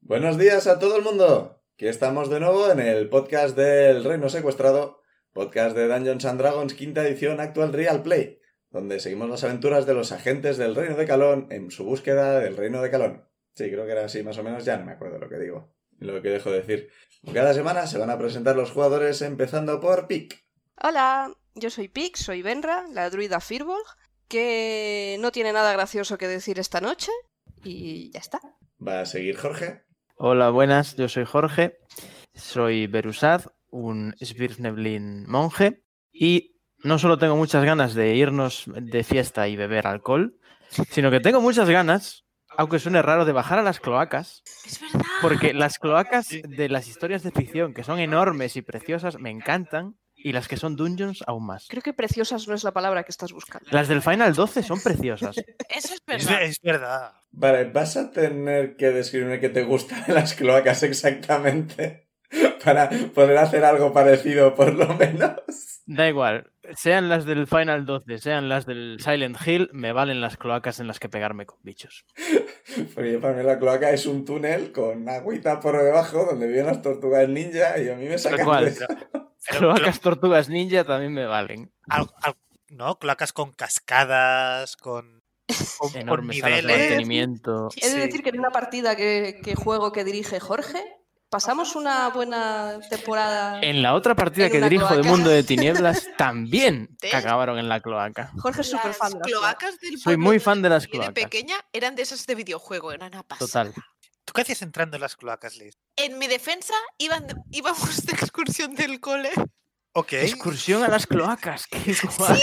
Buenos días a todo el mundo. Aquí estamos de nuevo en el podcast del Reino Secuestrado, podcast de Dungeons and Dragons quinta edición actual Real Play, donde seguimos las aventuras de los agentes del Reino de Calón en su búsqueda del Reino de Calón. Sí, creo que era así más o menos, ya no me acuerdo lo que digo, lo que dejo de decir. Cada semana se van a presentar los jugadores empezando por Pic. Hola, yo soy Pix, soy Benra, la druida Firbolg, que no tiene nada gracioso que decir esta noche y ya está. Va a seguir Jorge. Hola, buenas, yo soy Jorge, soy Berusad, un Svirneblin monje, y no solo tengo muchas ganas de irnos de fiesta y beber alcohol, sino que tengo muchas ganas, aunque suene raro, de bajar a las cloacas, Es verdad. porque las cloacas de las historias de ficción, que son enormes y preciosas, me encantan, y las que son dungeons aún más. Creo que preciosas no es la palabra que estás buscando. Las del Final 12 son preciosas. Eso es Es, verdad. es verdad. Vale, vas a tener que describirme qué te gustan las cloacas exactamente para poder hacer algo parecido por lo menos. Da igual, sean las del Final 12, sean las del Silent Hill, me valen las cloacas en las que pegarme con bichos. Porque yo para mí la cloaca es un túnel con agüita por debajo donde viven las tortugas ninja y a mí me Tal sacan de cual. esa. Pero Cloacas tortugas ninja también me valen. Al- al- ¿No? Cloacas con cascadas, con, con- con Enormes salas de niveles. mantenimiento. He de Sí. decir que en una partida que, que juego que dirige Jorge, pasamos una buena temporada. En la otra partida En que una dirijo de cloaca. Mundo de Tinieblas también ¿Ves? que acabaron en la cloaca. Jorge es súper Las fan de las cloacas. cloacas del Soy pueblo muy donde fan de las viví cloacas. De pequeña eran de esas de videojuego, eran una pasada. Total. ¿Tú qué hacías entrando en las cloacas, Liz? En mi defensa iban, íbamos de excursión del cole. Ok. Excursión a las cloacas. Qué guay.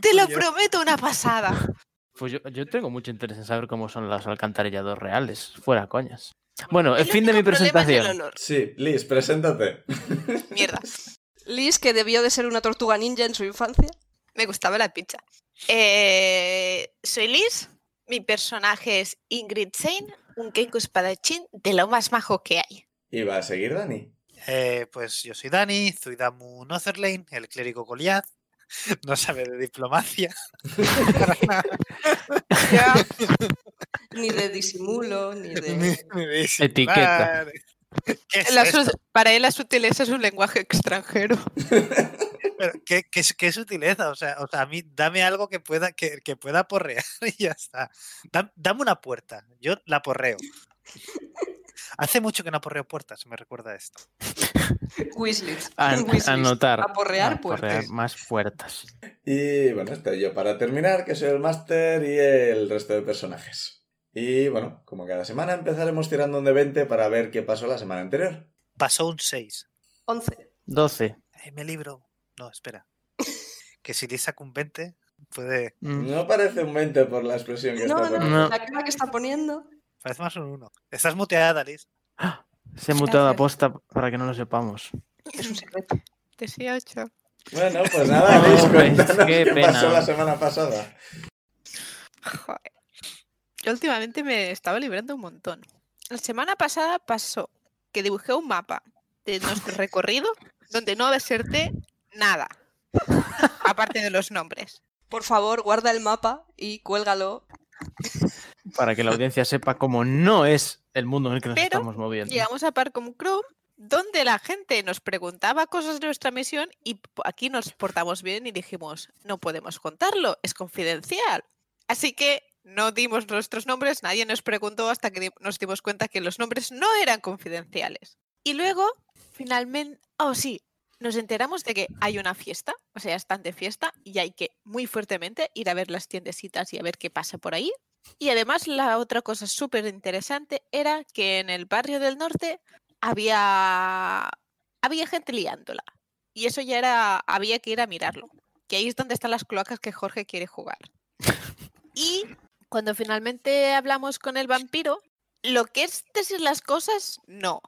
Te lo Coño. prometo, una pasada. Pues yo, yo tengo mucho interés en saber cómo son las alcantarillados reales. Fuera coñas. Bueno, el fin de mi único problema es el presentación. olor. Sí, Liz, preséntate. Mierda. Liz, que debió de ser una tortuga ninja en su infancia. Me gustaba la pizza. Eh, soy Liz. Mi personaje es Ingrid Shane, un Keiko espadachín de lo más majo que hay. Y va a seguir Dani. Eh, pues yo soy Dani, Zuidamu Notherlane, el clérigo Goliath. No sabe de diplomacia. Para nada. Ni de disimulo, ni de. Ni de disimular. Etiqueta. ¿Qué es La esto? su- para él la sutileza es un lenguaje extranjero. Pero ¿Qué, qué, su- qué sutileza? O sea, o sea, a mí dame algo que pueda, que, que pueda porrear y ya está. Dam- dame una puerta, yo la porreo. Hace mucho que no porreo puertas, me recuerda a esto. Wishlist. An- Wishlist. anotar. Aporrear, pues. Aporrear más puertas. Y bueno, estoy yo para terminar, que soy el máster y el resto de personajes. Y bueno, como cada semana empezaremos tirando un de 20 para ver qué pasó la semana anterior. Pasó un 6. 11. 12. Ay, me libro. No, espera. Que si le saco un 20, puede. Mm. No parece un 20 por la expresión que No, está no, poniendo. No. La cara que está poniendo. Parece más un 1. Estás muteada, Liz. Se ha mutado Gracias. aposta para que no lo sepamos. Es un secreto. 18. Bueno, pues nada, No, Liz, hombre, cuéntanos qué qué, pena. pasó la semana pasada. Joder. Yo últimamente me estaba librando un montón. La semana pasada pasó que dibujé un mapa de nuestro recorrido donde no acerté nada. Aparte de los nombres. Por favor, guarda el mapa y cuélgalo. Para que la audiencia sepa cómo no es el mundo en el que nos Pero estamos moviendo. Llegamos a Parcom Chrome, donde la gente nos preguntaba cosas de nuestra misión y p- aquí nos portamos bien y dijimos, no podemos contarlo, es confidencial. Así que no dimos nuestros nombres, nadie nos preguntó hasta que di- nos dimos cuenta que los nombres no eran confidenciales. Y luego, finalmente, oh sí, nos enteramos de que hay una fiesta, o sea, están de fiesta y hay que muy fuertemente ir a ver las tiendecitas y a ver qué pasa por ahí. Y además la otra cosa súper interesante era que en el barrio del norte había, había gente liándola. Y eso ya era, había que ir a mirarlo. Que ahí es donde están las cloacas que Jorge quiere jugar. Y Cuando finalmente hablamos con el vampiro, lo que es decir las cosas, no.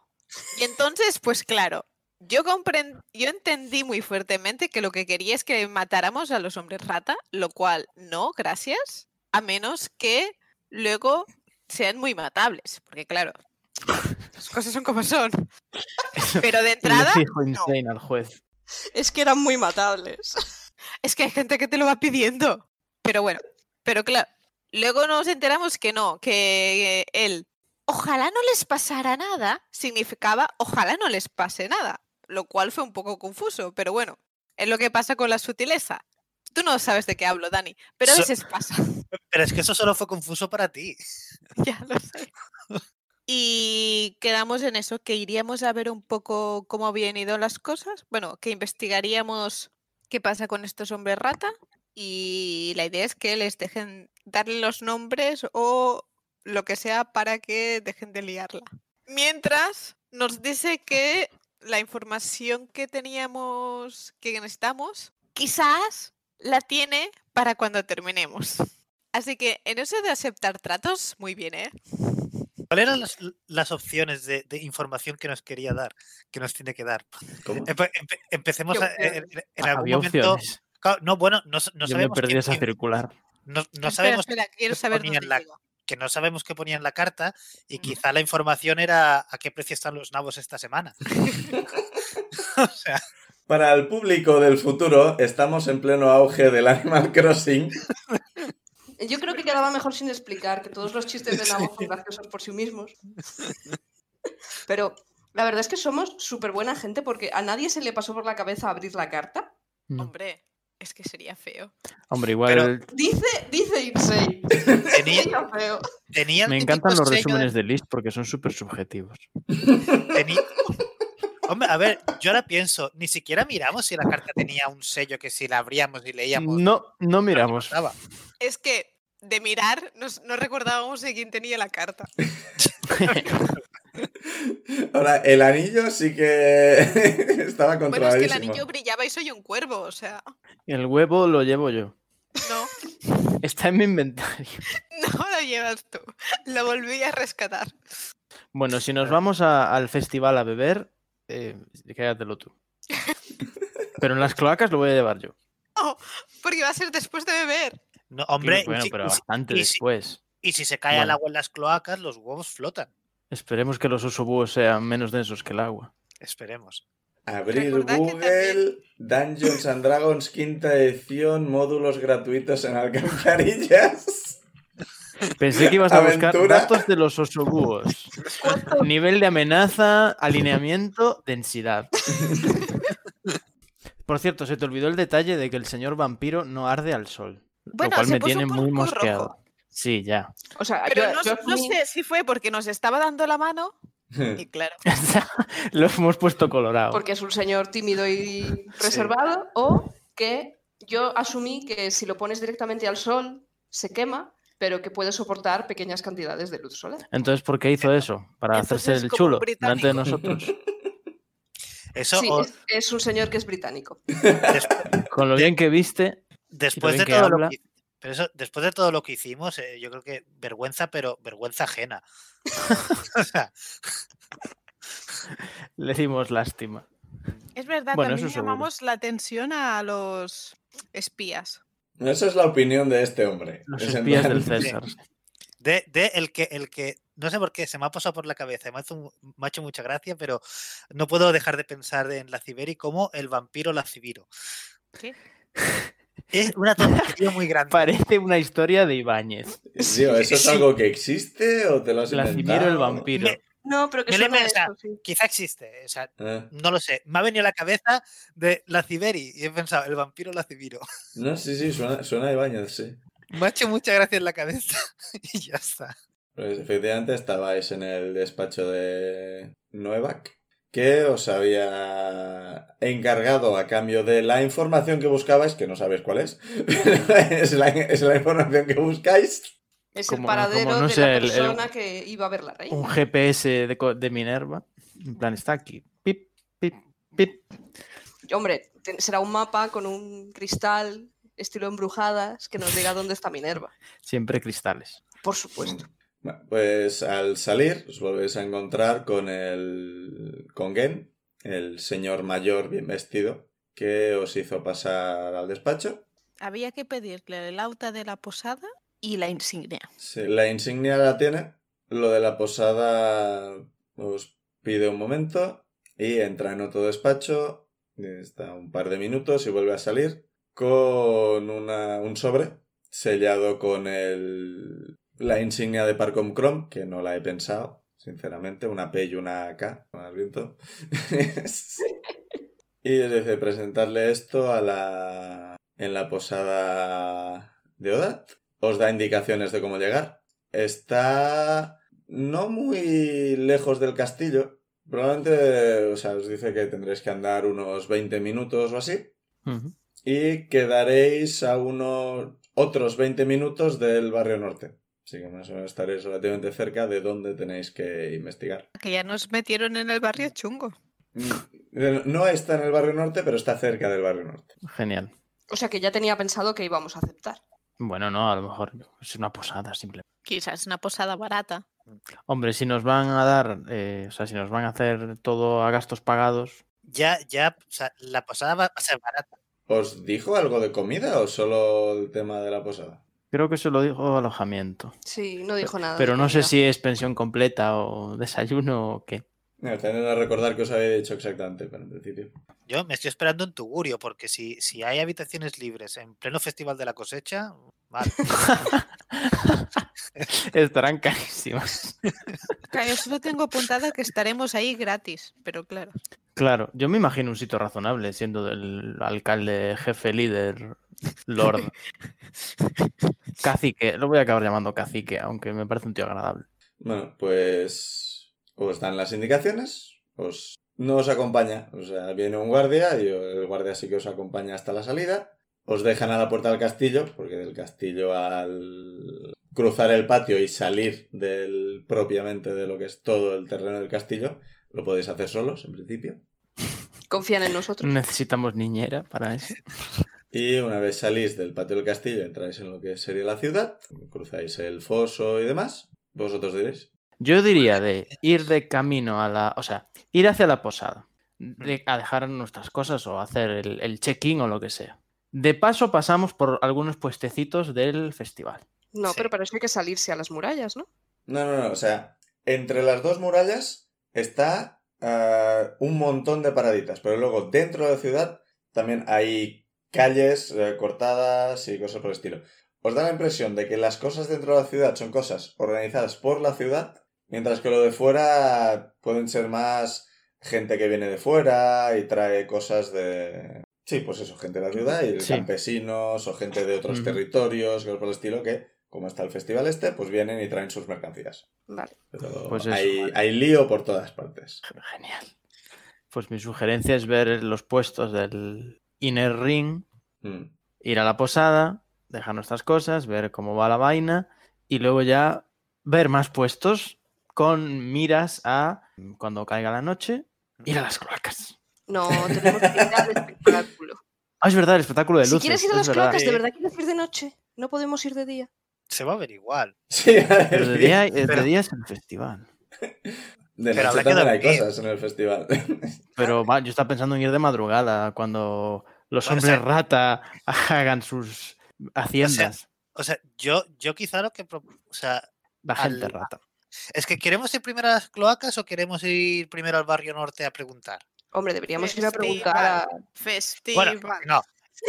Y entonces, pues claro, yo, comprend- yo entendí muy fuertemente que lo que quería es que matáramos a los hombres rata, lo cual no, gracias, a menos que luego sean muy matables, porque claro, las cosas son como son. Pero de Y le entrada, fijo no. insane al juez. Es que eran muy matables. Es que hay gente que te lo va pidiendo. Pero bueno, pero claro, luego nos enteramos que no, que eh, él, ojalá no les pasara nada, significaba ojalá no les pase nada, lo cual fue un poco confuso, pero bueno, es lo que pasa con la sutileza. Tú no sabes de qué hablo, Dani, pero a So- veces pasa, Pero es que eso solo fue confuso para ti. ya lo sé. Y quedamos en eso, que iríamos a ver un poco cómo habían ido las cosas, bueno, que investigaríamos qué pasa con estos hombres rata y la idea es que les dejen darle los nombres o lo que sea para que dejen de liarla. Mientras nos dice que la información que teníamos, que necesitamos, quizás la tiene para cuando terminemos. Así que en eso de aceptar tratos, muy bien, ¿eh? ¿Cuáles eran las, las opciones de, de información que nos quería dar, que nos tiene que dar? ¿Cómo? Empe- empe- empecemos Yo- a- en, en- en algún Había momento. opciones. Claro, No, bueno, no, s- no Yo me sabemos. perdí qué- esa qué- circular. no, no Espera, sabemos espera, quiero qué saber ponían dónde la- llego. que no sabemos qué ponía en la carta y Ujú. quizá la información era a qué precio están los nabos esta semana. o sea, Para el público del futuro, estamos en pleno auge del Animal Crossing. Yo creo que quedaba mejor sin explicar, que todos los chistes de Nabo son graciosos por sí mismos. Pero la verdad es que somos súper buena gente porque a nadie se le pasó por la cabeza abrir la carta. Mm. Hombre, es que sería feo. Hombre, igual Pero- el- Dice, dice Insane. tenía, Sería feo. tenía el me típico encantan los sello de- resúmenes de List porque son súper subjetivos. teni- Hombre, a ver, yo ahora pienso, ni siquiera miramos si la carta tenía un sello que si la abríamos y leíamos. No, no miramos. estaba. Es que de mirar nos- no recordábamos de quién tenía la carta. Ahora, el anillo sí que estaba Bueno, es que el controladísimo. anillo brillaba y soy un cuervo, o sea, El huevo lo llevo yo. no, Está en mi inventario. no lo llevas tú. Lo volví a rescatar. Bueno, si nos vamos a- al festival a beber, eh, quédatelo tú. Pero en las cloacas lo voy a llevar yo. Porque va a ser después de beber. No, hombre, bueno, y, si, pero y si- bastante y si- después. y si se cae al Bueno. agua en las cloacas, los huevos flotan. Esperemos que los osobúos sean menos densos que el agua. Esperemos. Abrir Recordad que Google, Dungeons and Dragons, quinta edición, módulos gratuitos en alcantarillas. Pensé que ibas a buscar Aventura. datos de los osobúos. Nivel de amenaza, alineamiento, densidad. Por cierto, se te olvidó el detalle de que el señor vampiro no arde al sol. Bueno, lo cual se me puso tiene un muy poco rojo. mosqueado. Sí, ya. O sea, Pero yo- no, yo no asumí- sé si fue porque nos estaba dando la mano. Y claro, lo hemos puesto colorado. porque es un señor tímido y reservado, o que yo asumí que si lo pones directamente al sol se quema, pero que puede soportar pequeñas cantidades de luz solar. Entonces, ¿por qué hizo eso? Para Entonces, hacerse el como chulo británico. delante de nosotros. Eso Sí, o- es, es un señor que es británico. des- Con lo bien que viste, después bien de que todo lo habla. que, pero eso, después de todo lo que hicimos, eh, yo creo que vergüenza, pero vergüenza ajena. O sea, le dimos lástima. es verdad, Bueno, también eso seguro. llamamos la atención a los espías. Esa es la opinión de este hombre. Los Es en espías plan- del César. de, de el que el que no sé por qué se me ha pasado por la cabeza, me ha hecho, mu- me ha hecho mucha gracia, pero no puedo dejar de pensar en la Ciberi como el vampiro la Cibiro. ¿Qué? Es una tontería muy grande. Parece una historia de Ibáñez. Tío, ¿eso es algo que existe o te lo has Lacimiro inventado? el vampiro. Me- No, pero que Me lo he suena a pensado. eso, sí. Quizá existe, o sea, Ah, no lo sé. Me ha venido a la cabeza de la Ciberi y he pensado, el vampiro la Cibiro. No, sí, sí, suena, suena a Ibáñez, sí. Me ha hecho mucha gracia en la cabeza y ya está. Pues efectivamente estabais en el despacho de Nuevac, que os había encargado a cambio de la información que buscabais, que no sabéis cuál es, es, la, es la información que buscáis. Es Como- como el paradero no de sea la el- el- persona que iba a ver la reina. Un GPS de, co- de Minerva. En plan, está aquí. Pip, pip, pip. Hombre, te- será un mapa con un cristal estilo embrujadas, que nos diga dónde está Minerva. Siempre cristales. Por supuesto. Bueno, Pues al salir os volvéis a encontrar con el con Gen, el señor mayor bien vestido que os hizo pasar al despacho. Había que pedirle el auta de la posada y la insignia. Sí, la insignia la tiene. Lo de la posada os pide un momento y entra en otro despacho. Está un par de minutos y vuelve a salir con una- un sobre sellado con el, la insignia de Parcom Chrome, que no la he pensado, sinceramente. Una P y una K, más bien todo. y les dice presentarle esto a la, en la posada de Odat os da indicaciones de cómo llegar. Está no muy lejos del castillo. Probablemente, o sea, os dice que tendréis que andar unos 20 minutos o así. Ujú. Y quedaréis a unos otros 20 minutos del barrio norte. Así que más o menos estaréis relativamente cerca de donde tenéis que investigar. Que ya nos metieron en el barrio chungo. Mm, No está en el barrio norte, pero está cerca del barrio norte. Genial. O sea que ya tenía pensado que íbamos a aceptar. Bueno, no, a lo mejor es una posada simplemente. Quizás una posada barata. Hombre, si nos van a dar, eh, o sea, si nos van a hacer todo a gastos pagados, Ya, ya, o sea, la posada va a ser barata. ¿Os dijo algo de comida o solo el tema de la posada? creo que se lo dijo alojamiento. Sí, no dijo Ah, nada. de Pero no sé comida. si es pensión completa o desayuno o qué. No, tendré que recordar que os había dicho exactamente, pero en principio. Yo me estoy esperando un tugurio, porque si, si hay habitaciones libres en pleno festival de la cosecha, vale. Estarán carísimas. Claro, yo solo tengo apuntada que estaremos ahí gratis, pero claro. Claro, yo me imagino un sitio razonable, siendo el alcalde, jefe, líder, lord, cacique. Lo voy a acabar llamando cacique, aunque me parece un tío agradable. Bueno, pues os dan las indicaciones, os no os acompaña, o sea, viene un guardia y el guardia sí que os acompaña hasta la salida, os dejan a la puerta del castillo, porque del castillo al cruzar el patio y salir del propiamente de lo que es todo el terreno del castillo, lo podéis hacer solos en principio. Confían en nosotros. Necesitamos niñera para eso. Y una vez salís del patio del castillo, entráis en lo que sería la ciudad, cruzáis el foso y demás, vosotros diréis. Yo diría de ir de camino a la. O sea, ir hacia la posada. de- a dejar nuestras cosas o hacer el, el check-in o lo que sea. De paso, pasamos por algunos puestecitos del festival. No, Sí. pero para eso hay que salirse a las murallas, ¿no? No, no, no. O sea, entre las dos murallas está ah, un montón de paraditas. Pero luego dentro de la ciudad también hay calles eh, cortadas y cosas por el estilo. Os da la impresión de que las cosas dentro de la ciudad son cosas organizadas por la ciudad, mientras que lo de fuera pueden ser más gente que viene de fuera y trae cosas de... Sí, pues eso, gente de la ciudad y Sí. campesinos o gente de otros Ujú. territorios, cosas por el estilo, que como está el festival este, pues vienen y traen sus mercancías. Vale. Pero Pues eso, hay, vale. hay lío por todas partes. Genial. Pues mi sugerencia es ver los puestos del Inner Ring, Mm. ir a la posada, dejar nuestras cosas, ver cómo va la vaina y luego ya ver más puestos con miras a mm, cuando caiga la noche, ir a las cloacas. No, tenemos que ir al espectáculo. Ah, es verdad, el espectáculo de Si luces. quieres ir a es las verdad. cloacas, ¿de Sí. verdad quieres ir de noche? No podemos ir de día. Se va a ver igual. Sí, Pero de día, eh, de Pero- día es el festival. de Pero noche habrá que también hay dormir. cosas en el festival. Ah. Pero va, yo estaba pensando en ir de madrugada cuando los Bueno, o hombres sea- rata hagan sus haciendas. O sea, yo, yo quizá lo que... pro- O sea, La gente al- rata. ¿es que queremos ir primero a las cloacas o queremos ir primero al barrio norte a preguntar? Hombre, deberíamos ir a Festival. preguntar a... Bueno, Festival. no.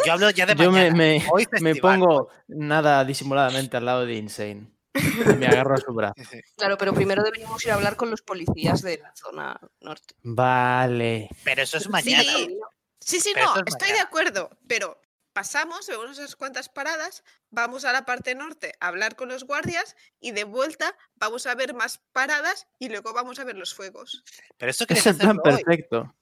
Yo hablo ya de Yo me, mañana. me- Hoy me festival. pues. pongo nada disimuladamente al lado de Insane. y Me agarro a su brazo. Claro, pero primero deberíamos ir a hablar con los policías de la zona norte. Vale. Pero Pues eso es mañana. Sí. Sí, sí, Pero no, eso es estoy de mañana. acuerdo, pero pasamos, vemos unas cuantas paradas, vamos a la parte norte a hablar con los guardias y de vuelta vamos a ver más paradas y luego vamos a ver los fuegos. Pero eso Es queréis el plan hacerlo hoy. perfecto.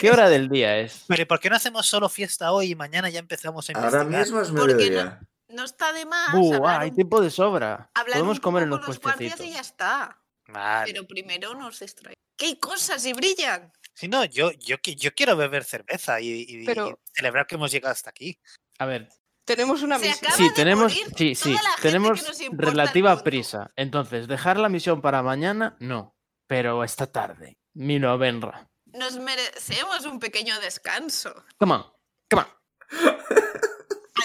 ¿Qué hora del día es? Pero ¿y por qué no hacemos solo fiesta hoy y mañana ya empezamos a investigar? Ahora mismo es ¿Por qué no? mediodía. No está de más Buah, hablar hay un- tiempo de sobra. hablar Podemos un comer en poco los con los guardias puestecitos. y ya está. Vale. Pero primero nos distraemos. ¡Qué hay cosas y brillan! Si no, yo, yo, qui- yo quiero beber cerveza y, y- y Pero- celebrar que hemos llegado hasta aquí. A ver, Tenemos una Se misión. acaba Sí, de tenemos, morir sí, sí, toda la gente tenemos que nos importa en el relativa mundo. prisa. Entonces, dejar la misión para mañana, no. Pero esta tarde, mi novenra. Nos merecemos un pequeño descanso. Come on, come on.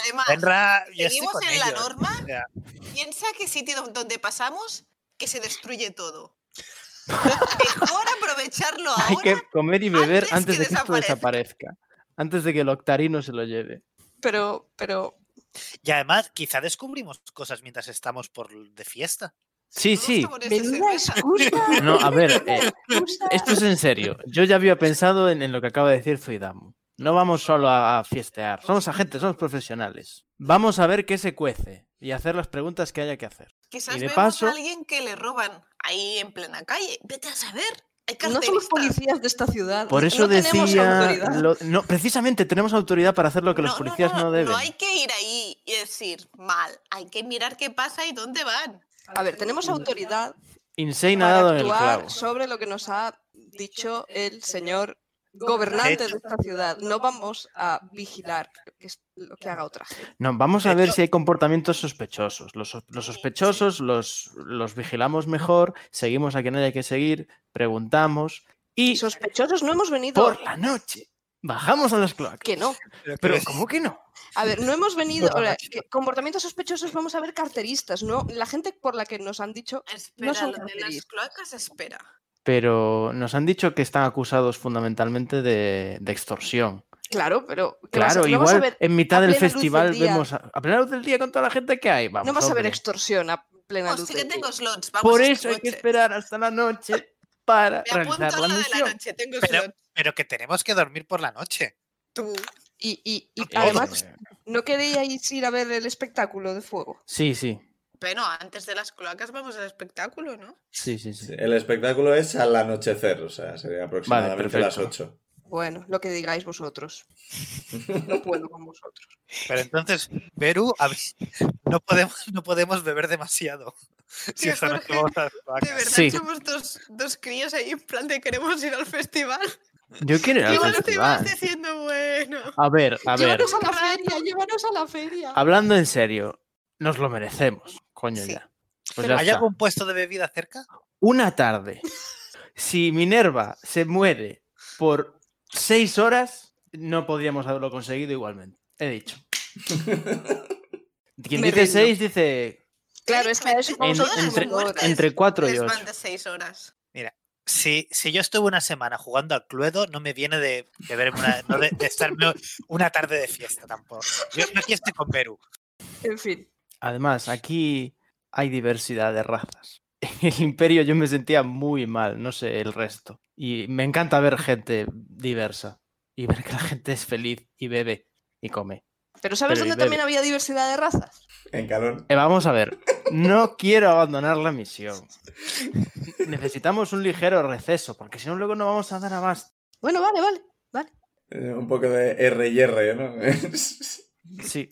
Además, Benra, ya estoy Ah, seguimos con en la ellos. norma. O sea, piensa que sitio don- donde pasamos, que se destruye todo. Mejor aprovecharlo ahora. Hay que comer y beber antes antes que de que esto desaparezca. Antes de que el octarino se lo lleve. Pero, pero, y además, quizá descubrimos cosas mientras estamos por de fiesta. Sí, Todos sí. sabores de menuda cerveza. excusa. No, a ver, eh, excusa. Esto es en serio. Yo ya había pensado en, en lo que acaba de decir Zuidamu. No vamos solo a, a fiestear. Somos agentes, somos profesionales. Vamos a ver qué se cuece y hacer las preguntas que haya que hacer. Quizás de vemos paso- a alguien que le roban ahí en plena calle. Vete a saber. Hay No somos carteristas. policías de esta ciudad. Por eso no tenemos decía. autoridad. lo- no, precisamente tenemos autoridad para hacer lo que los policías no, deben. No hay que ir ahí y decir mal. Hay que mirar qué pasa y dónde van. A ver, tenemos autoridad Insane ha dado para en el clavo. actuar sobre lo que nos ha dicho el señor gobernante de esta ciudad. No vamos a vigilar lo que es- lo que haga otra gente. No, vamos De a ver hecho- si hay comportamientos sospechosos. Los, sos- los sospechosos los, los vigilamos mejor, seguimos a quien haya que seguir, preguntamos y Sospechosos no hemos venido. por la noche bajamos a las cloacas. Que no. Pero ¿cómo que no? A ver, no hemos venido. Por la ahora, noche. que comportamientos sospechosos vamos a ver carteristas, ¿no? La gente por la que nos han dicho. Espera, son lo de las carteristas. cloacas, espera. Pero nos han dicho que están acusados fundamentalmente de, de extorsión. Claro, pero. ¿qué vas a- Claro, no vas a igual ver- en mitad a del plena luz del festival día. vemos a, a plena luz del día con toda la gente que hay. Vamos, no vas a ver hombre. extorsión a plena Pues luz. sí que del día. tengo slots. Vamos Por esta eso hay que noche. esperar hasta la noche para Me apunto realizar a la lo de la misión. noche. Tengo Pero- slots. Pero que tenemos que dormir por la noche. Tú. Y, y- y Eh, además, Eh, ¿no queríais ir a ver el espectáculo de fuego? Sí, sí. Bueno, antes de las cloacas vamos al espectáculo, ¿no? Sí, sí, sí. El espectáculo es al anochecer, o sea, sería aproximadamente perfecto. las 8. Bueno, lo que digáis vosotros. No puedo con vosotros. Pero entonces, Beru, a ver, no podemos, no podemos beber demasiado. Si Tío, esta noche Jorge, vamos a las De vacas. verdad, Sí. somos dos, dos críos ahí en plan de queremos ir al festival. Yo quiero ir al Igual te vas festival. diciendo, bueno. A ver, a ver. Llévanos a la feria, llévanos a la feria. Hablando en serio, nos lo merecemos, coño Sí. ya. Pues Pero ya ¿Hay está. algún puesto de bebida cerca? Una tarde. Si Minerva se muere por seis horas, no podríamos haberlo conseguido igualmente. He dicho. Quien Me dice rindo. seis dice Claro, es que a eso En- vamos a entre- otras horas. entre cuatro y Les ocho. van de seis horas. Si, si yo estuve una semana jugando al Cluedo, no me viene de, beberme una, no de, de estarme una tarde de fiesta tampoco. Yo no aquí estoy con Beru. En fin. Además, aquí hay diversidad de razas. En el imperio yo me sentía muy mal, no sé el resto. Y me encanta ver gente diversa y ver que la gente es feliz y bebe y come. Pero ¿sabes Pero y dónde bebe. también había diversidad de razas? En calor. Eh, vamos a ver, no quiero abandonar la misión. Necesitamos un ligero receso, porque si no luego no vamos a dar abasto. Bueno, vale, vale. vale. Eh, Un poco de R y R, ¿no? Sí,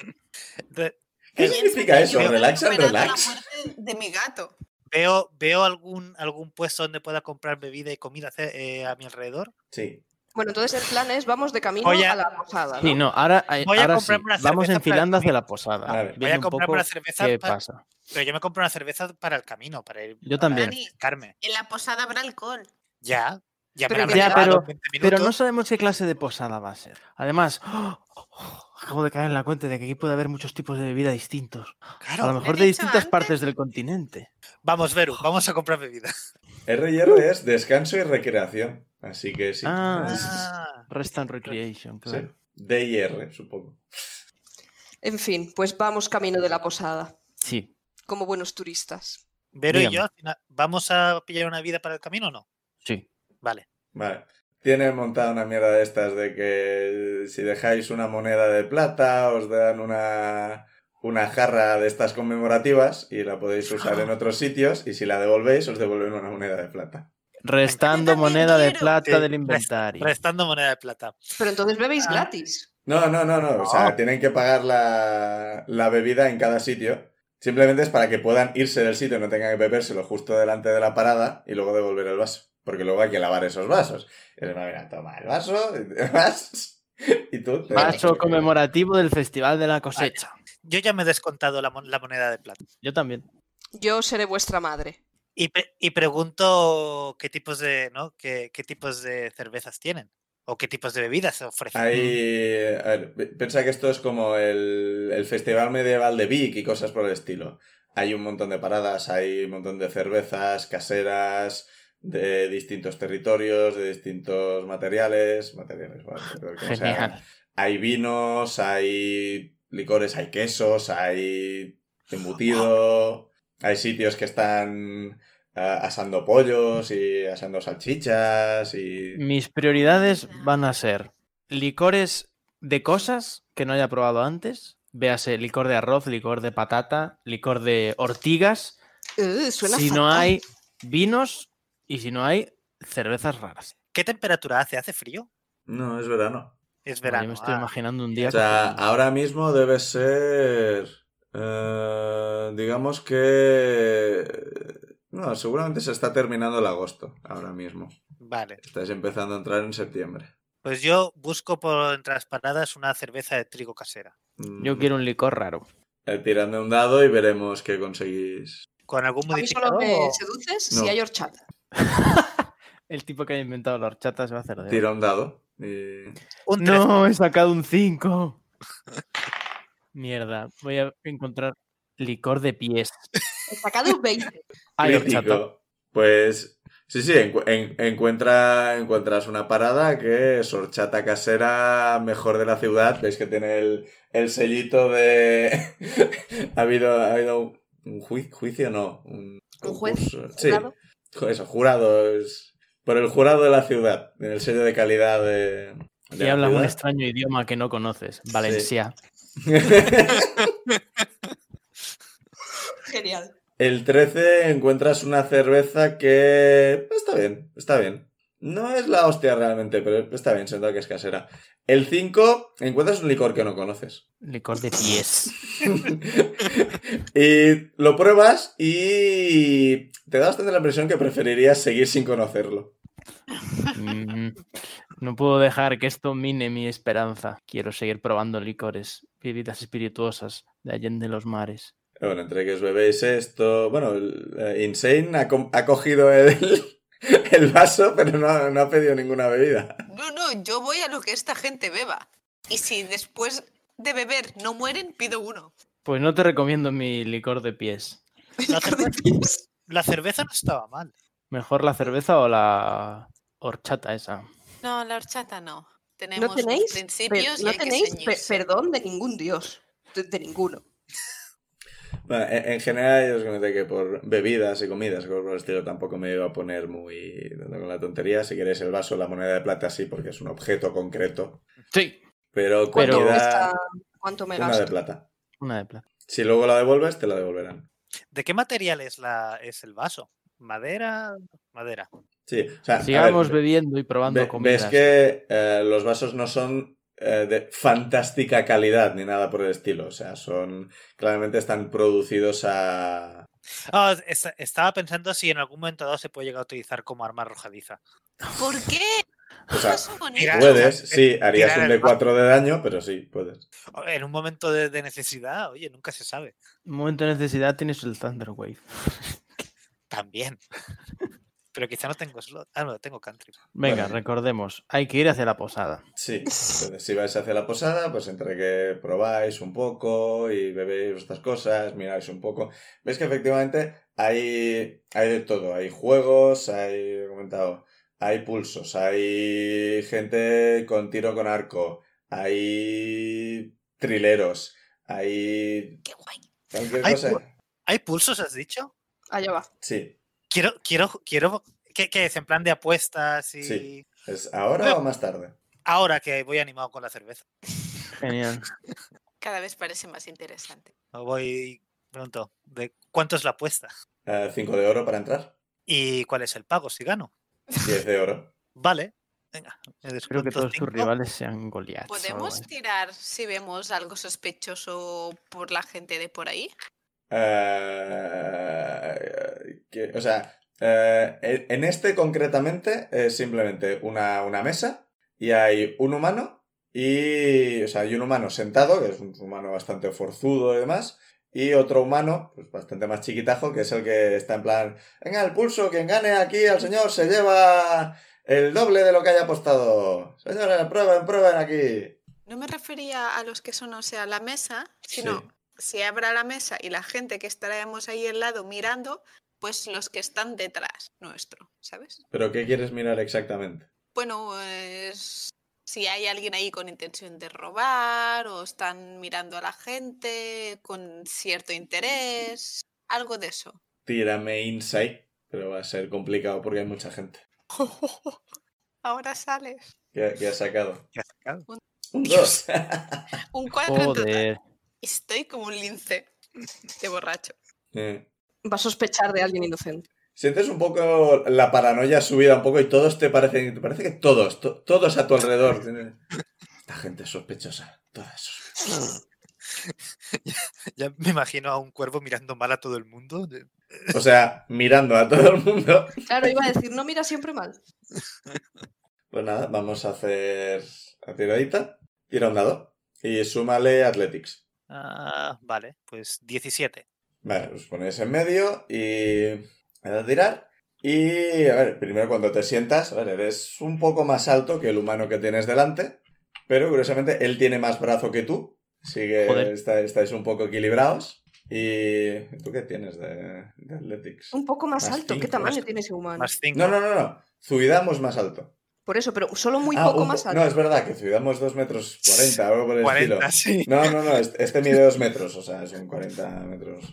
Re- ¿Qué Eh, significa eso? yo- Relax and Superando la relax. muerte De mi gato. Veo, veo algún, algún puesto donde pueda comprar bebida y comida ce- eh, a mi alrededor. Sí. Bueno, entonces el plan es vamos de camino Voy a- a la posada. sí, no, ahora, eh, Voy a ahora sí, comprarme una vamos cerveza para enfilando hacia dormir. la posada. Vale, voy a viendo un comprarme poco una cerveza ¿Qué para- pasa? Pero yo me compro una cerveza para el camino, para ir Yo también. Dani, Carmen. en la posada habrá alcohol. Ya. Ya me Pero la ya, habrán dado pero- 20 Pero no minutos. sabemos qué clase de posada va a ser. Además, acabo de caer en la cuenta de que aquí puede haber muchos tipos de bebida distintos. Claro. A lo mejor he de dicho distintas antes. partes del continente. Vamos, Beru, vamos a comprar bebida. R y R es descanso y recreación. Así que sí. Ah. Ah. Rest and Recreation, Sí. claro. D y R, supongo. En fin, pues vamos camino de la posada, Sí. como buenos turistas. Vero y Dígame. yo, al final, ¿vamos a pillar una vida para el camino o no? sí, Vale. Vale. Tienen montada una mierda de estas de que si dejáis una moneda de plata os dan una, una jarra de estas conmemorativas y la podéis usar en otros sitios y si la devolvéis os devuelven una moneda de plata. Restando también moneda de quiero. plata Sí, del rest- inventario. Restando moneda de plata. Pero entonces bebéis Ah. gratis. No, no, no, no. O sea, No. tienen que pagar la, la bebida en cada sitio. Simplemente es para que puedan irse del sitio y no tengan que bebérselo justo delante de la parada y luego devolver el vaso. Porque luego hay que lavar esos vasos. Y es, mira, toma el vaso, vas y tú. te- Vaso conmemorativo del Festival de la Cosecha. yo ya me he descontado la, mon- la moneda de plata. Yo también. Yo seré vuestra madre. Y, pre- y pregunto qué tipos de, ¿no? qué, qué tipos de cervezas tienen o qué tipos de bebidas se ofrecen. Hay. A ver, pi- piensa que esto es como el, el Festival Medieval de Vic y cosas por el estilo. Hay un montón de paradas, hay un montón de cervezas caseras de distintos territorios, de distintos materiales. Materiales, bueno, pero como sea. Genial. Hay vinos, hay licores, hay quesos, hay embutido, hay sitios que están eh, asando pollos y asando salchichas y... Mis prioridades van a ser licores de cosas que no haya probado antes. Véase licor de arroz, licor de patata, licor de ortigas. Eh, suena si no fatal. hay vinos y si no hay cervezas raras. ¿Qué temperatura hace? ¿Hace frío? No, es verano. Es Bueno, yo verano. me estoy ah. imaginando un día. O sea, con- ahora mismo debe ser. eh, digamos que. No, seguramente se está terminando el agosto ahora mismo. Vale. Estáis empezando a entrar en septiembre. Pues yo busco por entre las paradas una cerveza de trigo casera. Mm, Yo quiero un licor raro. eh, tirando un dado y veremos qué conseguís. ¿Con algún A mí solo modificador? me o- seduces No. si hay horchata. El tipo que ha inventado la horchata se va a hacer de. Tira un dado. y- Un tres. No, he sacado un 5. Mierda, voy a encontrar licor de pies. He sacado un 20. Hay Crítico. horchata. Pues. Sí, sí, encu- en- encuentra, encuentras una parada que es horchata casera mejor de la ciudad. Veis que tiene el, el sellito de. ha habido, ha habido un, un ju- juicio, no. Un, ¿Un juez? concurso. Sí, ¿Jurado? ju- eso, jurado. es- por el jurado de la ciudad, en el sello de calidad de. de Y la hablas un ciudad. extraño idioma que no conoces. Valencia. Genial. El 13 encuentras una cerveza que... Está bien, está bien. No es la hostia realmente, pero está bien, se nota que es casera. El 5 encuentras un licor que no conoces. Licor de pies. y lo pruebas y te da bastante la impresión que preferirías seguir sin conocerlo. Mm, No puedo dejar que esto mine mi esperanza. Quiero seguir probando licores, bebidas espirituosas de Allende los Mares. Bueno, entre que os bebéis esto... Bueno, el, eh, Insane ha, com- ha cogido el, el vaso, pero no- no ha pedido ninguna bebida. No, no, yo voy a lo que esta gente beba. Y si después de beber no mueren, pido uno. Pues no te recomiendo mi licor de pies. La cerveza, la cerveza no estaba mal. Mejor la cerveza o la horchata esa. No, la horchata no. Tenemos unos tenéis? principios Pero y no hay que tenéis pe- ceñirse. perdón de ningún dios. De, de ninguno. Bueno, en, en general, yo os comenté que por bebidas y comidas, cosas por el estilo, tampoco me iba a poner muy dando con la tontería. Si queréis el vaso, la moneda de plata, sí, porque es un objeto concreto. Sí. Pero Pero- ¿Cuánto, comida, cuesta- cuánto me una de gasto? plata. Una de plata. Si luego la devuelves, te la devolverán. ¿De qué material es, la, es el vaso? ¿Madera? Madera. Sí, o sea, a Sigamos ver, bebiendo y probando ve- comidas. ves que eh, los vasos no son eh, de fantástica calidad ni nada por el estilo. O sea, son claramente están producidos a, Ah, es- estaba pensando si en algún momento dado se puede llegar a utilizar como arma arrojadiza. ¿Por qué? O sea, No son bonitos. Tirar- Puedes, sí, harías tirar un el D4 de daño, pero sí, puedes. O Oh, En un momento de, de necesidad, oye, nunca se sabe. Momento de necesidad tienes el Thunder Wave. También. Pero quizá no tengo slot. Ah, no, tengo country. Venga, Vale. recordemos, hay que ir hacia la posada. Sí, entonces si vais hacia la posada, pues entre que probáis un poco y bebéis vuestras cosas, miráis un poco, veis que efectivamente hay, hay de todo, hay juegos, hay, he comentado, hay pulsos, hay gente con tiro con arco, hay trileros, hay Qué guay. cualquier Hay cosa. pu- ¿Hay pulsos, has dicho? Allá va. Sí, Quiero, quiero, quiero. ¿Qué, qué es? ¿En plan de apuestas y.? Sí. ¿es ahora Pero- o más tarde? Ahora que voy animado con la cerveza. Genial. Cada vez parece más interesante. Me Voy. Pregunto, ¿de cuánto es la apuesta? Eh, cinco de oro para entrar, ¿Y cuál es el pago si gano? 10 de oro. Vale. Venga. me Espero que descuento todos tus cinco. rivales sean Goliath. ¿Podemos tirar si vemos algo sospechoso por la gente de por ahí? Eh, que- o sea, eh, en en este concretamente es simplemente una, una mesa y hay un humano Y, o sea, hay un humano sentado, que es un humano bastante forzudo y demás, y otro humano, pues bastante más chiquitajo, que es el que está en plan, venga, el pulso, quien gane aquí al señor se lleva el doble de lo que haya apostado. Señores, prueben, prueben aquí. No me refería a los que son, o sea, la mesa, sino si abra la mesa y la gente que estaremos ahí al lado mirando, pues los que están detrás nuestro, ¿sabes? ¿Pero qué quieres mirar exactamente? Bueno, pues, si hay alguien ahí con intención de robar o están mirando a la gente con cierto interés, algo de eso. Tírame insight, pero va a ser complicado porque hay mucha gente. Ahora sales. ¿Qué, qué has sacado? ¿Qué has sacado? Un 2. Un cuatro en total. Joder. Estoy como un lince de borracho. Va a sospechar de alguien inocente. Eh. Sientes un poco la paranoia subida un poco y todos te parecen, te parece que todos, to- todos a tu alrededor. tienen- Esta gente es sospechosa, todas sospechosas. Ya me imagino a un cuervo mirando mal a todo el mundo. de- O sea, mirando a todo el mundo. Claro, iba a decir, no mira siempre mal. Pues nada, vamos a hacer la tiradita. Tira un dado y súmale Athletics. Ah, vale, pues 17. Vale, os ponéis en medio y me das a tirar. Y a ver, primero cuando te sientas, a ver, eres un poco más alto que el humano que tienes delante, pero curiosamente él tiene más brazo que tú, así que Joder. está- estáis un poco equilibrados. ¿Y tú qué tienes de, de Athletics? Un poco más, Más alto. ¿Qué cinco, tamaño más- tiene ese humano? Más 5. No, no, no, no. Zuidamo es más alto. Por eso, pero solo muy Ah, poco un po- más alto. No, es verdad que Zuidamo es 2 metros 40, algo por el 40, estilo. sí. No, no, no, este, este mide 2 metros, o sea, son 40 metros.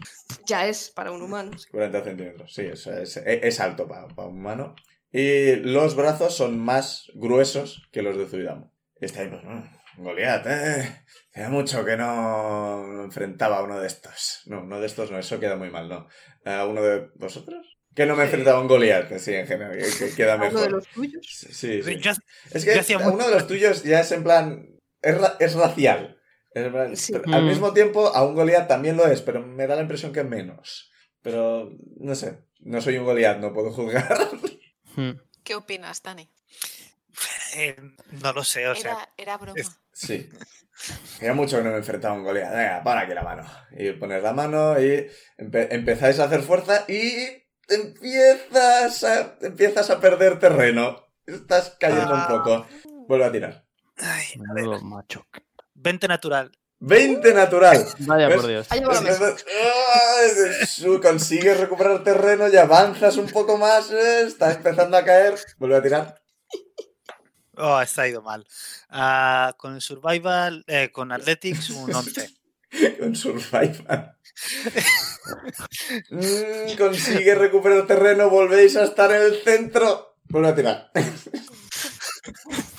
Ya es para un humano. 40 centímetros, sí, o sea, es, e-, es- es alto para un humano. Y los brazos son más gruesos que los de Zuidamo. Y está ahí, pues, mm, Goliat, eh. Hace mucho que no me enfrentaba a uno de estos. No, uno de estos no, eso queda muy mal, ¿no? ¿A uno de vosotros? Que no me Sí. enfrentaba a un Goliat, sí, en general, que, que queda Uno de mejor. los tuyos. Sí, sí. Sí, yo- Es yo que hacía uno mucho- de los tuyos ya es en plan. Es, ra- es racial. Es en plan- Sí. pero al Mm. mismo tiempo, a un Goliath también lo es, pero me da la impresión que menos. Pero no sé, no soy un Goliath, no puedo juzgar. Hmm. ¿Qué opinas, Dani? eh, no lo sé, o sea, Era, era broma. es- Sí. Hacía mucho que no me enfrentaba a un Goliath. Venga, para aquí la mano. Y pones la mano y empe- empezáis a hacer fuerza y empiezas a, empiezas a perder terreno. Estás cayendo Ah. un poco. Vuelve a tirar. ay, a ver, Menudo macho. 20 natural. 20 natural. Vaya ¿Ves? por Dios. Ha llevado la mesa. Ah, Consigues recuperar terreno y avanzas un poco más. eh, Estás empezando a caer. Vuelve a tirar. Oh, está ido mal. Ah, con Survival, eh, con Athletics, un 11. Con Survival. Mm, consigues recuperar terreno. Volvéis a estar en el centro. Vuelve a tirar.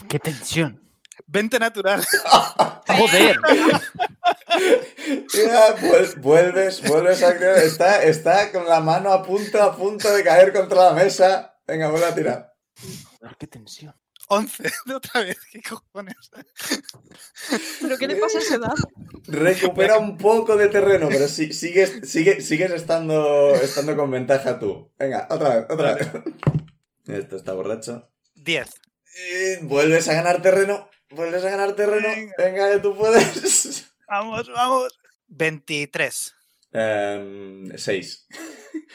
¡Qué tensión! 20 natural. ¡Joder! Ya, vuel- vuelves, vuelves a caer. Está, está con la mano a punto, a punto de caer contra la mesa. Venga, vuelve a tirar. Joder, ¡Qué tensión! 11 de otra vez. ¿Qué cojones? ¿Pero qué le pasa a esa edad? Recupera un poco de terreno, pero sí- sigues, sigue- sigues estando, estando con ventaja tú. Venga, otra vez, otra vez. Esto está borracho. 10. Y Eh, vuelves a ganar terreno. Vuelves a ganar terreno. Venga. Venga, que tú puedes. Vamos, vamos. 23. Em, seis.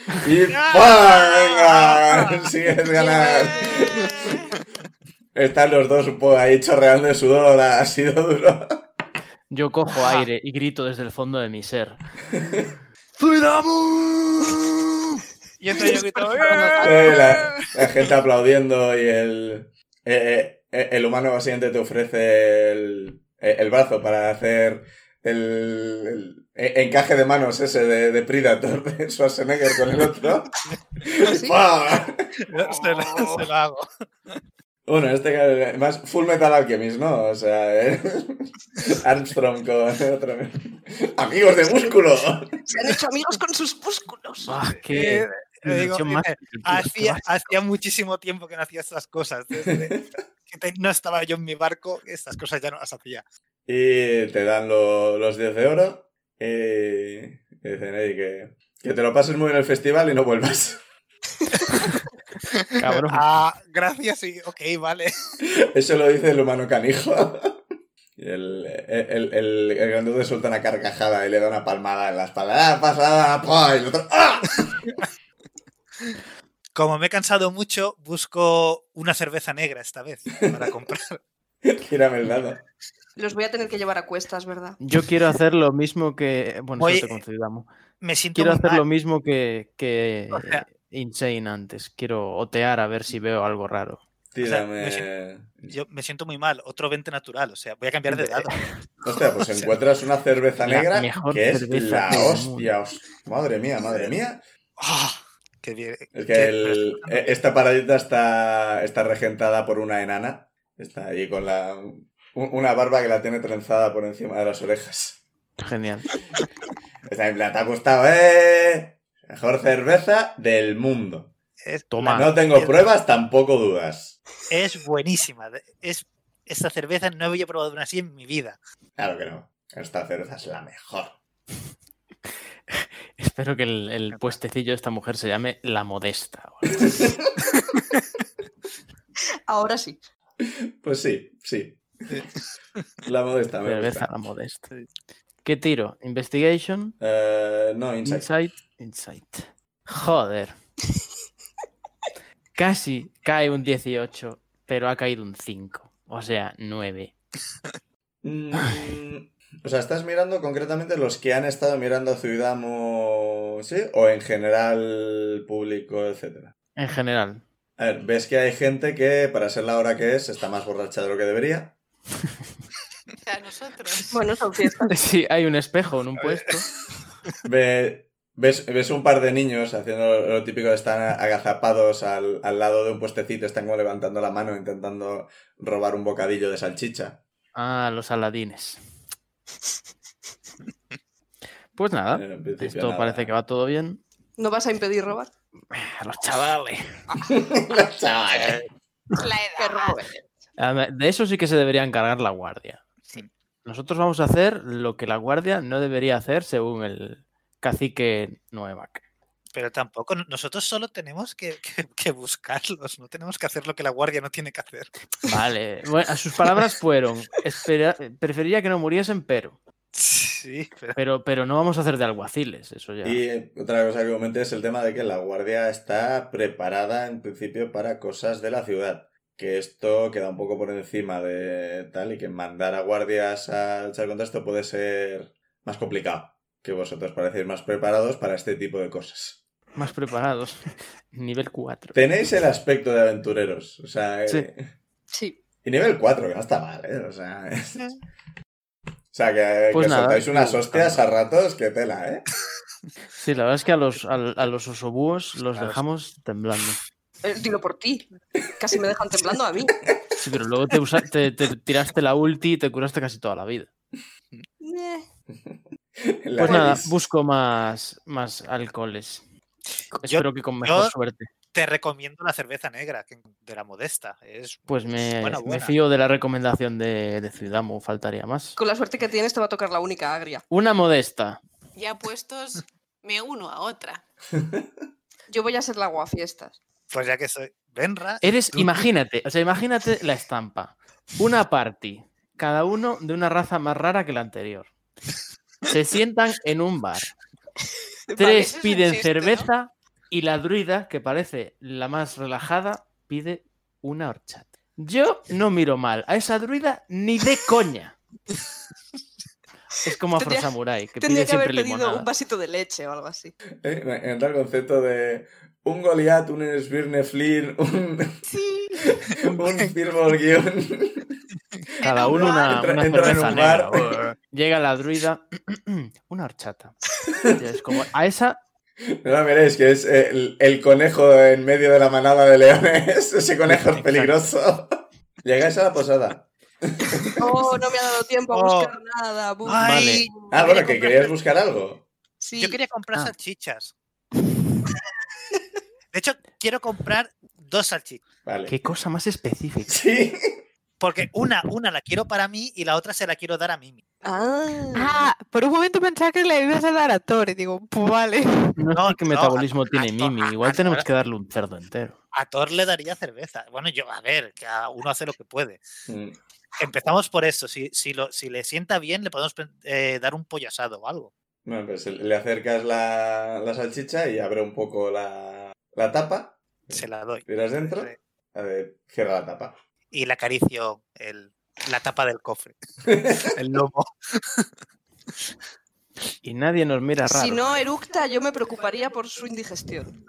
Ah. Y ¡pam! Venga, sigues ganar. Están los dos un poco ahí chorreando de sudor. Ha sido duro. Yo cojo aire y grito desde el fondo de mi ser. Y entonces yo grito. Eh, la, "¡Eh!". la gente aplaudiendo y el, eh, eh, el humano básicamente te ofrece el, eh, el brazo para hacer el, el encaje de manos ese de, de Predator de Schwarzenegger con el otro. ¿Así? ¡Pam! Se lo, se lo hago. Bueno, este que- más Full Metal Alchemist, ¿no? O sea, eh, Armstrong con otro. Amigos de músculo. Se han hecho amigos con sus músculos. ¡Ah, Eh, qué le digo, tensión más eh, primitiva, qué Hacía, asco! hacía muchísimo tiempo que no hacía estas cosas. Desde que te- no estaba yo en mi barco, estas cosas ya no las hacía. Y te dan lo- los 10 de oro. eh, Y dicen, "Ey, que, que te lo pases muy bien el festival y no vuelvas. Cabrón. Ah, gracias y ok, vale. Eso lo dice el humano canijo. Y el, el, el, el, el grandote suelta una carcajada y le da una palmada en la espalda. ¡Ah, pasada! ¡Pah! Y el otro, ¡ah! Como me he cansado mucho, busco una cerveza negra esta vez para comprar. Tírame el dado. Los voy a tener que llevar a cuestas, ¿verdad? Yo quiero hacer lo mismo que. Bueno, Oye, eso te concedo, Damo. Me siento Quiero muy hacer mal. lo mismo que, que O sea- Insane antes. Quiero otear a ver si veo algo raro. Tírame. O Yo me siento muy mal. Otro 20 natural. O sea, voy a cambiar de dado. Hostia, pues O sea, encuentras una cerveza la negra mejor que es la cerveza del hostia. hostia. Madre mía, madre mía. ¡Ah! ¡Qué bien! Es Qué- que el- e- esta paradita está, está regentada por una enana. Está ahí con la, un- una barba que la tiene trenzada por encima de las orejas. Genial. Está en plan, te ha gustado, ¿eh? Mejor cerveza del mundo. es- Toma. No tengo pruebas, tampoco dudas. Es buenísima. de- Es, esta cerveza no había probado una así en mi vida. Claro que no. Esta cerveza es la mejor. Espero que el, el puestecillo de esta mujer se llame La Modesta. Ahora sí. Pues sí, sí. La modesta, me Cerveza gusta. La Modesta. ¿Qué tiro? ¿Investigation? Eh, no, insight. Insight. Insight. Joder. Casi cae un 18, pero ha caído un 5. O sea, 9. Mm, o sea, ¿estás mirando concretamente los que han estado mirando a Zuidamo, sí? ¿O en general público, etcétera? En general. A ver, ves que hay gente que, para ser la hora que es, está más borracha de lo que debería. O sea, nosotros. Bueno, son fiestas. Sí, hay un espejo en un puesto. Ve- ves, ves un par de niños haciendo lo, lo típico, están agazapados al, al lado de un puestecito, están como levantando la mano intentando robar un bocadillo de salchicha. Ah, los aladines. Pues nada, En principio, esto Eh, nada. parece que va todo bien. ¿No vas a impedir robar? A los chavales. Los chavales. La Que edad. roben. Además, Ah, De eso sí que se debería encargar la guardia. Sí. Nosotros vamos a hacer lo que la guardia no debería hacer según el cacique Nuevac. Pero tampoco, nosotros solo tenemos que, que- que buscarlos, no tenemos que hacer lo que la guardia no tiene que hacer. Vale, bueno, a sus palabras fueron, "Espera- preferiría que no muriesen, pero, Sí, pero pero, pero no vamos a hacer de alguaciles, eso ya. Y eh, otra cosa que comenté es el tema de que la guardia está preparada en principio para cosas de la ciudad. Que esto queda un poco por encima de tal y que mandar a guardias a luchar contra esto puede ser más complicado. Que vosotros parecéis más preparados para este tipo de cosas. Más preparados. Nivel 4. Tenéis el aspecto de aventureros. O sea, eh, Sí. Sí. y nivel 4, que no está mal, ¿eh? O sea, es- o sea que, que Pues os nada, soltáis me unas gusta. hostias a ratos que tela, ¿eh? Sí, la verdad es que a los, al- a, los osobúos los Claro. dejamos temblando. Eh, Dilo por ti. Casi me dejan temblando a mí. Sí, pero luego te, usa- te- te tiraste la ulti y te curaste casi toda la vida. Eh, La Pues nada, nariz. busco más, más alcoholes. Espero que con mejor yo- suerte. te recomiendo la cerveza negra, que- de la modesta. Es, Pues me, buena, me buena. fío de la recomendación de, de Ciudadamo, faltaría más. Con la suerte que tienes te va a tocar la única agria. Una modesta. Ya puestos, me uno a otra. Yo voy a ser la guafiestas. Pues ya que soy Benra, Eres, Tú- imagínate, o sea, imagínate la estampa. Una party, cada uno de una raza más rara que la anterior. Se sientan en un bar. Tres eso es un piden chiste, ¿no? cerveza y la druida, que parece la más relajada, pide una horchata. Yo no miro mal a esa druida ni de coña. Es como Afro Tendría- Samurai, que Tendría pide que haber siempre pedido limonada. un vasito de leche o algo así. Eh, Me encanta el concepto de un Goliath, un Svirne Flynn, un, Sí. un Firbolg y un- Cada En un uno una, Entra- entra una en cerveza un negra. eh, bar. Llega la druida, una horchata. Y es como, a esa, No lo veréis, que es el, el conejo en medio de la manada de leones. Ese conejo es Exacto. peligroso. Llegáis a la posada. Oh, no me ha dado tiempo a Oh. buscar nada. bu- Ay, vale. Ah, bueno, que Quería querías buscar algo. Sí. yo quería comprar Ah. salchichas. De hecho, quiero comprar dos salchichas. Vale. qué cosa más específica. Sí. Porque una, una la quiero para mí y la otra se la quiero dar a Mimi. Ah. Ah, por un momento pensaba que le ibas a dar a Thor y digo, pues vale. No, No, sé qué no, metabolismo a- tiene a- Mimi, a- igual a- tenemos que darle un cerdo entero. A Thor le daría cerveza. Bueno, yo, a ver, que a uno hace lo que puede. Mm. empezamos por esto. Si, si, lo, si le sienta bien, le podemos eh, dar un pollo asado o algo. Bueno, pues le acercas la, la salchicha y abre un poco la, la tapa. Se la doy. Eh, Tiras dentro. A ver, cierra la tapa. Y le acaricio el, la tapa del cofre. el lomo. Y nadie nos mira raro. Si no eructa, yo me preocuparía por su indigestión.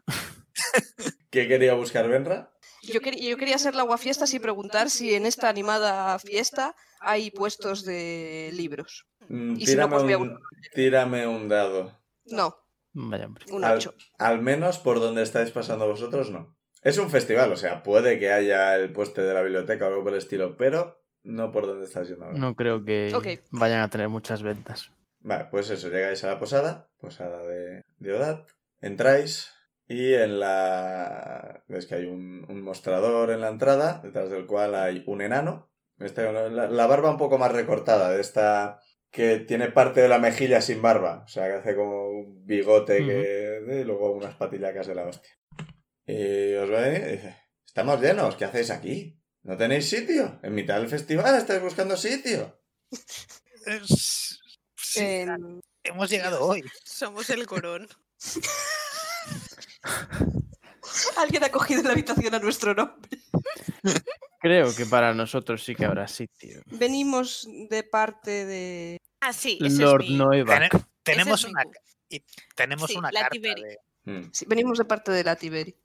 ¿Qué quería buscar Benra? Yo, quer- yo quería hacer la guafiestas y preguntar si en esta animada fiesta hay puestos de libros. Mm, Y si no, Tírame, pues voy a un, tírame un dado. No, Vaya hombre. un Al- 8. Al, menos por donde estáis pasando vosotros, no. Es un festival, o sea, puede que haya el pueste de la biblioteca o algo por el estilo, pero no por donde estás yendo ahora. No creo que Ok. vayan a tener muchas ventas. Vale, pues eso, llegáis a la posada, posada de, de Odat, entráis y en la... ves que hay un, un mostrador en la entrada, detrás del cual hay un enano, Este, la, la barba un poco más recortada, de esta que tiene parte de la mejilla sin barba, o sea, que hace como un bigote que, y luego unas patillacas de la hostia. Y os ve y dice, estamos llenos, ¿qué hacéis aquí? ¿No tenéis sitio? En mitad del festival estáis buscando sitio. Es- sí, hemos llegado hoy. Somos el corón. Alguien ha cogido la habitación a nuestro nombre. Creo que para nosotros sí que habrá sitio. Venimos de parte de... Ah, sí, ese Lord es mi... Noiva. Tene- tenemos mi una, cu. ca- y tenemos Sí, una la carta. Tiberi. de- Hmm. Sí, venimos de parte de la Tiberi.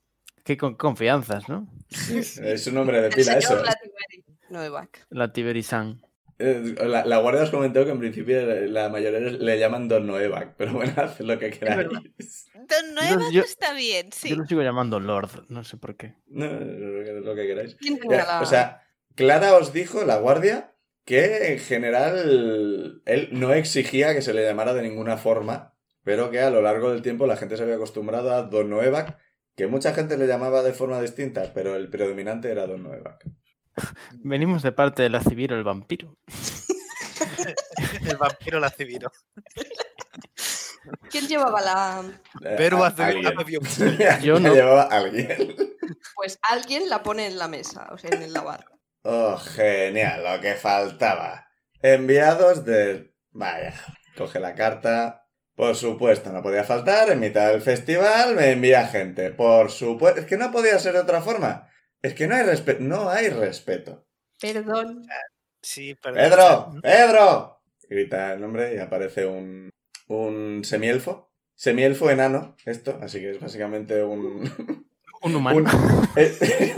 Qué con confianzas, ¿no? Es un nombre de El pila Pues eso. señor la Tiberi. No de Bac. La Tiberisan. Eh, La, la guardia os comentó que en principio la mayoría le llaman Don Noevac, pero bueno, haced lo que queráis. Don Noiva yo- está bien, sí. Yo lo sigo llamando Lord, no sé por qué. No, lo que queráis. ¿Quién tenía Ya, la- o sea, Clara os dijo, la guardia, que en general él no exigía que se le llamara de ninguna forma, pero que a lo largo del tiempo la gente se había acostumbrado a Don Noevac, que mucha gente le llamaba de forma distinta, pero el predominante era Don Noevac. Venimos de parte de la Cibiro el vampiro. El vampiro la civiro. ¿Quién llevaba la...? Eh, Pero a- hace- alguien. ha bebido mucho. Yo La no. llevaba alguien. Pues alguien la pone en la mesa, o sea, en el lavar. Oh, genial, lo que faltaba. Enviados de... Vaya, coge la carta. Por supuesto, no podía faltar. En mitad del festival me envía gente. Por supuesto... Es que no podía ser de otra forma. Es que no hay respeto. No hay respeto. Perdón. Sí, perdón. ¡Pedro! ¡Pedro! Grita el nombre y aparece un... Un semielfo. Semielfo enano, esto. Así que es básicamente un... Un humano. un- es-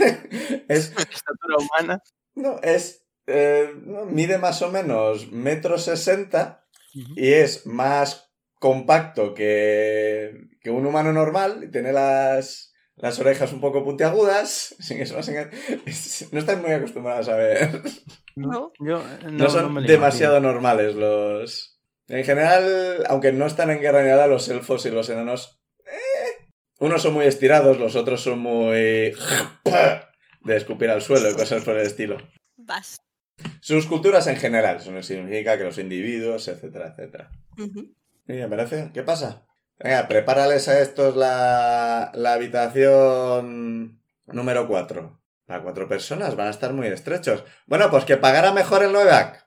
es Estatura humana. No, es. eh, no, mide más o menos metro sesenta y es más compacto que, que un humano normal. y Tiene las, las orejas un poco puntiagudas. sin que se las engan- es- no están muy acostumbradas a ver. ¿No? Yo eh, no, No, son me lo demasiado normales los. En general, aunque no están en guerra ni nada, los elfos y los enanos. eh, unos son muy estirados, los otros son muy. de escupir al suelo y cosas por el estilo. Vas. Sus culturas en general, eso no significa que los individuos, etcétera, etcétera. Y me parece, ¿qué pasa? Venga, prepárales a estos la, la habitación número 4. Para cuatro personas, van a estar muy estrechos. Bueno, pues que pagara mejor el Noevac.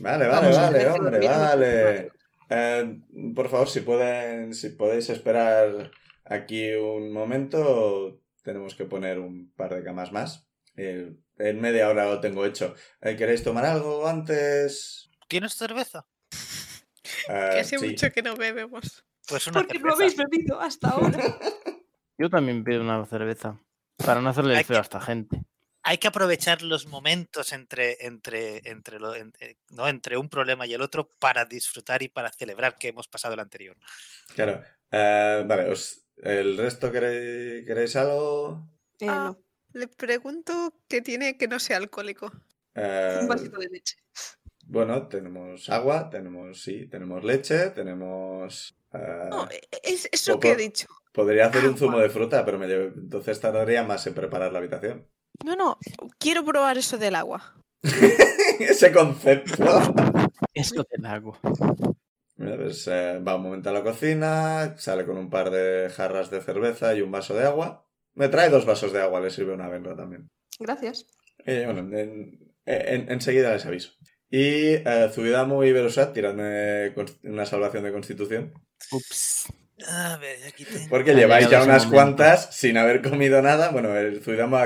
Vale, vale, Vamos a vale, ver, hombre, bien, vale. Eh, por favor, si pueden, si podéis esperar aquí un momento, tenemos que poner un par de camas más. Eh, en media hora lo tengo hecho. Eh, ¿Queréis tomar algo antes? ¿Tienes cerveza? Eh, Que hace sí. mucho que no bebemos. Pues una Porque no cerveza. habéis bebido hasta ahora. Yo también pido una cerveza. Para no hacerle el Hay feo que- a esta gente. hay que aprovechar los momentos entre, entre, entre, lo- en- eh, ¿no? entre un problema y el otro para disfrutar y para celebrar que hemos pasado el anterior. Claro. Eh, vale, os- ¿el resto queréis, queréis algo? Eh, Ah, no. Le pregunto qué tiene que no sea alcohólico. Eh, Un vasito de leche. bueno, tenemos agua, tenemos sí, tenemos leche, tenemos. eh, No, e- e- es eso que he Poco. dicho. podría hacer un agua. zumo de fruta, pero me llevo- entonces tardaría más en preparar la habitación. No, no, quiero probar eso del agua. Ese concepto. Esto del agua. Mira, pues, eh, va un momento a la cocina, sale con un par de jarras de cerveza y un vaso de agua. Me trae dos vasos de agua, le sirve una venra también. Gracias. Eh, bueno, en, Eh, en- enseguida les aviso. Y eh, Zubidamu y Berusat, tiradme cons- una salvación de constitución. Ups. A ver, aquí tengo. Porque Ha lleváis ya llegado ese unas momento. cuantas sin haber comido nada. Bueno, el Zubidamu ha,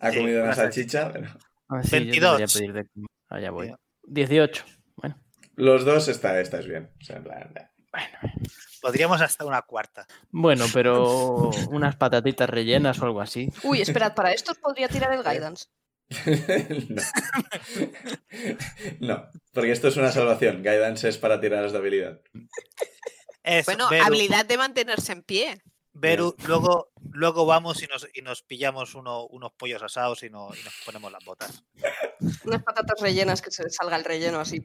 ha Sí, comido una una salchicha. pero- Ah, sí, yo te 22. podría pedir de- Ah, ya voy. 18. Bueno, Los dos está, estáis bien. O sea, en plan, bueno. Podríamos hasta una cuarta. Bueno, pero unas patatitas rellenas o algo así. Uy, esperad, para esto os podría tirar el guidance. no. no, porque esto es una salvación. Guidance es para tiradas de habilidad. Eso, Bueno, Beru, habilidad de mantenerse en pie. Beru, luego, luego vamos y nos, y nos pillamos uno- unos pollos asados y, no- y nos ponemos las botas. Unas patatas rellenas que se les salga el relleno así.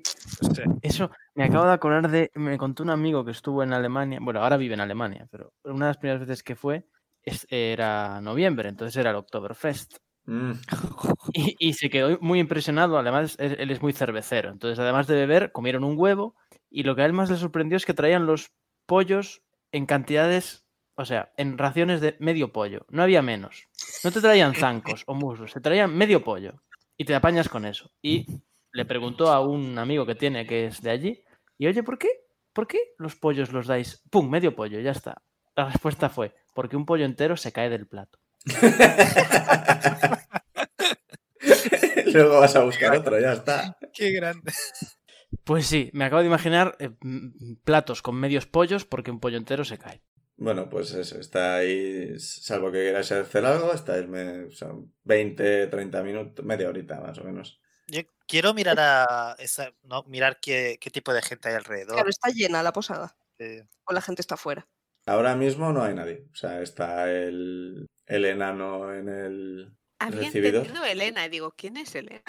Eso, me acabo de acordar de. Me contó un amigo que estuvo en Alemania. Bueno, ahora vive en Alemania, pero una de las primeras veces que fue es- era noviembre, entonces era el Oktoberfest. Mm, Y, y se quedó muy impresionado. Además, él, él es muy cervecero. Entonces, además de beber, comieron un huevo. Y lo que a él más le sorprendió es que traían los pollos en cantidades, o sea, en raciones de medio pollo. No había menos. No te traían zancos o muslos, te traían medio pollo. Y te apañas con eso. Y le preguntó a un amigo que tiene que es de allí. Y oye, ¿por qué? ¿Por qué los pollos los dais? ¡Pum! Medio pollo, ya está. La respuesta fue, porque un pollo entero se cae del plato. Luego vas a buscar otro, ya está. Qué grande. Pues sí, me acabo de imaginar eh, m- m- platos con medios pollos porque un pollo entero se cae. Bueno, pues eso, está ahí, salvo que queráis hacer algo, estáis me- son 20, 30 minutos, media horita más o menos. Yo quiero mirar a esa, no, mirar qué, qué tipo de gente hay alrededor. Claro, está llena la posada. eh, O la gente está fuera. Ahora mismo no hay nadie. O sea, está el, el enano en el, Había Recibidor. entendido Elena y digo, ¿quién es Elena?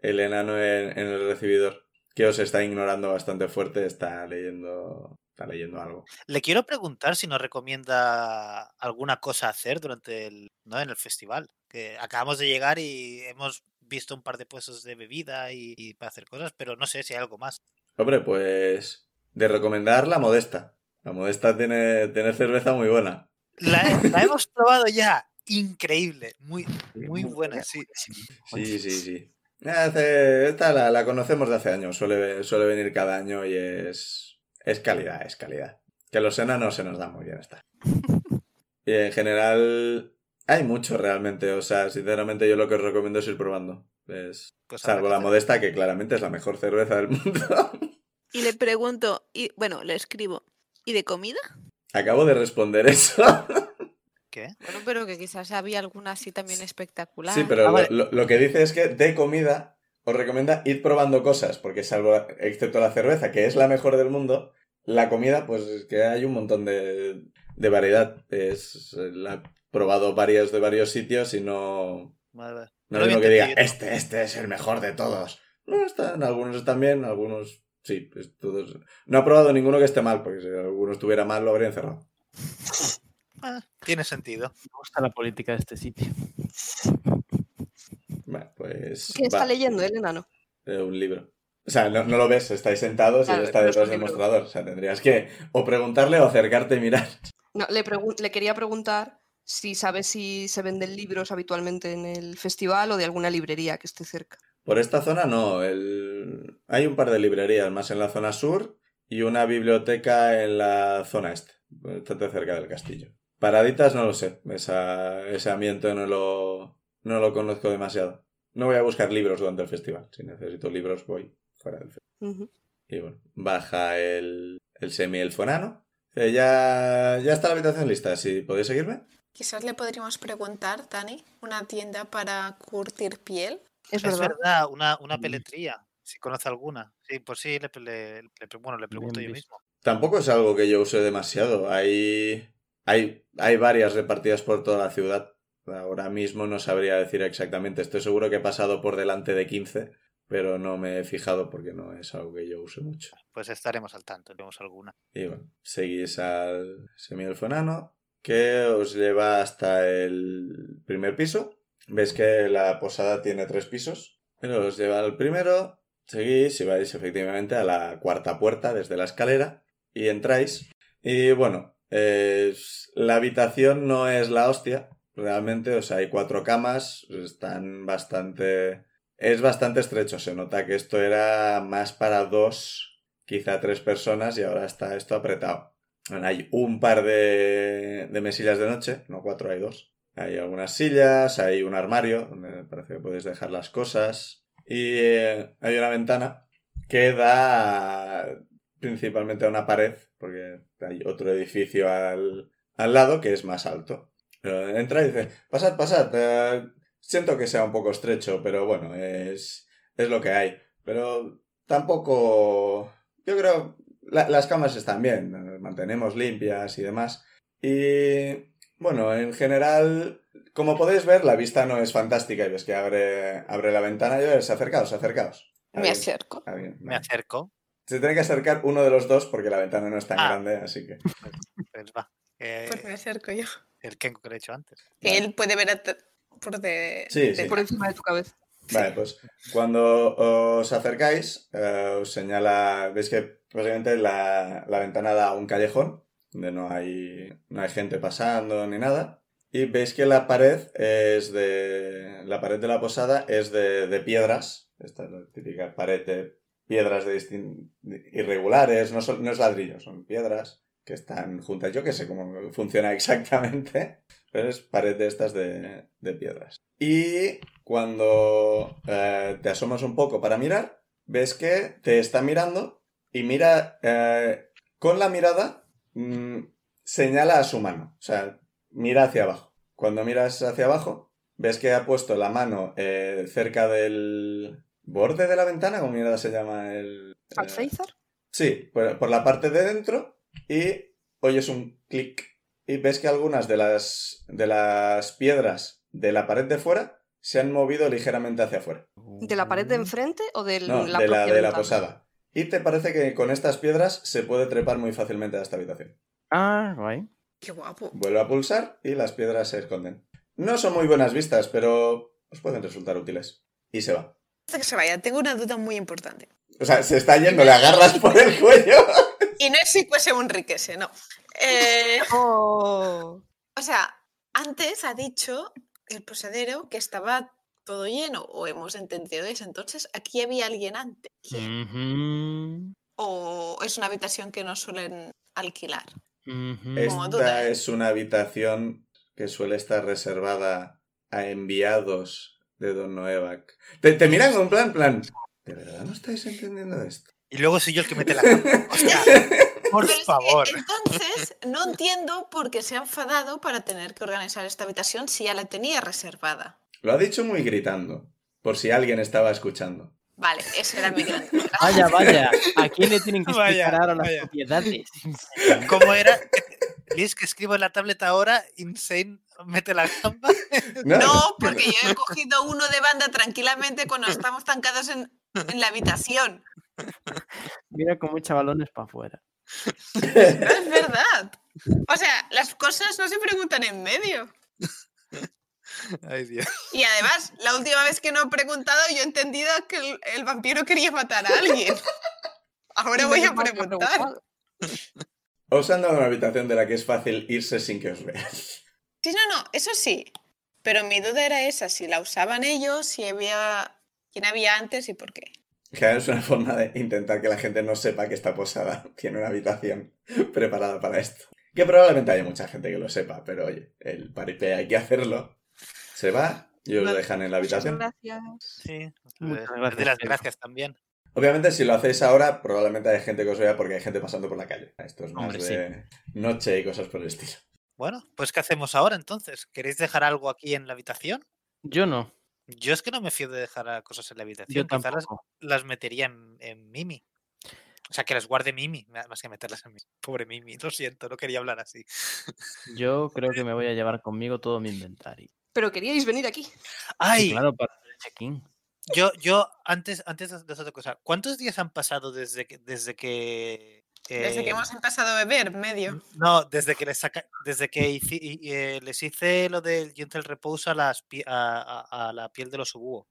el enano en, en el recibidor, que os está ignorando bastante fuerte, está leyendo, está leyendo algo. Le quiero preguntar si nos recomienda alguna cosa hacer durante el, ¿no? en el festival. Que acabamos de llegar y hemos visto un par de puestos de bebida y, y para hacer cosas, pero no sé si hay algo más. Hombre, pues de recomendar la modesta. La modesta tiene, tiene cerveza muy buena. La, he- la hemos probado ya. Increíble. Muy, muy buena, sí. Sí, sí, sí. Hace- esta la, la conocemos de hace años, suele, suele venir cada año y es, es calidad, es calidad. Que los enanos se nos dan muy bien esta. Y en general hay mucho realmente, o sea, sinceramente yo lo que os recomiendo es ir probando. Es- Pues habrá salvo que la hacer. modesta, que claramente es la mejor cerveza del mundo. Y le pregunto, y bueno, le escribo, ¿y de comida? Acabo de responder eso. Bueno, pero que quizás había alguna así también espectacular. Sí, pero Ah, lo- vale. lo, lo que dice es que de comida os recomienda ir probando cosas, porque salvo, excepto la cerveza, que es la mejor del mundo, la comida, pues es que hay un montón de, de variedad. Es, la he probado varios de varios sitios y no... Vale, vale. No Yo lo es había lo que diga, entendido. este, este es el mejor de todos. No, están, algunos están bien, algunos sí, pues todos... No he probado ninguno que esté mal, porque si alguno estuviera mal lo habría encerrado. Ah, tiene sentido. Me gusta la política de este sitio. Bueno, pues... ¿Qué está va. leyendo el enano? Eh, un libro. O sea, no, no lo ves, estáis sentados y Claro, él está no es un detrás del libro. mostrador. O sea, tendrías que o preguntarle o acercarte y mirar. No, le, pregun- le quería preguntar si sabe si se venden libros habitualmente en el festival o de alguna librería que esté cerca. Por esta zona no. el- Hay un par de librerías más en la zona sur y una biblioteca en la zona este, bastante cerca del castillo. Paraditas no lo sé. Esa- ese ambiente no lo, no lo conozco demasiado. No voy a buscar libros durante el festival. Si necesito libros voy fuera del festival. Ujú. Y bueno, baja el, el semi-elfonano. Dice, ya, ya está la habitación lista, si podéis seguirme. Quizás le podríamos preguntar, Dani, una tienda para curtir piel. Es Es, verdad. verdad, una, una peletría. Si conoce alguna. Sí, pues sí, le, le- le- bueno, le pregunto yo visto. mismo. Tampoco es algo que yo use demasiado. Hay, hay, hay varias repartidas por toda la ciudad. Ahora mismo no sabría decir exactamente. Estoy seguro que he pasado por delante de 15, pero no me he fijado porque no es algo que yo use mucho. Pues estaremos al tanto, vemos alguna. Y bueno, seguís al semielfonano que os lleva hasta el primer piso. Veis que la posada tiene tres pisos. Pero os lleva al primero, seguís y vais efectivamente a la cuarta puerta desde la escalera y entráis. Y bueno, es- la habitación no es la hostia, realmente. O sea, hay cuatro camas, están bastante Es bastante estrecho, se nota que esto era más para dos, quizá tres personas y ahora está esto apretado. Bueno, hay un par de, de mesillas de noche, no cuatro, hay dos. Hay algunas sillas, hay un armario donde parece que podéis dejar las cosas y eh, hay una ventana que da principalmente a una pared, porque hay otro edificio al, al lado que es más alto. Eh, entra y dice, pasad, pasad. eh, siento que sea un poco estrecho, pero bueno, es, es lo que hay. Pero tampoco... Yo creo... la- las camas están bien, las mantenemos limpias y demás. Y bueno, en general, como podéis ver, la vista no es fantástica y ves que abre, abre la ventana y ves, acercaos, acercaos. Me Alguien- acerco. alguien, Me vale. acerco. Se tiene que acercar uno de los dos porque la ventana no es tan Ah. grande, así que. Pues va. Eh, Pues me acerco yo. el Kenko que le he hecho antes. Él puede ver a tra- por de... Sí, sí. Por encima de tu cabeza. Vale, pues cuando os acercáis, eh, os señala. Veis que básicamente la, la ventana da a un callejón donde no hay, no hay gente pasando ni nada. Y veis que la pared es de. La pared de la posada es de, de piedras. Esta es la típica pared de piedras de distin- de- irregulares, no, son, no es ladrillo, son piedras que están juntas. Yo que sé cómo funciona exactamente, pero es pared de estas de, de piedras. Y cuando eh, te asomas un poco para mirar, ves que te está mirando y mira eh, con la mirada, mm, señala a su mano, o sea, mira hacia abajo. Cuando miras hacia abajo, ves que ha puesto la mano eh, cerca del borde de la ventana, como mierda se llama el... eh, ¿Alféizar? Sí, por, por la parte de dentro y oyes un clic y ves que algunas de las, de las piedras de la pared de fuera se han movido ligeramente hacia afuera. ¿De la pared de enfrente o de mm. No, Mm, la de, la, propia de la ventana? posada. Y te parece que con estas piedras se puede trepar muy fácilmente a esta habitación. Ah, guay. Qué guapo. Vuelve a pulsar y las piedras se esconden. No son muy buenas vistas, pero os pueden resultar útiles. Y se va. Hasta que se vaya, tengo una duda muy importante. O sea, se está yendo, le agarras por el cuello. Y no es si fuese un riquese, no. Eh, Oh. o sea, antes ha dicho el posadero que estaba todo lleno, o hemos entendido eso. Entonces, aquí había alguien antes. ¿Quién? Ujú, O es una habitación que no suelen alquilar. ujú. Como tú Esta también. es una habitación que suele estar reservada a enviados de Don Noevac. Te, te miran con plan, plan. ¿De verdad no estáis entendiendo esto? Y luego soy yo el que mete la cama. O sea, por Pero es que favor. entonces, no entiendo por qué se ha enfadado para tener que organizar esta habitación si ya la tenía reservada. Lo ha dicho muy gritando, por si alguien estaba escuchando. Vale, ese era mi gran duda. Vaya, vaya. ¿A quién le tienen que explicar Vaya, ahora las vaya. propiedades? ¿Cómo era? ¿Veis que escribo en la tableta ahora? Insane mete la gamba. No, porque yo he cogido uno de banda tranquilamente cuando estamos tancados en, en la habitación. Mira cómo echa balones para afuera. No es verdad. O sea, las cosas no se preguntan en medio. Ay, Dios. Y además, la última vez que no he preguntado, yo he entendido que el, el vampiro quería matar a alguien. Ahora voy a preguntar. Os han dado una habitación de la que es fácil irse sin que os vean. Sí, no, no, eso sí. Pero mi duda era esa, si la usaban ellos, si había... ¿Quién había antes y por qué? Claro, es una forma de intentar que la gente no sepa que esta posada tiene una habitación preparada para esto. Que probablemente haya mucha gente que lo sepa, pero oye, el paripé hay que hacerlo. Se va y os lo Vale. dejan en la Muchas habitación. gracias. Sí. Muchas Eh, gracias, de las Pedro. gracias también. Obviamente, si lo hacéis ahora, probablemente hay gente que os vea porque hay gente pasando por la calle. Esto es más Hombre, sí. de noche y cosas por el estilo. Bueno, pues ¿qué hacemos ahora entonces? ¿Queréis dejar algo aquí en la habitación? Yo no. Yo es que no me fío de dejar a cosas en la habitación. Yo Quizás las, tampoco. las metería en, en Mimi. O sea, que las guarde Mimi, ma- más que meterlas en mí. Pobre Mimi, lo siento, no quería hablar así. Yo creo que me voy a llevar conmigo todo mi inventario. Pero queríais venir aquí. ¡Ay! Claro, para hacer el check-in. Yo, yo antes, antes de de otra cosa, ¿cuántos días han pasado desde que, desde que, Desde eh, mm, que hemos empezado a beber, medio. no, desde que les saca, desde que hici- y- y, eh, les hice lo del gentle repose a las pie- a, a- a la piel de los búhos?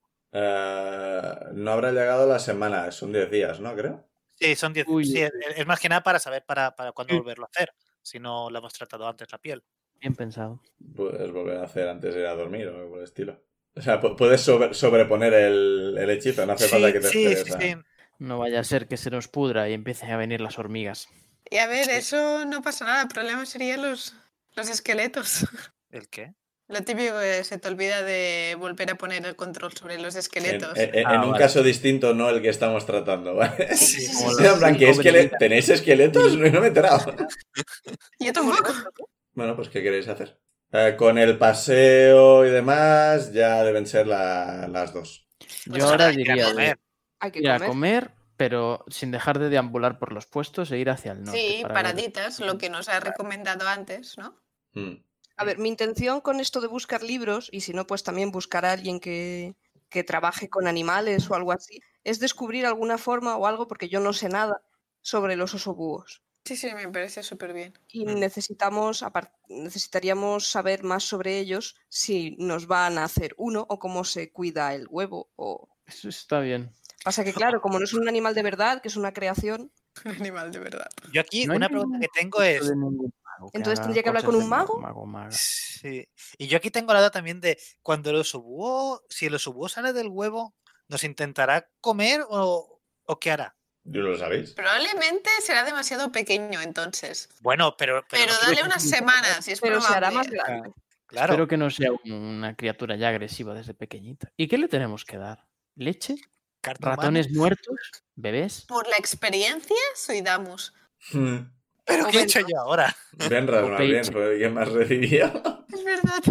Eh, no habrá llegado la semana, son 10 días, ¿no? Creo. Sí, son 10. Uy, sí, uy, es, es más que nada para saber para, para cuándo Sí. volverlo a hacer, si no la hemos tratado antes la piel. Bien pensado. Puedes volver a hacer antes de ir a dormir o algo por el estilo. O sea, pu- puedes sobre- sobreponer el, el hechizo, no hace falta que te sí, esperes sí, a- sí. No vaya a ser que se nos pudra y empiecen a venir las hormigas. Y a ver, eso no pasa nada. El problema serían los, los esqueletos. ¿El qué? Lo típico que se te olvida de volver a poner el control sobre los En, esqueletos. en- en Ah, un vale. caso distinto, no el que estamos tratando, ¿vale? Sí, O como sea, en plan, sí, ¿qué joven esquele- vida. ¿Tenéis esqueletos? No, no me he enterado. Yo tampoco. Bueno, pues ¿qué queréis hacer? Eh, con el paseo y demás, ya deben ser la- las dos. Yo ahora hay que ir a diría de comer. Hay que ir a comer. comer, pero sin dejar de deambular por los puestos e ir hacia el norte. Sí, para ver- paraditas, lo que nos ha recomendado antes, ¿no? Mm. A ver, mi intención con esto de buscar libros, y si no, pues también buscar a alguien que, que trabaje con animales o algo así, es descubrir alguna forma o algo, porque yo no sé nada sobre los osobúos. Sí, sí, me parece súper bien. Y Mm. necesitamos, apar- necesitaríamos saber más sobre ellos, si nos van a hacer uno o cómo se cuida el huevo. O... Eso está bien. Pasa que, claro, como no es un animal de verdad, que es una creación, Un animal de verdad. Yo aquí No hay una pregunta ningún que tengo es. de ningún mago que Entonces haga tendría que hablar cosas con de un mago. mago, maga. Sí. Y yo aquí tengo la duda también de cuando el osobúo, si el osobúo sale del huevo, ¿nos intentará comer o, o qué hará? ¿No lo sabéis? Probablemente será demasiado pequeño entonces. Bueno, pero, pero, Pero dale unas semanas, si es pero se hará más probable. grande. claro. Espero que no sea un- una criatura ya agresiva desde pequeñita. ¿Y qué le tenemos que dar? ¿Leche? carne humana. ¿Ratones muertos? ¿Bebés? Por la experiencia, soy Damus. Mm. ¿Pero qué he hecho Momento. yo ahora? Benra, más bien, Peach. porque ¿quién más recibió? Es verdad.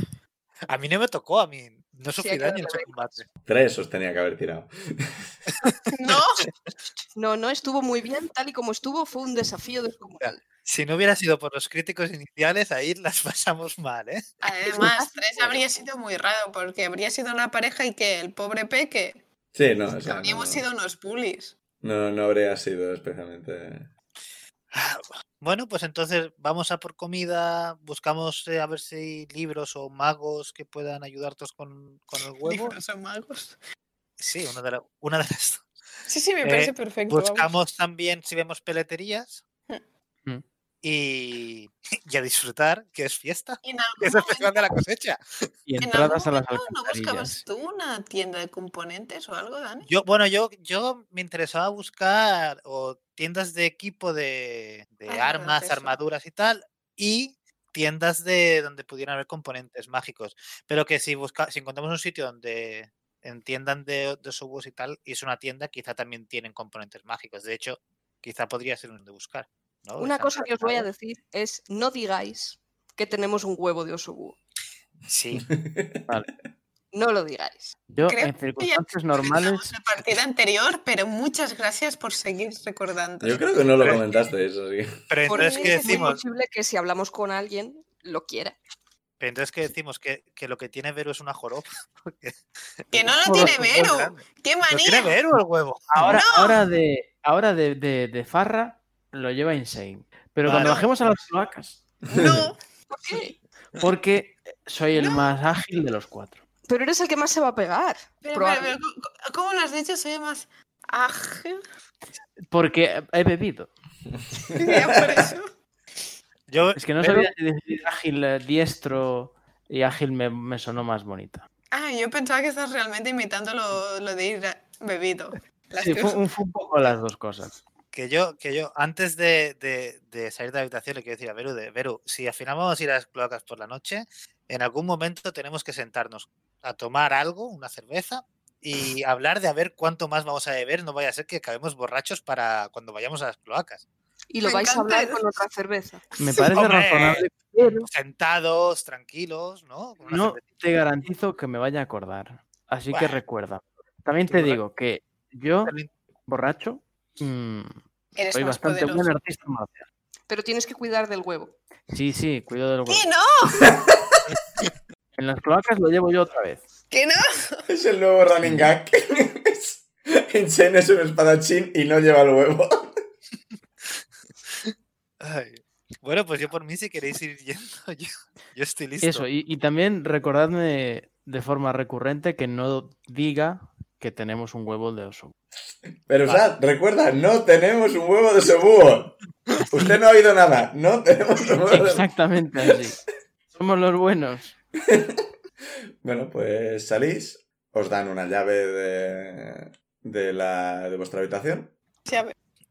A mí no me tocó, a mí no Sí, sufrí claro, daño en ese Rebeca. combate. Tres os tenía que haber tirado. No, No, no estuvo muy bien, tal y como estuvo, fue un desafío descomunal. Si no hubiera sido por los críticos iniciales, ahí las pasamos mal, ¿eh? además, tres habría sido muy raro porque habría sido una pareja y que el pobre Peque Sí, no, Ah, o sea, habríamos no, sido unos bullies. no, no habría sido especialmente... Bueno, pues entonces vamos a por comida, buscamos eh, a ver si hay libros o magos que puedan ayudarnos con, con el huevo. Libros o magos. Sí, una de, la- una de las dos. Sí, sí, me Eh, parece perfecto. vamos. Buscamos también si vemos peleterías Hmm. Mm. y, y a disfrutar, que es fiesta, En algún que es el festival de la cosecha. Y ¿En entradas a algún las momento ¿No buscabas alcantarillas. tú una tienda de componentes o algo, Dani? Yo, bueno, yo, yo me interesaba buscar o tiendas de equipo de, de Ah, es verdad, armas, eso. armaduras y tal, y tiendas de donde pudieran haber componentes mágicos. Pero que si busca, si encontramos un sitio donde entiendan de, de subos y tal, y es una tienda, quizá también tienen componentes mágicos. De hecho, quizá podría ser uno de buscar. ¿no? Una Están cosa que os voy a preparados. decir es no digáis que tenemos un huevo de osobú. Sí. No lo digáis. Yo, Creo en que ya circunstancias Hablamos normales, la partida anterior, pero muchas gracias por seguir recordando. Yo creo que no lo Pero- comentasteis, así que... Pero Porque entonces, ¿qué es muy decimos? posible que si hablamos con alguien lo quiera. Pero entonces, ¿qué decimos? Que, que lo que tiene Vero es una joroba. Porque Que no Ojo, lo tiene es muy Vero. grande. ¡Qué ¿Lo tiene manía! Vero el huevo? ahora, ahora, de, ahora de, de- de farra lo lleva Insane. Pero cuando Vale. bajemos a las cloacas, No, ¿Por qué? porque soy el más ágil de los cuatro. Pero eres el que más se va a pegar. pero, pero, probable. pero, ¿cómo- ¿cómo lo has dicho? Soy más. Aj, Porque he bebido. ya por eso. Yo, Es que no Vero- sabía si decir ágil eh, diestro y ágil me, me sonó más bonita. Ah, yo pensaba que estás realmente imitando lo, lo de ir a- bebido. Las Sí, fue cosas- un, fue un poco las dos cosas. Que yo, que yo, antes de, de- de salir de la habitación, le quiero decir a Veru, de, Veru, si al final vamos a ir a las cloacas por la noche, en algún momento tenemos que sentarnos a tomar algo, una cerveza, y hablar de a ver cuánto más vamos a beber, no vaya a ser que acabemos borrachos para cuando vayamos a las cloacas. Y lo Me vais a hablar encanta. con otra cerveza. Me parece hombre. razonable, pero Sentados, tranquilos, ¿no? Con una no cervecita. te garantizo que me vaya a acordar. Así que Bueno. recuerda. También Tú te borra- digo que yo, También- borracho, mm, Eres soy más bastante poderoso. buen artista marcial. Pero tienes que cuidar del huevo. Sí, sí, cuido del huevo. ¡Que no! En las cloacas lo llevo yo otra vez. ¡Que no! Es el nuevo running gag. Insane es un espadachín y no lleva el huevo. Ay, Bueno, pues yo por mí, si queréis ir yendo, yo, yo estoy listo. Eso, y, y también recordadme de forma recurrente que no diga que tenemos un huevo de oso. Pero, Sad, recuerda, no tenemos un huevo de sobúo. Usted no ha oído nada. No tenemos un huevo de Exactamente así. Somos los buenos. Bueno, pues salís, os dan una llave de, de la, de vuestra habitación.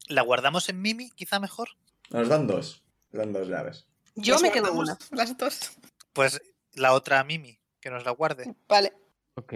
¿La guardamos en Mimi, quizá mejor? Nos dan dos, nos dan dos llaves. Yo Las pues me quedo guardamos, una. Las dos. Pues la otra a Mimi, que nos la guarde. Vale. Ok.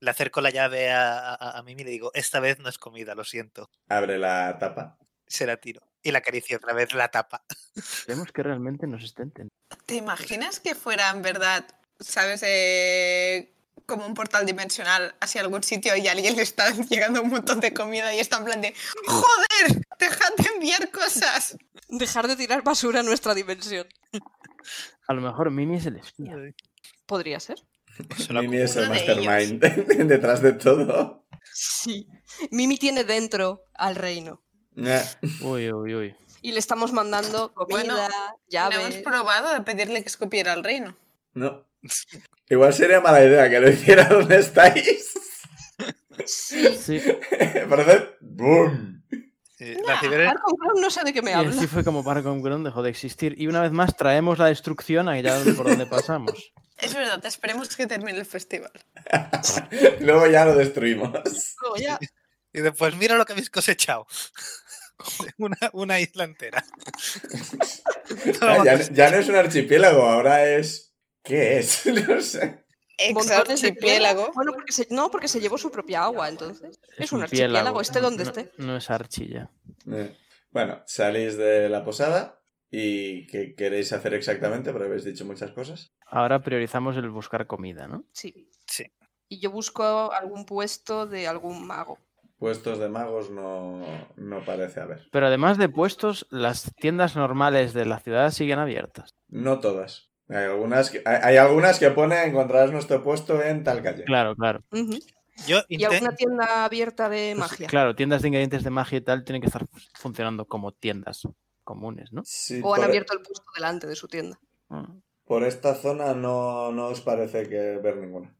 Le acerco la llave a, a- a Mimi y le digo, esta vez no es comida, lo siento. Abre la tapa. Se la tiro. Y la acaricio otra vez la tapa. Esperemos que realmente nos estén teniendo. ¿Te imaginas que fuera en verdad, sabes, eh, como un portal dimensional hacia algún sitio y a alguien le está llegando un montón de comida y está en plan de ¡Joder! ¡Dejad de enviar cosas! Dejar de tirar basura a nuestra dimensión. A lo mejor Mimi es el espía. Podría ser. Se la Pues Mimi es el uno de ellos. mastermind detrás de todo. Sí. Mimi tiene dentro al reino. Nah. Uy, uy, uy. Y le estamos mandando Bueno, comida, No llaves. hemos probado de pedirle que escupiera al reino. No. Igual sería mala idea que lo hiciera donde estáis. Sí. Parece. ¡Boom! eh, la ciber- Arkham Crown no sé de qué me Y habla. así fue como Barcom Ground dejó de existir. Y una vez más traemos la destrucción allá donde- por donde pasamos. Es verdad, esperemos que termine el festival. Luego ya lo destruimos. Luego ya, Y después, mira lo que habéis cosechado. Joder, Una, una isla entera. Ah, ya, ya no es un archipiélago, ahora es. ¿Qué es? No sé. ex Montones de archipiélago. tierra. Bueno, porque se- no, porque se llevó su propia agua, entonces. Es, un archipiélago, esté donde no, esté. No es archilla. Eh, Bueno, salís de la posada. ¿Y qué queréis hacer exactamente? Porque habéis dicho muchas cosas. Ahora priorizamos el buscar comida, ¿no? Sí. Sí. Y yo busco algún puesto de algún mago. Puestos de magos no, no parece haber. Pero además de puestos, las tiendas normales de la ciudad siguen abiertas. No todas. Hay algunas que, hay, hay algunas que pone encontrarás nuestro puesto en tal calle. Claro, claro. Ujú. Yo Y intento. alguna tienda abierta de Pues, magia. claro, tiendas de ingredientes de magia y tal tienen que estar fun- funcionando como tiendas comunes, ¿no? Sí, O han por- abierto el puesto delante de su tienda. Por esta zona no, no os parece que ver ninguna.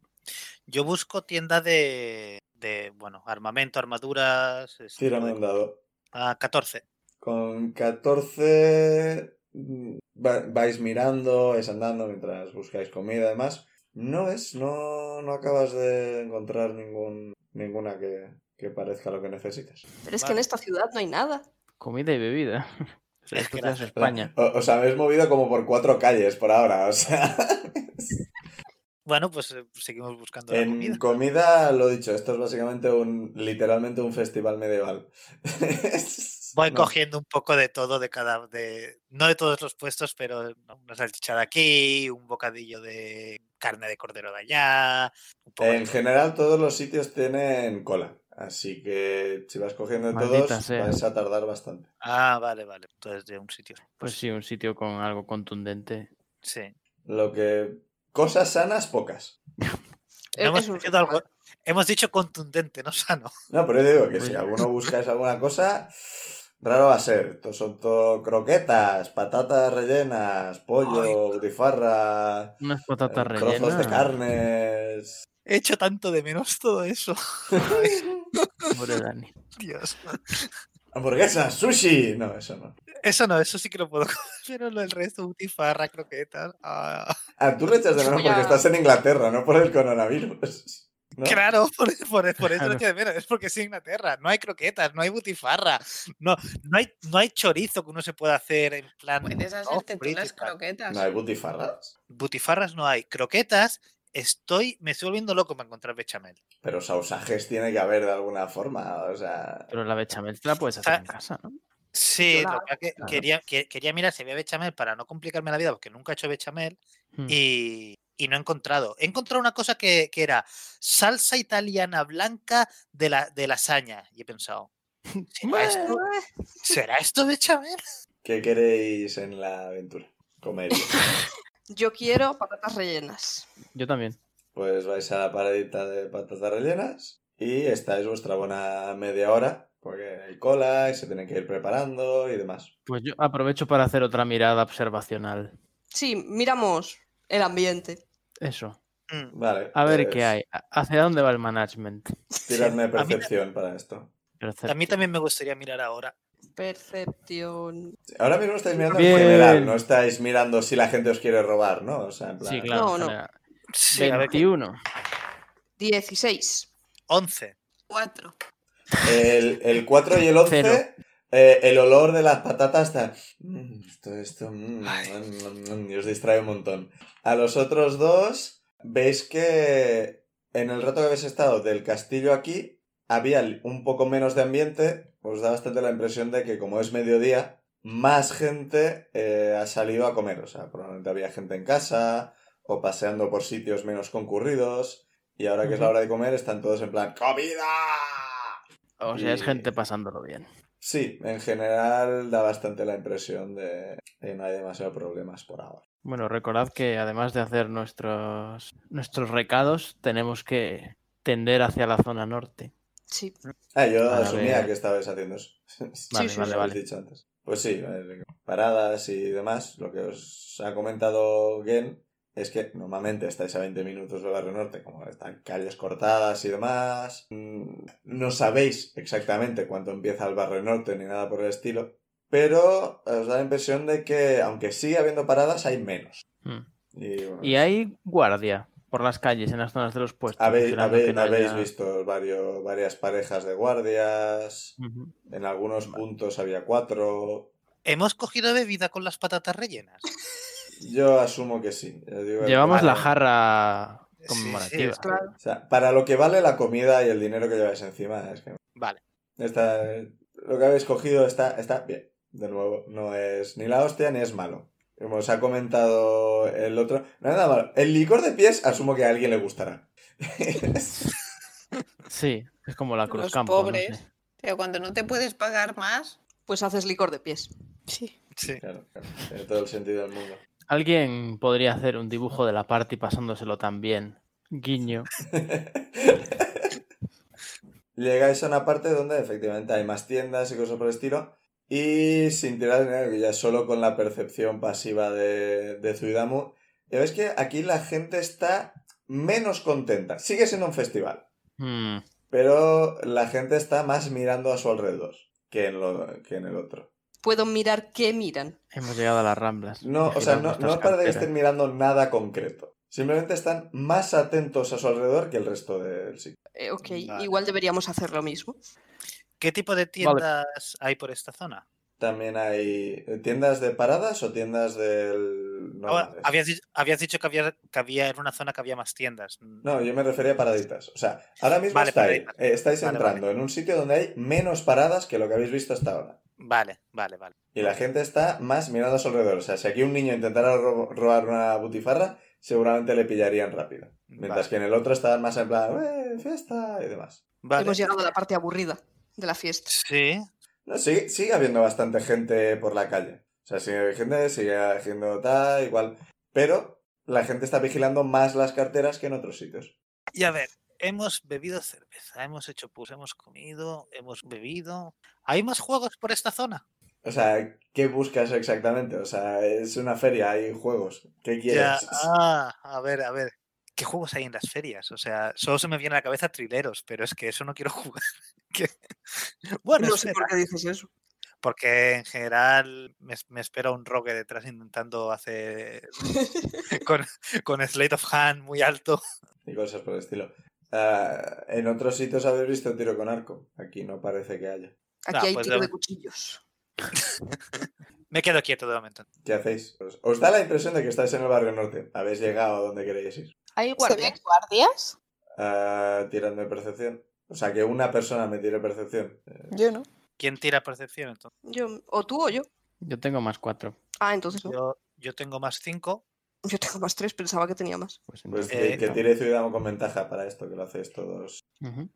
Yo busco tienda de, de, bueno, armamento, armaduras. ese tipo Tírame de- un dado. Ah, 14. Con 14 mm, va- vais mirando, vais andando mientras buscáis comida y demás. No es, no, no acabas de encontrar ningún, ninguna que, que parezca lo que necesitas. Pero es que en Vale. esta ciudad no hay nada. Comida y bebida. O sea, Esto que ya la- es España. O- os habéis movido como por cuatro calles por ahora, o sea. Bueno, pues eh, seguimos buscando la En comida. comida, lo dicho, esto es básicamente un, literalmente un festival medieval. Voy No. cogiendo un poco de todo, de cada. De, no de todos los puestos, pero no, una salchicha de aquí, un bocadillo de carne de cordero de allá. Un poco de En todo. general, todos los sitios tienen cola. Así que si vas cogiendo de Maldita todos, eh. sea. vas a tardar bastante. Ah, vale, vale. Entonces, de un sitio. Pues sí, un sitio con algo contundente. Sí. Lo que. Cosas sanas, pocas. No Es- hemos, es un cogido algo- festival. hemos dicho contundente, no sano. No, pero yo digo que si Uy. alguno buscáis alguna cosa, raro va a ser. To- Son todo croquetas, patatas rellenas, pollo, butifarra, Unas eh, patatas trozos de rellenas. carnes. He hecho tanto de menos todo eso. Pobre Dani. Dios. Hamburguesas, sushi. No, eso no. Eso no, eso sí que lo puedo comer, pero lo del resto, butifarra, croquetas. ah. Ah, tú le echas de menos Voy a- porque estás en Inglaterra, no por el coronavirus. ¿no? Claro, por, e, por- por eso Claro. lo echo de menos. Es porque es Inglaterra. No hay croquetas, no hay butifarra. No, no, hay, no hay chorizo que uno se pueda hacer en plan. Puedes "Oh, hacerte tú frito y las tal". croquetas. No hay butifarras. Butifarras no hay. Croquetas, estoy. Me estoy volviendo loco para encontrar bechamel. Pero sausajes tiene que haber de alguna forma, o sea... Pero la bechamel te la puedes hacer en Ah, casa, ¿no? Sí, la lo que, pasa que claro. quería, que- quería mirar si había bechamel para no complicarme la vida, porque nunca he hecho bechamel. Hmm. y, y no he encontrado. He encontrado una cosa que, que era salsa italiana blanca de la, de lasaña. Y he pensado, ¿será esto, eh, ¿será esto bechamel? ¿Qué queréis en la aventura? Comer. Yo quiero patatas rellenas. Yo también. Pues vais a la paradita de patatas rellenas y estáis vuestra buena media hora, porque hay cola y se tienen que ir preparando y demás. Pues yo aprovecho para hacer otra mirada observacional. Sí, miramos el ambiente. Eso. Mm, Vale. A ver pues, qué hay. A- ¿Hacia dónde va el management? Tiradme Sí, a mí- percepción para esto. A mí Percepción. también me gustaría mirar ahora. Percepción. Ahora mismo estáis mirando Bien. en general, no estáis mirando si la gente os quiere robar, ¿no? O sea, en plan, Sí, claro. No, no. genera- Sí, a ver, 21. 16. 11. Cuatro. El, 4 y el 11, eh, el olor de las patatas está... mm, esto, esto... mm, mm, mm, y os distrae un montón. A los otros dos, veis que en el rato que habéis estado del castillo aquí, había un poco menos de ambiente. Os da bastante la impresión de que como es mediodía, más gente eh, ha salido a comer. O sea, probablemente había gente en casa o paseando por sitios menos concurridos. Y ahora que es la hora de comer, están todos en plan ¡Comida! O sea, es Y- gente pasándolo bien. Sí, en general da bastante la impresión de que no hay demasiados problemas por ahora. Bueno, recordad que además de hacer nuestros, nuestros recados, tenemos que tender hacia la zona norte. Sí. Ah, yo A asumía ver. que estabais haciendo eso. Vale, sí, vale, Lo habéis vale. dicho antes. Pues sí, eh, paradas y demás. Lo que os ha comentado Gen es que normalmente estáis a 20 minutos del barrio norte, como están calles cortadas y demás. Mm, No sabéis exactamente cuándo empieza el barrio norte ni nada por el estilo, pero os da la impresión de que, aunque sigue habiendo paradas, hay menos. Mm. Y, bueno, Y hay guardia por las calles, en las zonas de los puestos. Habéis, vigilando habéis- que no habéis haya- visto varios, varias parejas de guardias. Ujú. En algunos puntos había cuatro. ¿Hemos cogido bebida con las patatas rellenas? Yo asumo que sí. Yo digo que- Llevamos la Vale. jarra Sí, sí, conmemorativa. es- Claro. O sea, para lo que vale la comida y el dinero que lleváis encima, es que Vale. está, lo que habéis cogido está, está bien. De nuevo, no es ni la hostia ni es malo. Como os ha comentado el otro, no es nada malo. El licor de pies asumo que a alguien le gustará. Sí, es como la Cruz Los Campo. no sé. pobres. Pero cuando no te puedes pagar más. Pues haces licor de pies. Sí. Sí. Claro, claro, tiene todo el sentido del mundo. Alguien podría hacer un dibujo de la party pasándoselo también. Guiño. Llegáis a una parte donde efectivamente hay más tiendas y cosas por el estilo. Y sin tirar dinero, que ya solo con la percepción pasiva de, de Zuidamu. Y veis que aquí la gente está menos contenta. Sigue siendo un festival. Mm, Pero la gente está más mirando a su alrededor que en, lo, que en el otro. Puedo mirar qué miran. hemos llegado a las ramblas. No, o sea, no, Giramos no las os parece que carteras. estén mirando nada concreto. Simplemente están más atentos a su alrededor que el resto del sitio. Eh, ok, Vale. igual deberíamos hacer lo mismo. ¿Qué tipo de tiendas hay por esta zona? También hay eh, tiendas de paradas o tiendas del... Ahora, normales? habías, di- habías dicho que había, que había en una zona que había más tiendas. Mm, No, yo me refería a paraditas. O sea, ahora mismo Vale, estáis, paraditas. eh, estáis Vale, entrando en un sitio donde hay menos paradas que lo que habéis visto hasta ahora. Vale, vale, vale. Y la gente está más mirando a su alrededor. O sea, si aquí un niño intentara ro- robar una butifarra, seguramente le pillarían rápido. Mientras Vale. que en el otro estaban más en plan, ¡eh, fiesta! y demás. Vale. Hemos llegado a la parte aburrida de la fiesta. Sí, No, sigue, sigue habiendo bastante gente por la calle. O sea, sigue habiendo gente, sigue haciendo tal, igual. Pero la gente está vigilando más las carteras que en otros sitios. Y a ver, hemos bebido cerveza, hemos hecho pus, hemos comido, hemos bebido. ¿Hay más juegos por esta zona? O sea, ¿qué buscas exactamente? O sea, es una feria, hay juegos. ¿Qué Ya, quieres? ah, a ver, a ver. ¿Qué juegos hay en las ferias? O sea, solo se me viene a la cabeza trileros, pero es que eso no quiero jugar. Que- Bueno, No sé por espera, qué dices eso. porque en general me, es- me espera un rogue detrás intentando hacer con, con Slate of Hand muy alto. Y cosas por el estilo. Ah, en otros sitios habéis visto tiro con arco. Aquí no parece que haya. Aquí Ah, hay pues tiro ya- de cuchillos. Me quedo quieto de momento. ¿Qué hacéis? Os, os da la impresión de que estáis en el barrio norte. Habéis llegado a donde queréis ir. Hay ¿Se guardias. ven guardias? Ah, tiradme percepción. O sea, que una persona me tire percepción. Eh, Yo no. ¿Quién tira percepción entonces? Yo, o tú o yo. Yo tengo más cuatro. Ah, entonces no. Yo, yo tengo más 5. Yo tengo más tres, pensaba que tenía más. Pues, Pues entonces, que- que no. tire Ciudadano con ventaja para esto, que lo hacéis todos. Ujú.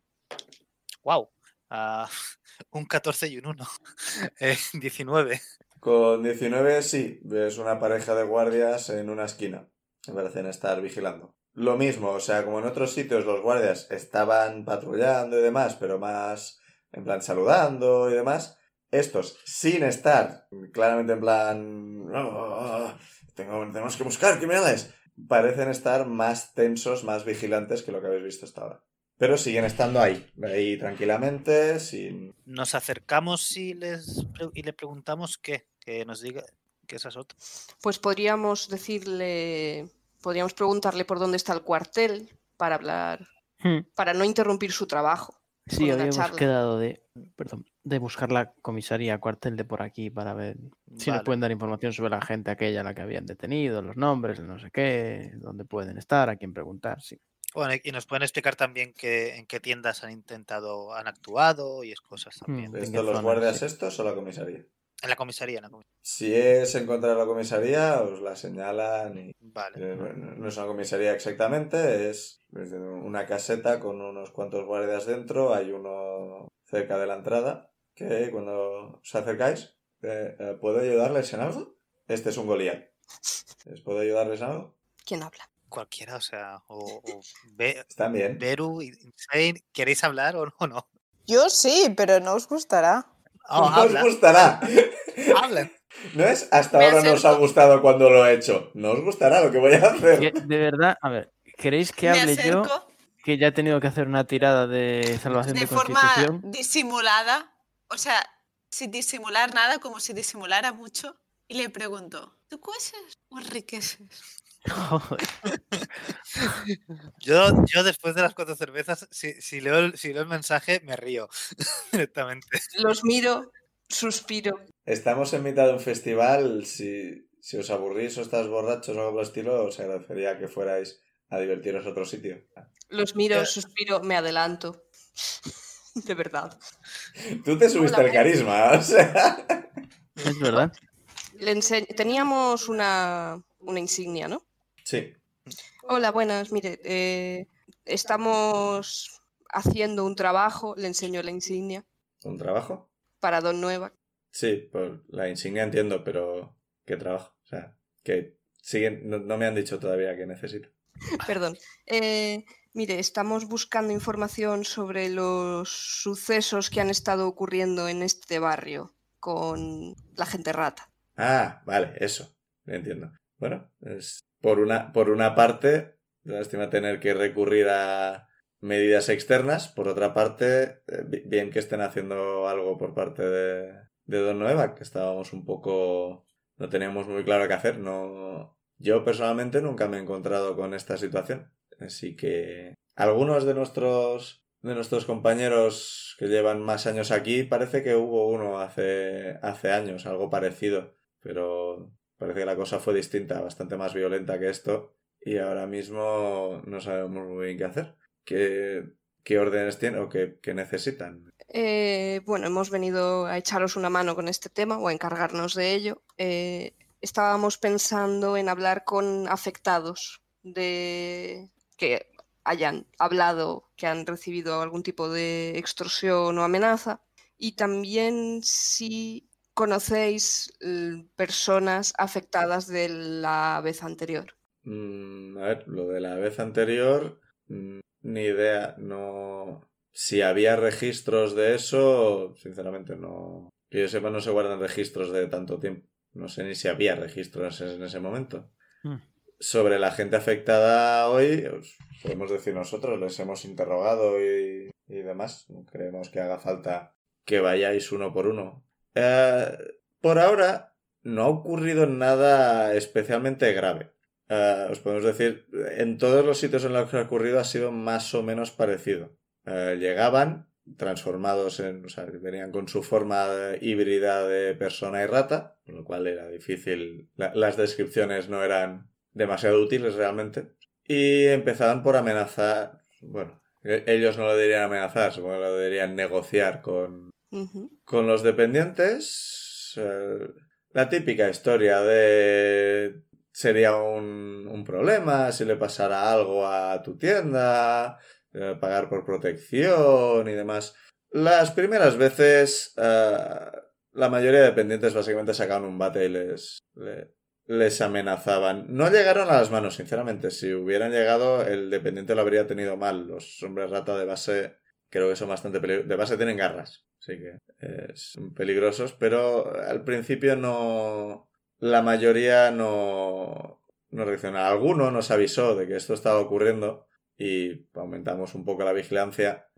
¡Wow! un 14 y un eh, 1. 19. Con 19, sí, ves una pareja de guardias en una esquina. Me parecen estar vigilando. Lo mismo, o sea, como en otros sitios los guardias estaban patrullando y demás, pero más en plan saludando y demás, estos, sin estar claramente en plan... "Oh, tengo- tenemos que buscar criminales, parecen estar más tensos, más vigilantes que lo que habéis visto hasta ahora. Pero siguen estando ahí, ahí tranquilamente, sin Nos acercamos y, les, pre- y le preguntamos qué. Que nos diga que esas otras. Pues podríamos decirle Podríamos preguntarle por dónde está el cuartel para hablar, Hmm. para no interrumpir su trabajo. Sí, una habíamos charla. quedado de, perdón, de buscar la comisaría cuartel de por aquí para ver si Vale. nos pueden dar información sobre la gente aquella a la que habían detenido, los nombres, no sé qué, dónde pueden estar, a quién preguntar. Sí. Bueno, y nos pueden explicar también qué- en qué tiendas han intentado, han actuado y es cosas también. Mm. ¿Esto qué los zona, guardias sí. estos o la comisaría? En la comisaría, en la comisaría. Si es encontrar la comisaría, os la señalan y... Vale. eh, bueno, no es una comisaría exactamente, es es de una caseta con unos cuantos guardias dentro, hay uno cerca de la entrada, que cuando os acercáis, eh, eh, ¿puedo ayudarles en algo? Este es un Goliat. ¿Les puedo ayudarles en algo? ¿Quién habla? Cualquiera, o sea, o, o Be- Están bien. Beru, Insane, ¿queréis hablar o no? no? Yo sí, pero no os gustará. Ah, no os habla, gustará. habla. No es hasta Me ahora nos ha acerco. gustado cuando lo he hecho. No os gustará lo que voy a hacer. Que, De verdad, a ver, ¿queréis que Me hable acerco yo que ya he tenido que hacer una tirada de salvación de, de forma constitución? disimulada, o sea, sin disimular nada, como si disimulara mucho, y le pregunto, ¿tú cueces o enriqueces? Joder, Yo, yo después de las cuatro cervezas, si, si leo, el- si leo el mensaje, me río directamente. Los miro, suspiro. Estamos en mitad de un festival. Si, si os aburrís o estás borrachos o algo por el estilo, os agradecería que fuerais a divertiros a otro sitio. Los miro, Eh. suspiro, me adelanto. De verdad. Tú te subiste Hola, el carisma, o sea. es verdad. Le ense- Teníamos una, una insignia, ¿no? Sí. Hola, buenas. Mire, eh, estamos haciendo un trabajo. Le enseño la insignia ¿Un trabajo? para Don Nueva. Sí, por la insignia entiendo, pero ¿qué trabajo? O sea, que siguen, no, no me han dicho todavía que necesito. Perdón. Eh, mire, estamos buscando información sobre los sucesos que han estado ocurriendo en este barrio con la gente rata. Ah, vale, eso. Entiendo. Bueno, es por una, por una parte, lástima tener que recurrir a medidas externas. Por otra parte, eh, bi- bien que estén haciendo algo por parte de, de Don Nueva, que estábamos un poco. No teníamos muy claro qué hacer. No, yo personalmente nunca me he encontrado con esta situación. Así que. Algunos de nuestros. De nuestros compañeros que llevan más años aquí, parece que hubo uno hace, hace años, algo parecido pero parece que la cosa fue distinta, bastante más violenta que esto, y ahora mismo no sabemos muy bien qué hacer, qué, qué órdenes tienen o qué, qué necesitan. Eh, bueno, hemos venido a echaros una mano con este tema o a encargarnos de ello. Eh, estábamos pensando en hablar con afectados de que hayan hablado, que han recibido algún tipo de extorsión o amenaza, y también si conocéis eh, personas afectadas de la vez anterior. Mm, a ver, lo de la vez anterior, mm, ni idea, no... Si había registros de eso, sinceramente no... Que yo sepa, no se guardan registros de tanto tiempo. No sé ni si había registros en ese momento. Mm. Sobre la gente afectada hoy, os podemos decir nosotros, les hemos interrogado y, y demás. No creemos que haga falta que vayáis uno por uno. Eh, por ahora, no ha ocurrido nada especialmente grave. Eh, os podemos decir, en todos los sitios en los que ha ocurrido ha sido más o menos parecido. Eh, llegaban transformados en, o sea, venían con su forma de- híbrida de persona y rata, con lo cual era difícil, la- las descripciones no eran demasiado útiles realmente, y empezaban por amenazar, bueno, e- ellos no lo dirían amenazar, supongo que lo dirían negociar con, Ujú. con los dependientes, eh, la típica historia de sería un, un problema si le pasara algo a tu tienda, eh, pagar por protección y demás. Las primeras veces, eh, la mayoría de dependientes básicamente sacaban un bate y les, le- les amenazaban. No llegaron a las manos, sinceramente. Si hubieran llegado, el dependiente lo habría tenido mal. Los hombres rata de base creo que son bastante peligrosos. De base tienen garras, así que eh, son peligrosos, pero al principio no. La mayoría no, no reacciona. Alguno nos avisó de que esto estaba ocurriendo y aumentamos un poco la vigilancia.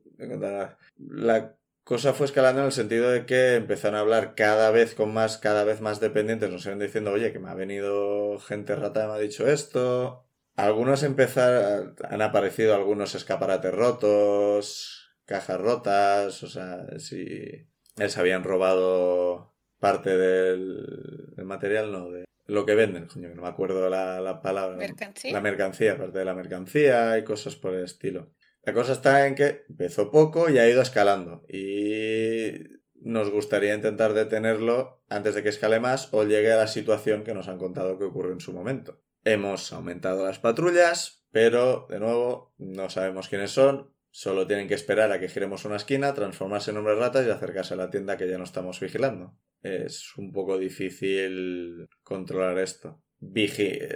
La cosa fue escalando en el sentido de que empezaron a hablar cada vez con más, cada vez más dependientes. Nos iban diciendo, oye, que me ha venido gente rata, me ha dicho esto. Algunos empezar, han aparecido algunos escaparates rotos, cajas rotas, o sea, si les habían robado parte del, del material, no, de lo que venden, coño, que no me acuerdo la, la palabra. Mercancía. Ah, La mercancía, parte de la mercancía y cosas por el estilo. La cosa está en que empezó poco y ha ido escalando. Y nos gustaría intentar detenerlo antes de que escale más o llegue a la situación que nos han contado que ocurrió en su momento. Hemos aumentado las patrullas, pero de nuevo no sabemos quiénes son. Solo tienen que esperar a que giremos una esquina, transformarse en hombres ratas y acercarse a la tienda que ya no estamos vigilando. Es un poco difícil controlar esto. Vigi. eh,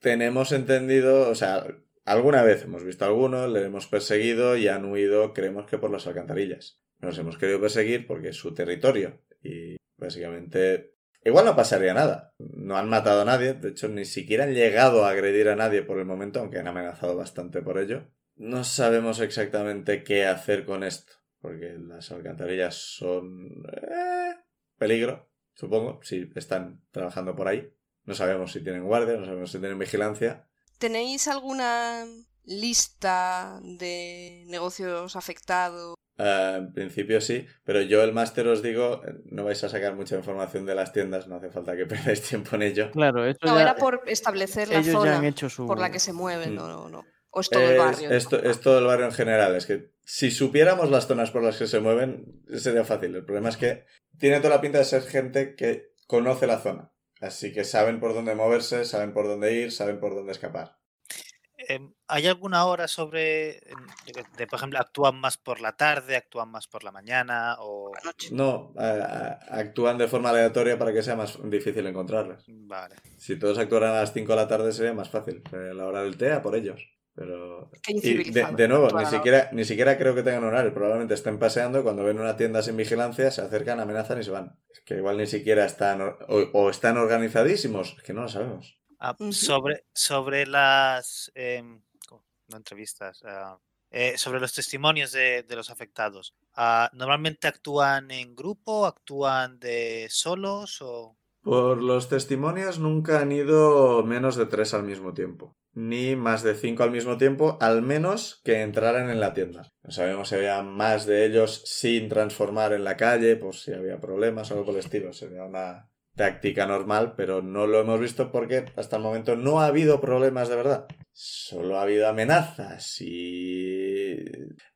Tenemos entendido, o sea, alguna vez hemos visto a algunos, le hemos perseguido y han huido, creemos que por las alcantarillas. Nos hemos querido perseguir porque es su territorio y básicamente igual no pasaría nada. No han matado a nadie, de hecho ni siquiera han llegado a agredir a nadie por el momento, aunque han amenazado bastante por ello. No sabemos exactamente qué hacer con esto, porque las alcantarillas son... eh, peligro, supongo, si están trabajando por ahí. No sabemos si tienen guardia, no sabemos si tienen vigilancia. ¿Tenéis alguna lista de negocios afectados? Ah, en principio sí, pero yo el máster os digo, eh, no vais a sacar mucha información de las tiendas, no hace falta que perdáis tiempo en ello. Claro, esto No, ya- era por establecer la ellos ya han zona hecho su... por la que se Mm. mueven, no, no, no. O es todo el Es- barrio. Eh, Es, to- es todo el barrio en general, es que si supiéramos las zonas por las que se mueven, sería fácil. El problema es que tiene toda la pinta de ser gente que conoce la zona, así que saben por dónde moverse, saben por dónde ir, saben por dónde escapar. Em, ¿Hay alguna hora sobre, em, yo qué- de, por ejemplo, actúan más por la tarde, actúan más por la mañana o... No, ah, ah, actúan de forma aleatoria para que sea más difícil encontrarlas. Vale. Si todos actuaran a las 5 de la tarde sería más fácil. eh, la hora del té a por ellos. Pero. Qué Y de, incivilizado. de nuevo, Toda ni la siquiera, ni siquiera creo que tengan horario. Probablemente estén paseando y cuando ven una tienda sin vigilancia se acercan, amenazan y se van. Es que igual ni siquiera están. or- O, o están organizadísimos. Es que no lo sabemos. Ah, Ujú. sobre, sobre las... em, co- no entrevistas. ah, eh, sobre los testimonios de, de los afectados. Ah, ¿Normalmente actúan en grupo? ¿Actúan de solos? o...? Por los testimonios nunca han ido menos de tres al mismo tiempo. Ni más de cinco al mismo tiempo, al menos que entraran en la tienda. No sabemos si había más de ellos sin transformar en la calle, por si había problemas o algo por el estilo. Sería una táctica normal, pero no lo hemos visto porque hasta el momento no ha habido problemas de verdad. Solo ha habido amenazas y...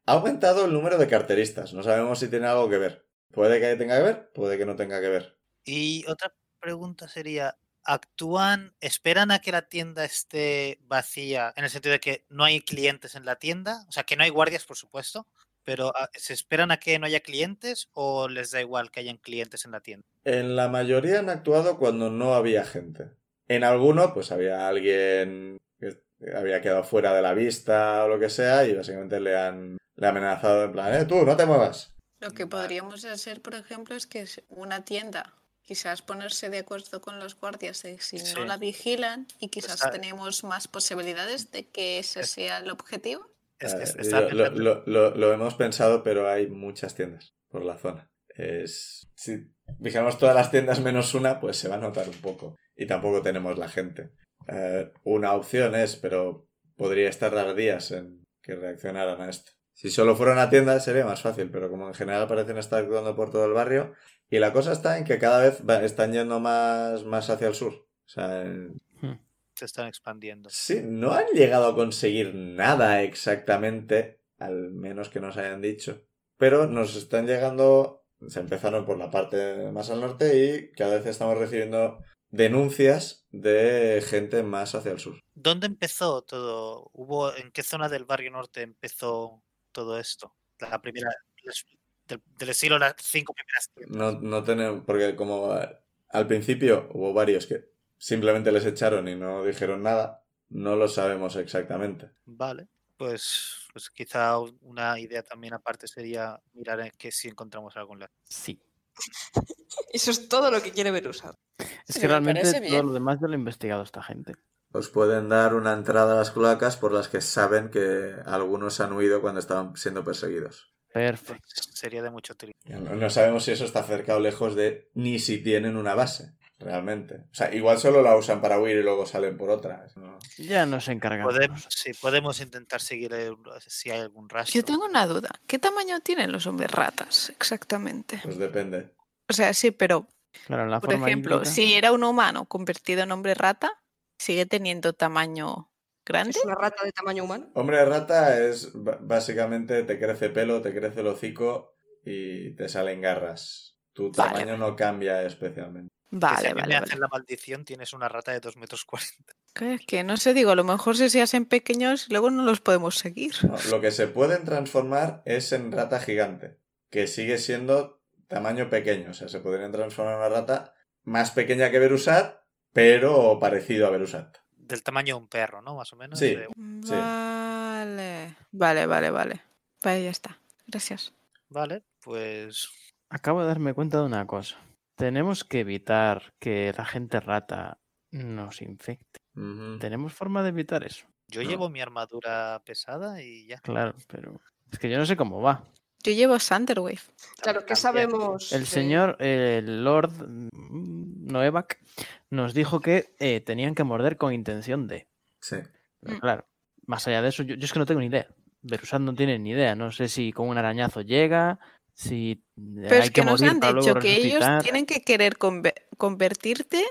Ha aumentado el número de carteristas. No sabemos si tiene algo que ver. Puede que tenga que ver, puede que no tenga que ver. Y otra pregunta sería, ¿actúan, esperan a que la tienda esté vacía, en el sentido de que no hay clientes en la tienda? O sea, que no hay guardias, por supuesto, pero ah, ¿se esperan a que no haya clientes o les da igual que hayan clientes en la tienda? En la mayoría han actuado cuando no había gente. En alguno, pues había alguien que había quedado fuera de la vista o lo que sea, y básicamente le han, le han amenazado en plan, eh, tú, no te muevas. Lo que Vale. podríamos hacer, por ejemplo, es que es una tienda, quizás ponerse de acuerdo con los guardias de si Sí. no la vigilan y quizás Está- tenemos más posibilidades de que ese Es- sea el objetivo. Es- Eh, es- digo, estaba lo, pensando- lo- lo- lo hemos pensado, pero hay muchas tiendas por la zona. Es, si fijamos todas las tiendas menos una, pues se va a notar un poco. Y tampoco tenemos la gente. Eh, una opción es, pero podría estar tardar días en que reaccionaran a esto. Si solo fuera una tienda sería más fácil, pero como en general parecen estar actuando por todo el barrio, y la cosa está en que cada vez va- están yendo más, más hacia el sur. O sea, en- Hmm, se están expandiendo. Sí, no han llegado a conseguir nada exactamente, al menos que nos hayan dicho. Pero nos están llegando, se empezaron por la parte más al norte y cada vez estamos recibiendo denuncias de gente más hacia el sur. ¿Dónde empezó todo? ¿Hubo en qué zona del barrio norte empezó todo esto? La primera las- del, del estilo las cinco primeras tiendas. No, no tenemos, porque como eh, al principio hubo varios que simplemente les echaron y no dijeron nada, no lo sabemos exactamente. Vale, pues, pues quizá u- una idea también aparte sería mirar en que si encontramos algo en la... Sí. Eso es todo lo que quiere ver usar. Es Sí, que me realmente parece todo bien. lo demás ya lo ha investigado esta gente. Os pueden dar una entrada a las cloacas por las que saben que algunos han huido cuando estaban siendo perseguidos. pues, Perfecto. sería de mucho utilidad. No no sabemos si eso está cerca o lejos de ni si tienen una base. realmente. O sea, igual solo la usan para huir y luego salen por otra. ¿no? Ya nos encargamos. Podemos, sí, podemos intentar seguir el- si hay algún rastro. Yo tengo una duda. ¿Qué tamaño tienen los hombres ratas exactamente? Pues depende. O sea, sí, pero, Claro, la por forma ejemplo, híbrida. si era un humano convertido en hombre rata, ¿sigue teniendo tamaño grande? ¿Es una rata de tamaño humano? Hombre rata es ba- básicamente te crece pelo, te crece el hocico y te salen garras. Tu Vale, tamaño no cambia especialmente. Que si Vale, a mí vale, me vale. hacen la maldición, tienes una rata de 2 metros 40. Que Es que no sé, digo, a lo mejor si se hacen pequeños, luego no los podemos seguir. No, lo que se pueden transformar es en rata gigante, que sigue siendo tamaño pequeño. O sea, se podrían transformar en una rata más pequeña que Berusat, pero parecido a Berusat. Del tamaño de un perro, ¿no? Más o menos. Sí. de- Sí. Vale, vale, vale, vale. Vale, ya está. Gracias. Vale, pues. Acabo de darme cuenta de una cosa. Tenemos que evitar que la gente rata nos infecte. Ujú. Tenemos forma de evitar eso. Yo No. llevo mi armadura pesada y ya. Claro, pero es que yo no sé cómo va. Yo llevo Thunderwave. Claro, ¿qué También. sabemos? El de- señor, eh, el Lord mm, Noevac, nos dijo que eh, tenían que morder con intención de. Sí. Pero Mm. claro, más allá de eso, yo, yo es que no tengo ni idea. Berusat no tiene ni idea. No sé si con un arañazo llega, si Pero hay es que, nos morir han para luego dicho que ellos resucitar. tienen que querer conver- convertirte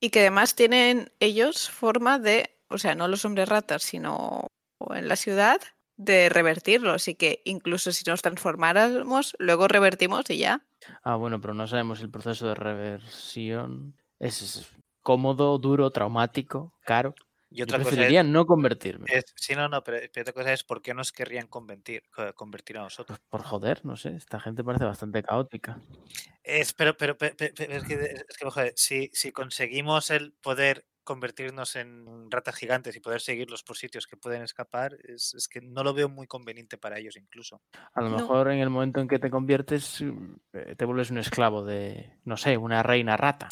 y que además tienen ellos forma de, o sea, no los hombres ratas, sino o en la ciudad, de revertirlos. Y que incluso si nos transformáramos, luego revertimos y ya. Ah, bueno, pero no sabemos si el proceso de reversión. Es, es cómodo, duro, traumático, caro. Y Yo otra cosa preferiría es, no convertirme. es- Sí, no, no, pero, pero otra cosa es por qué nos querrían convertir, co- convertir a nosotros. Pues por joder, no sé. Esta gente parece bastante caótica. Es, pero, pero, pe- pe- pe- es que, es que, joder, si, si conseguimos el poder convertirnos en ratas gigantes y poder seguirlos por sitios que pueden escapar, es, es que no lo veo muy conveniente para ellos incluso. A lo No. mejor en el momento en que te conviertes, mm, eh, te vuelves un esclavo de, no sé, una reina rata.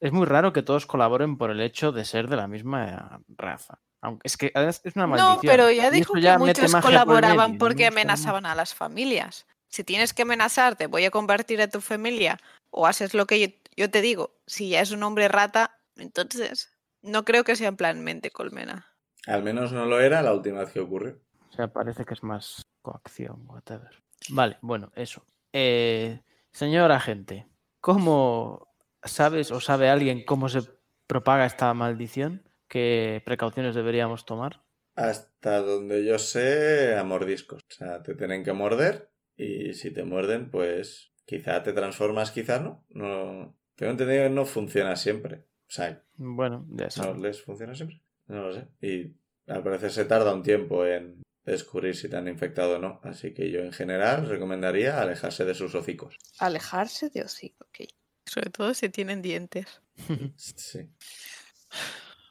Es muy raro que todos colaboren por el hecho de ser de la misma raza. Aunque es que además es una maldición. No, pero ya y eso dijo que ya mete muchos magia por el medio, colaboraban no me porque gusta nada. amenazaban a las familias. Si tienes que amenazarte, voy a convertir a tu familia o haces lo que yo, yo te digo, si ya es un hombre rata, entonces no creo que sea en plan mente colmena. Al menos no lo era la última vez que ocurrió. O sea, parece que es más coacción, whatever. Vale, bueno, eso. Eh, señor agente, ¿cómo sabes o sabe alguien cómo se propaga esta maldición? ¿Qué precauciones deberíamos tomar? Hasta donde yo sé, a mordiscos. O sea, te tienen que morder y si te muerden, pues quizá te transformas, quizá no. no tengo entendido que no funciona siempre. O sea, Bueno, ya ¿no sabes. les funciona siempre? No lo sé. Y al parecer se tarda un tiempo en descubrir si te han infectado o no. Así que yo en general recomendaría alejarse de sus hocicos. Alejarse de hocico, ok. Sobre todo si tienen dientes. Sí.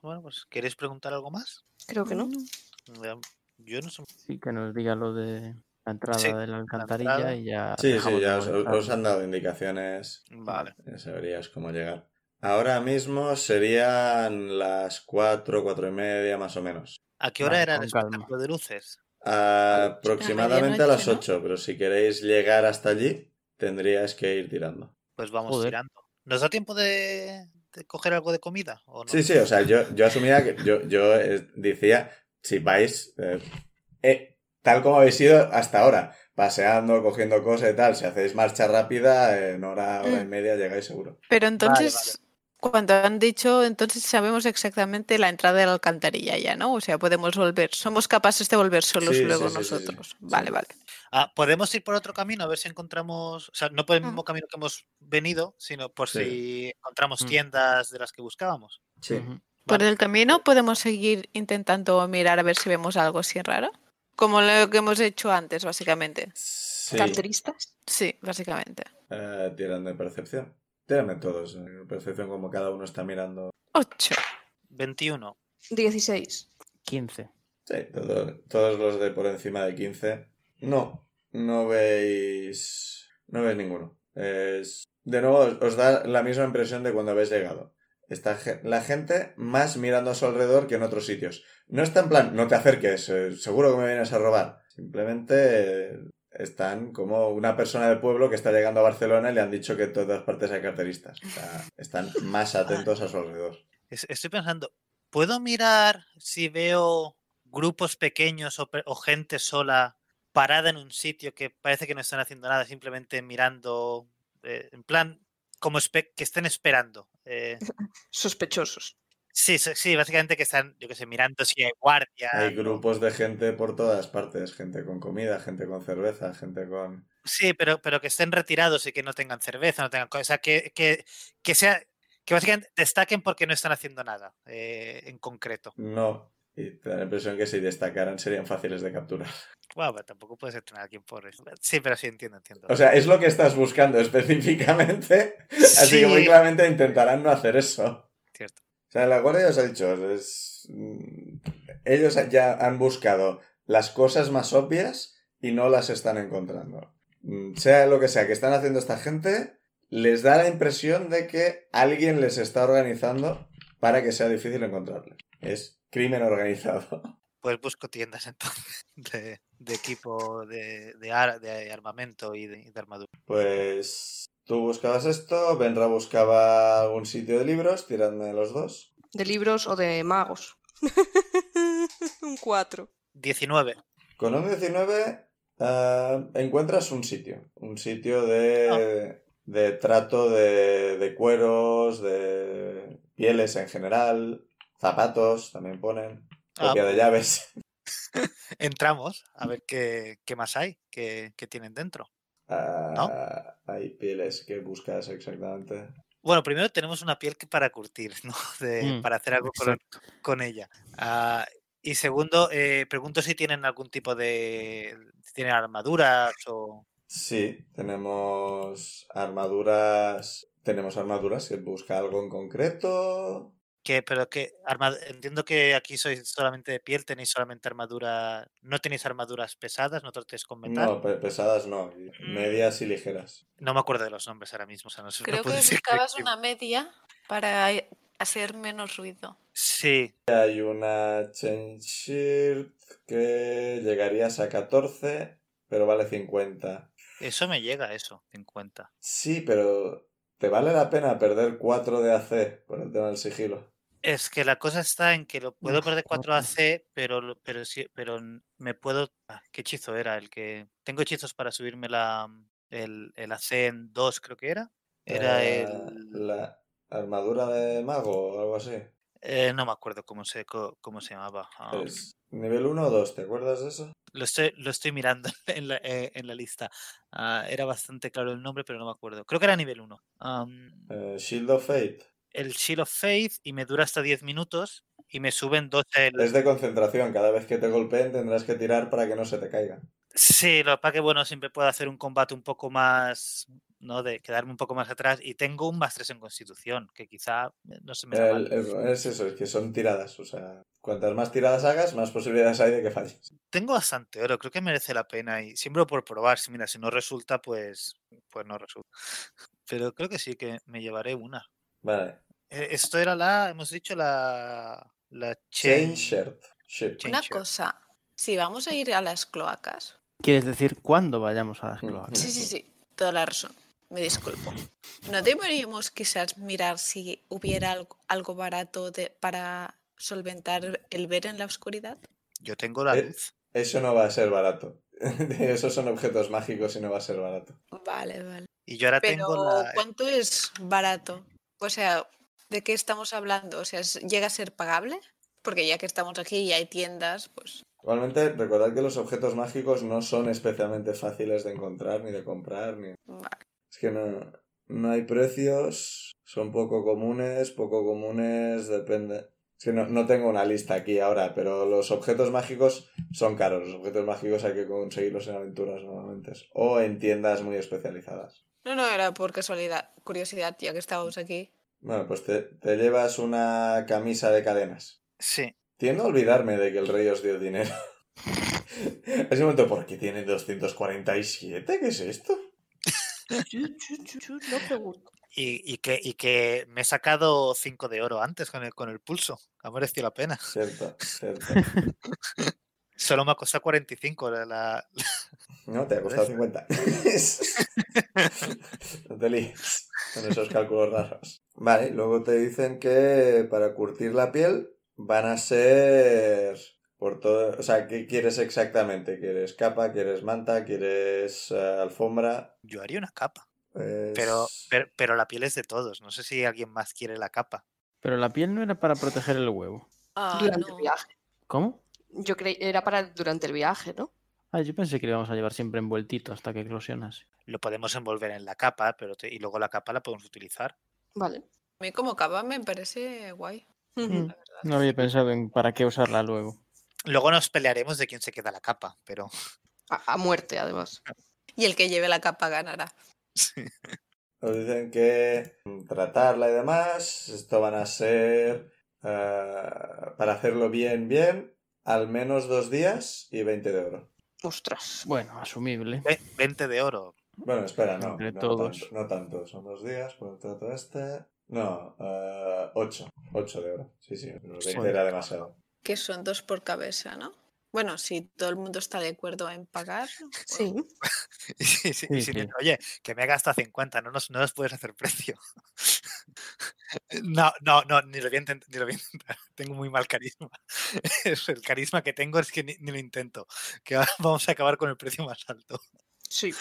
Bueno, pues, ¿queréis preguntar algo más? Creo que no. Mm. Ya, Yo no sé. Sí, que nos diga lo de la entrada Sí, de la alcantarilla entrada. y ya. Sí, sí, dejamos de ya os, molestar. os han dado indicaciones. Vale. Ya sabrías cómo llegar. Ahora mismo serían las cuatro, cuatro y media más o menos. ¿A qué hora Vale, era el con calma. espectáculo de luces? A- aproximadamente a las medianoche, ¿no? 8, pero si queréis llegar hasta allí, tendrías que ir tirando. Pues vamos Joder. tirando. ¿Nos da tiempo de, de coger algo de comida o no? Sí, sí, o sea, yo, yo asumía que yo, yo eh, decía, si vais, eh, eh, tal como habéis ido hasta ahora, paseando, cogiendo cosas y tal, si hacéis marcha rápida, en hora, hora y media llegáis seguro. Pero vale. entonces, cuando han dicho, entonces sabemos exactamente la entrada de la alcantarilla ya, ¿no? O sea, podemos volver, somos capaces de volver solos Sí, sí, luego sí, sí, sí. nosotros. Sí. Vale, vale. Ah, podemos ir por otro camino a ver si encontramos, o sea, no por el Ah. mismo camino que hemos venido, sino por Sí. si encontramos Mm. tiendas de las que buscábamos. Ujú. Por Vale. el camino podemos seguir intentando mirar a ver si vemos algo así raro. Como lo que hemos hecho antes, básicamente. Sí, ¿Canteristas? Sí, básicamente. eh, tirando en percepción. Tírame todos, en percepción como cada uno está mirando. Ocho. 21. 16. 15. Sí, todo- todos los de por encima de 15. No, no veis. No veis ninguno. Es, de nuevo, os- os da la misma impresión de cuando habéis llegado. Está ge- la gente más mirando a su alrededor que en otros sitios. No está en plan, no te acerques, eh, seguro que me vienes a robar. Simplemente eh, están como una persona del pueblo que está llegando a Barcelona y le han dicho que en todas partes hay carteristas. O sea, están más atentos a su alrededor. Es- Estoy pensando, ¿puedo mirar si veo grupos pequeños o, pe- o gente sola parada en un sitio que parece que no están haciendo nada, simplemente mirando, eh, en plan, como espe- que estén esperando? eh, Sospechosos. sí, sí, sí, básicamente que están, yo qué sé, mirando si hay guardia. Hay grupos de gente por todas partes, gente con comida, gente con cerveza, gente con... Sí, pero, pero que estén retirados y que no tengan cerveza, no tengan cosas, que, que, que sea, que básicamente destaquen porque no están haciendo nada eh, en concreto. No. Y te da la impresión que si destacaran serían fáciles de capturar. Guau, pero tampoco puedes estrenar a alguien por eso. Sí, pero sí entiendo, entiendo. O sea, es lo que estás buscando específicamente. Así que muy Sí. claramente intentarán no hacer eso. Cierto. O sea, la guardia ya os ha dicho, es... mm, ellos ya han buscado las cosas más obvias y no las están encontrando. Mm, Sea lo que sea que están haciendo esta gente, les da la impresión de que alguien les está organizando para que sea difícil encontrarles. Es crimen organizado. Pues busco tiendas entonces de, de equipo de, de, ar- de armamento y de, y de armadura. Pues tú buscabas esto, Benra buscaba algún sitio de libros, tiradme los dos. De libros o de magos. Un 4. 19. Con un 19 ah, encuentras un sitio. Un sitio de, Ah. de trato de, de cueros, de pieles en general, zapatos también ponen, Ah, copia de llaves. entramos a ver qué, qué más hay, qué, qué tienen dentro. Ah, Hay pieles que buscas exactamente. Bueno, primero tenemos una piel que para curtir, ¿no? De- Mm, para hacer algo con, con ella. Ah, y segundo, eh, pregunto si tienen algún tipo de... si tienen armaduras o... Sí, tenemos armaduras. Tenemos armaduras. Busca algo en concreto. Que, pero que arma- entiendo que aquí sois solamente de piel, tenéis solamente armadura, no tenéis armaduras pesadas, no tratéis con metal. Mm. No, pe- pesadas no. Medias y ligeras. No me acuerdo de los nombres ahora mismo. o sea, no sé- no Creo que puedo decir buscabas que- una media para hacer menos ruido. Sí, Hay una chain shirt que llegarías a 14, pero vale 50. eso me llega, eso, 50. Sí, pero ¿te vale la pena perder 4 de AC por el tema del sigilo? Es que la cosa está en que lo puedo Uf, perder 4 cuatro. AC, pero, lo- pero, sí- pero n- me puedo. ah, ¿Qué hechizo era? El que. Tengo hechizos para subirme la, el, el AC en 2, creo que era. Era Eh, el. La armadura de mago o algo así. eh, no me acuerdo cómo se, co- cómo se llamaba. ah, Es nivel 1 o 2, ¿te acuerdas de eso? Lo estoy, lo estoy mirando en la, eh, en la lista. Ah, era bastante claro el nombre, pero no me acuerdo. Creo que era nivel 1. Eh, Shield of Fate. el Shield of Faith y me dura hasta 10 minutos y me suben 12 el- Es de concentración, cada vez que te golpeen tendrás que tirar para que no se te caiga. Sí, lo que pasa que bueno, siempre puedo hacer un combate un poco más, ¿no? De quedarme un poco más atrás y tengo un más 3 en constitución, que quizá eh, no se me da mal. El- el- es eso, es que son tiradas, o sea, cuantas más tiradas hagas, más posibilidades hay de que falles. Tengo bastante oro, creo que merece la pena y siempre por probar, si mira, si no resulta, pues, pues no resulta. Pero creo que sí que me llevaré una. Vale. Eh, Esto era la, hemos dicho la, la Chain chain- shirt. Shirt. chain Una shirt. cosa, si vamos a ir a las cloacas. ¿Quieres decir cuándo vayamos a las Mm. cloacas? Sí, sí, sí, toda la razón. Me disculpo. ¿No deberíamos quizás mirar si hubiera algo, algo barato de- para solventar el ver en la oscuridad? Yo tengo la Eh, luz. Eso no va a ser barato. Esos son objetos mágicos y no va a ser barato. Vale, vale. Y yo ahora Pero tengo la. ¿cuánto es barato? O sea, ¿de qué estamos hablando? O sea, ¿es- ¿llega a ser pagable? Porque ya que estamos aquí y hay tiendas, pues Igualmente, recordad que los objetos mágicos no son especialmente fáciles de encontrar ni de comprar. Ni... vale. Es que no, no hay precios, son poco comunes, poco comunes, depende. Es que no, no tengo una lista aquí ahora, pero los objetos mágicos son caros. Los objetos mágicos hay que conseguirlos en aventuras normalmente o en tiendas muy especializadas. No, no, era por casualidad, curiosidad, ya que estábamos aquí. Bueno, pues te, te llevas una camisa de cadenas. Sí. Tiendo a olvidarme de que el rey os dio dinero. en ese momento, ¿por qué tiene 247? ¿Qué es esto? No pregunto. Y, y que, y que me he sacado 5 de oro antes con el, con el pulso. Ha merecido la pena. Cierto, cierto. Solo me ha costado 45 la, la, No, te ha costado 50. no te líes con esos cálculos raros. Vale, luego te dicen que para curtir la piel van a ser por todo... O sea, ¿qué quieres exactamente? ¿Quieres capa? ¿Quieres manta? ¿Quieres eh, alfombra? Yo haría una capa. Pues- Pero, pero, pero la piel es de todos. No sé si alguien más quiere la capa. Pero la piel no era para proteger el huevo. Ah, durante no. el viaje. ¿Cómo? Yo creí era para durante el viaje, ¿no? Ah, yo pensé que lo íbamos a llevar siempre envueltito hasta que eclosionase. Lo podemos envolver en la capa pero te- y luego la capa la podemos utilizar. Vale. A mí como capa me parece guay, Ujú. la verdad. No había pensado en para qué usarla luego. Luego nos pelearemos de quién se queda la capa, pero A, a muerte, además. Y el que lleve la capa ganará. Nos dicen que tratarla y demás, esto van a ser, eh, para hacerlo bien, bien, al menos dos días y 20 de oro. Ostras. Bueno, asumible. ve- 20 de oro. Bueno, espera, no. Entre no todos. Tanto, no tanto, son dos días, por el trato este... No, eh, ocho. Ocho de oro. Sí, sí, los 20 Joder. era demasiado. Que son dos por cabeza, ¿no? Bueno, si todo el mundo está de acuerdo en pagar, Sí. Y si- si- Sí, si le- sí. Oye, que me haga hasta 50, no nos, no nos puedes hacer precio. No, no, no, ni lo voy a intent- ni lo voy a intentar. Tengo muy mal carisma. Es El carisma que tengo es que ni, ni lo intento. Que ahora vamos a acabar con el precio más alto. Sí.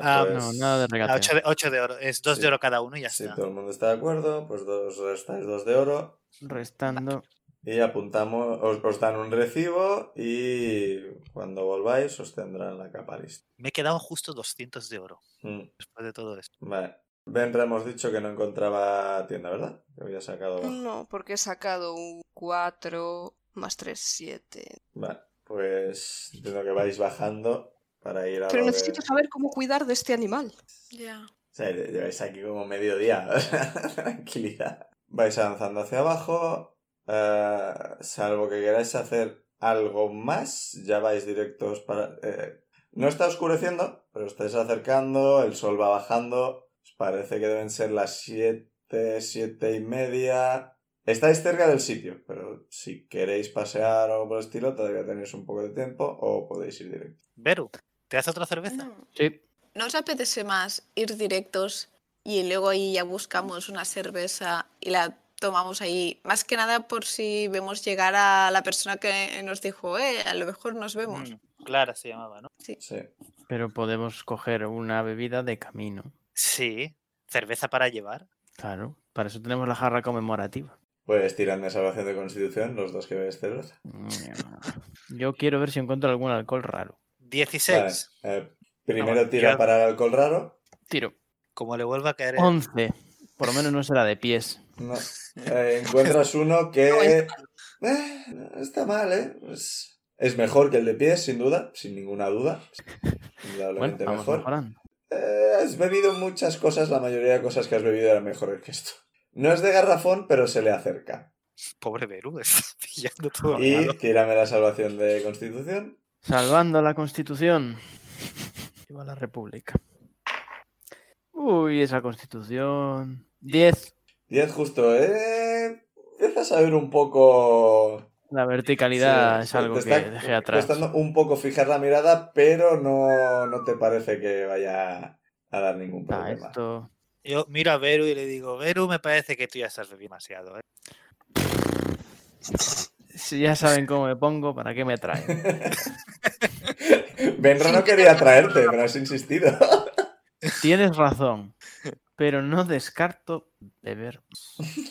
Ah, Pues, No, nada de A regate. 8 de, ocho de oro, es 2 Sí. de oro cada uno y ya Si está. todo el mundo está de acuerdo, pues dos restáis dos de oro Restando. y apuntamos, os, os dan un recibo y cuando volváis os tendrán la capa lista. Me he quedado justo 200 de oro Mm. después de todo esto. Vale. Benra hemos dicho que no encontraba tienda, ¿verdad? Que había sacado. No, porque he sacado un 4 más 3, 7. Vale. Pues entiendo que vais bajando para ir a. Pero lo de- necesito saber cómo cuidar de este animal. ya. O sea, lle- lleváis aquí como mediodía. Tranquilidad. Vais avanzando hacia abajo. eh, salvo que queráis hacer algo más, ya vais directos para. eh, no está oscureciendo, pero estáis acercando, el sol va bajando. Os parece que deben ser las 7, 7 y media. Estáis cerca del sitio, pero si queréis pasear o algo por el estilo, todavía tenéis un poco de tiempo o podéis ir directo. Beru, ¿te hace otra cerveza? No. Sí. ¿No os apetece más ir directos y luego ahí ya buscamos una cerveza y la tomamos ahí? Más que nada por si vemos llegar a la persona que nos dijo, eh, a lo mejor nos vemos. Mm, Clara se llamaba, ¿no? Sí. Pero podemos coger una bebida de camino. Sí, cerveza para llevar. Claro. Para eso tenemos la jarra conmemorativa. Pues tiradme salvación de constitución, los dos que veis cerveza. Yo quiero ver si encuentro algún alcohol raro. 16. Vale, eh, primero Ah, bueno, tira yo- para el alcohol raro. Tiro. Como le vuelva a caer el- 11. Por lo menos no será de pies. No. Eh, encuentras uno que... No, es- Eh, está mal, ¿eh? Es, es mejor que el de pies, sin duda, sin ninguna duda. Bueno, Indudablemente vamos mejor. mejorando. Eh, has bebido muchas cosas, la mayoría de cosas que has bebido eran mejores que esto. No es de garrafón, pero se le acerca. Pobre Beru, está pillando todo. Y raro. tírame la salvación de constitución. Salvando la constitución. Viva la república. Uy, esa constitución. 10. 10 justo, ¿eh? Empiezas a ver un poco... La verticalidad Sí, es algo te que está dejé atrás. Costando un poco fijar la mirada, pero no, no te parece que vaya a dar ningún Ah, problema. esto. Yo miro a Beru y le digo, Beru, me parece que tú ya estás bebiendo demasiado. ¿eh?". Si ya saben cómo me pongo, ¿para qué me traen? Benro no quería traerte, pero has insistido. Tienes razón, pero no descarto beber.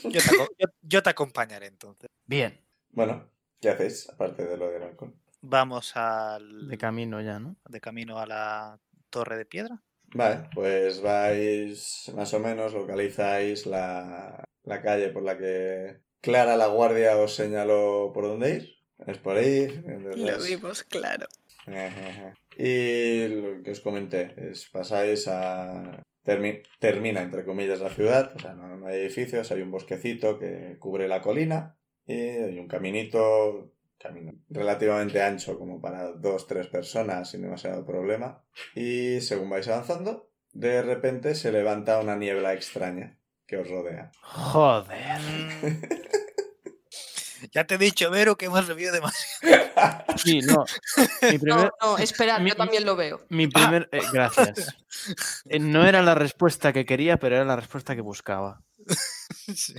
Yo, te, aco- yo- yo te acompañaré entonces. Bien, Bueno, ¿qué hacéis? Aparte de lo del alcohol. Vamos al... de camino ya, ¿no? de camino a la torre de piedra. Vale, pues vais más o menos, localizáis la, la calle por la que Clara la guardia os señaló por dónde ir. Es por ahí. Lo entonces- vimos, claro. Ajá, ajá. Y lo que os comenté es pasáis a... termi- termina, entre comillas, la ciudad. O sea, no, no hay edificios, hay un bosquecito que cubre la colina y hay un caminito, camino relativamente ancho como para dos, tres personas sin demasiado problema. Y según vais avanzando, de repente se levanta una niebla extraña que os rodea. Joder. Mm. Ya te he dicho, Vero, que hemos bebido demasiado. Sí, no. Mi primer, No, no, esperad, Mi- yo también lo veo. mi primer- eh, gracias. Eh, no era la respuesta que quería, pero era la respuesta que buscaba. Sí.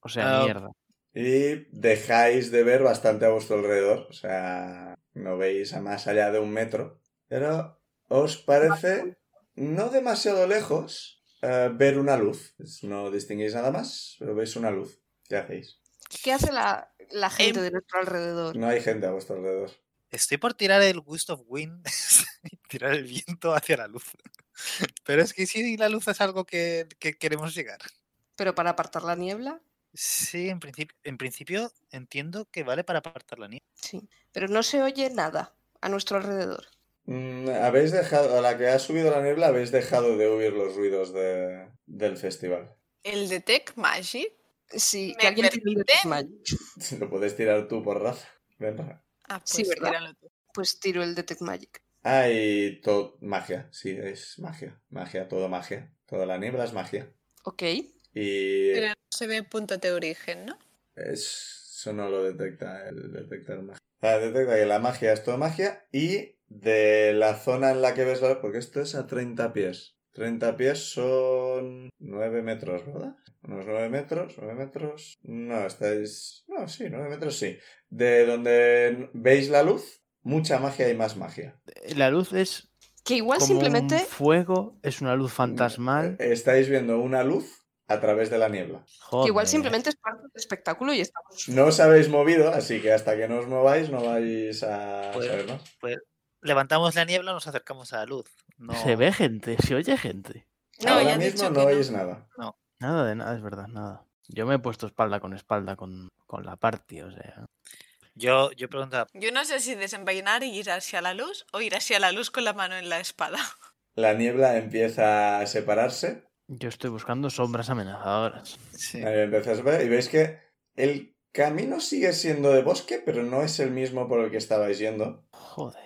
O sea, Ah. mierda. Y dejáis de ver bastante a vuestro alrededor. O sea, no veis a más allá de un metro. Pero os parece no demasiado lejos eh, ver una luz. No distinguís nada más, pero veis una luz. ¿Qué hacéis? ¿Qué hace la, la Em gente de nuestro alrededor? No hay gente a vuestro alrededor. Estoy por tirar el Gust of Wind, y tirar el viento hacia la luz. Pero es que sí, la luz es algo que, que queremos llegar. ¿Pero para apartar la niebla? Sí, en principio, en principio entiendo que vale para apartar la nieve. Sí. Pero no se oye nada a nuestro alrededor. Mm, Habéis dejado, a la que ha subido la niebla, habéis dejado de oír los ruidos de- del festival. El Detect Magic. Sí, ¿Me que alguien tiene un permiten? Detect Magic. Lo puedes tirar tú por Rafa. Ven, Rafa. Ah, pues Sí, ¿verdad? tíralo tú. Pues tiro el Detect Magic. Ah, y todo, magia, sí, es magia, magia, todo magia. Toda la niebla es magia. Ok. Y Pero no se ve punto de origen, ¿no? es- eso no lo detecta el detectar magia. O sea, detecta que la magia es toda magia y de la zona en la que ves la... Porque esto es a 30 pies. 30 pies son 9 metros, ¿verdad? Unos 9 metros, 9 metros. No, estáis. No, sí, 9 metros sí. De donde veis la luz, mucha magia y más magia. La luz es Que igual como un simplemente fuego, es una luz fantasmal. Eh, Estáis viendo una luz a través de la niebla. que Joder. igual simplemente es parte del espectáculo y estamos. Mm. No os habéis movido, así que hasta que no os mováis no vais a Pues- saber más. Levantamos la niebla, nos acercamos a la luz. No, Se ve gente, se oye gente. No, ya Ahora he mismo dicho no que no. veis nada. Nada de nada, es verdad, nada. Yo me he puesto espalda con espalda con, con la party, o sea. Yo, yo preguntaba, Yo no sé si desenvainar y ir hacia la luz o ir hacia la luz con la mano en la espada. La niebla empieza a separarse. Yo estoy buscando sombras amenazadoras. sí, la niebla empieza a separar- y veis que el camino sigue siendo de bosque, pero no es el mismo por el que estabais yendo. Joder,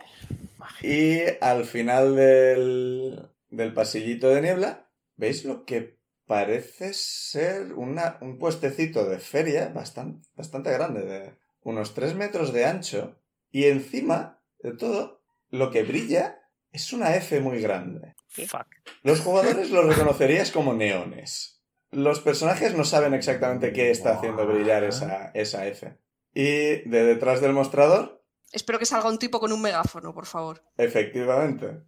magia. Y al final del, del pasillito de niebla, veis lo que parece ser una- un puestecito de feria bastante, bastante grande, de unos 3 metros de ancho. Y encima de todo, lo que brilla es una F muy grande. fuck. Los jugadores los reconocerías como neones. Los personajes no saben exactamente qué está haciendo brillar esa, esa F. Y de detrás del mostrador, Espero que salga un tipo con un megáfono, por favor. efectivamente,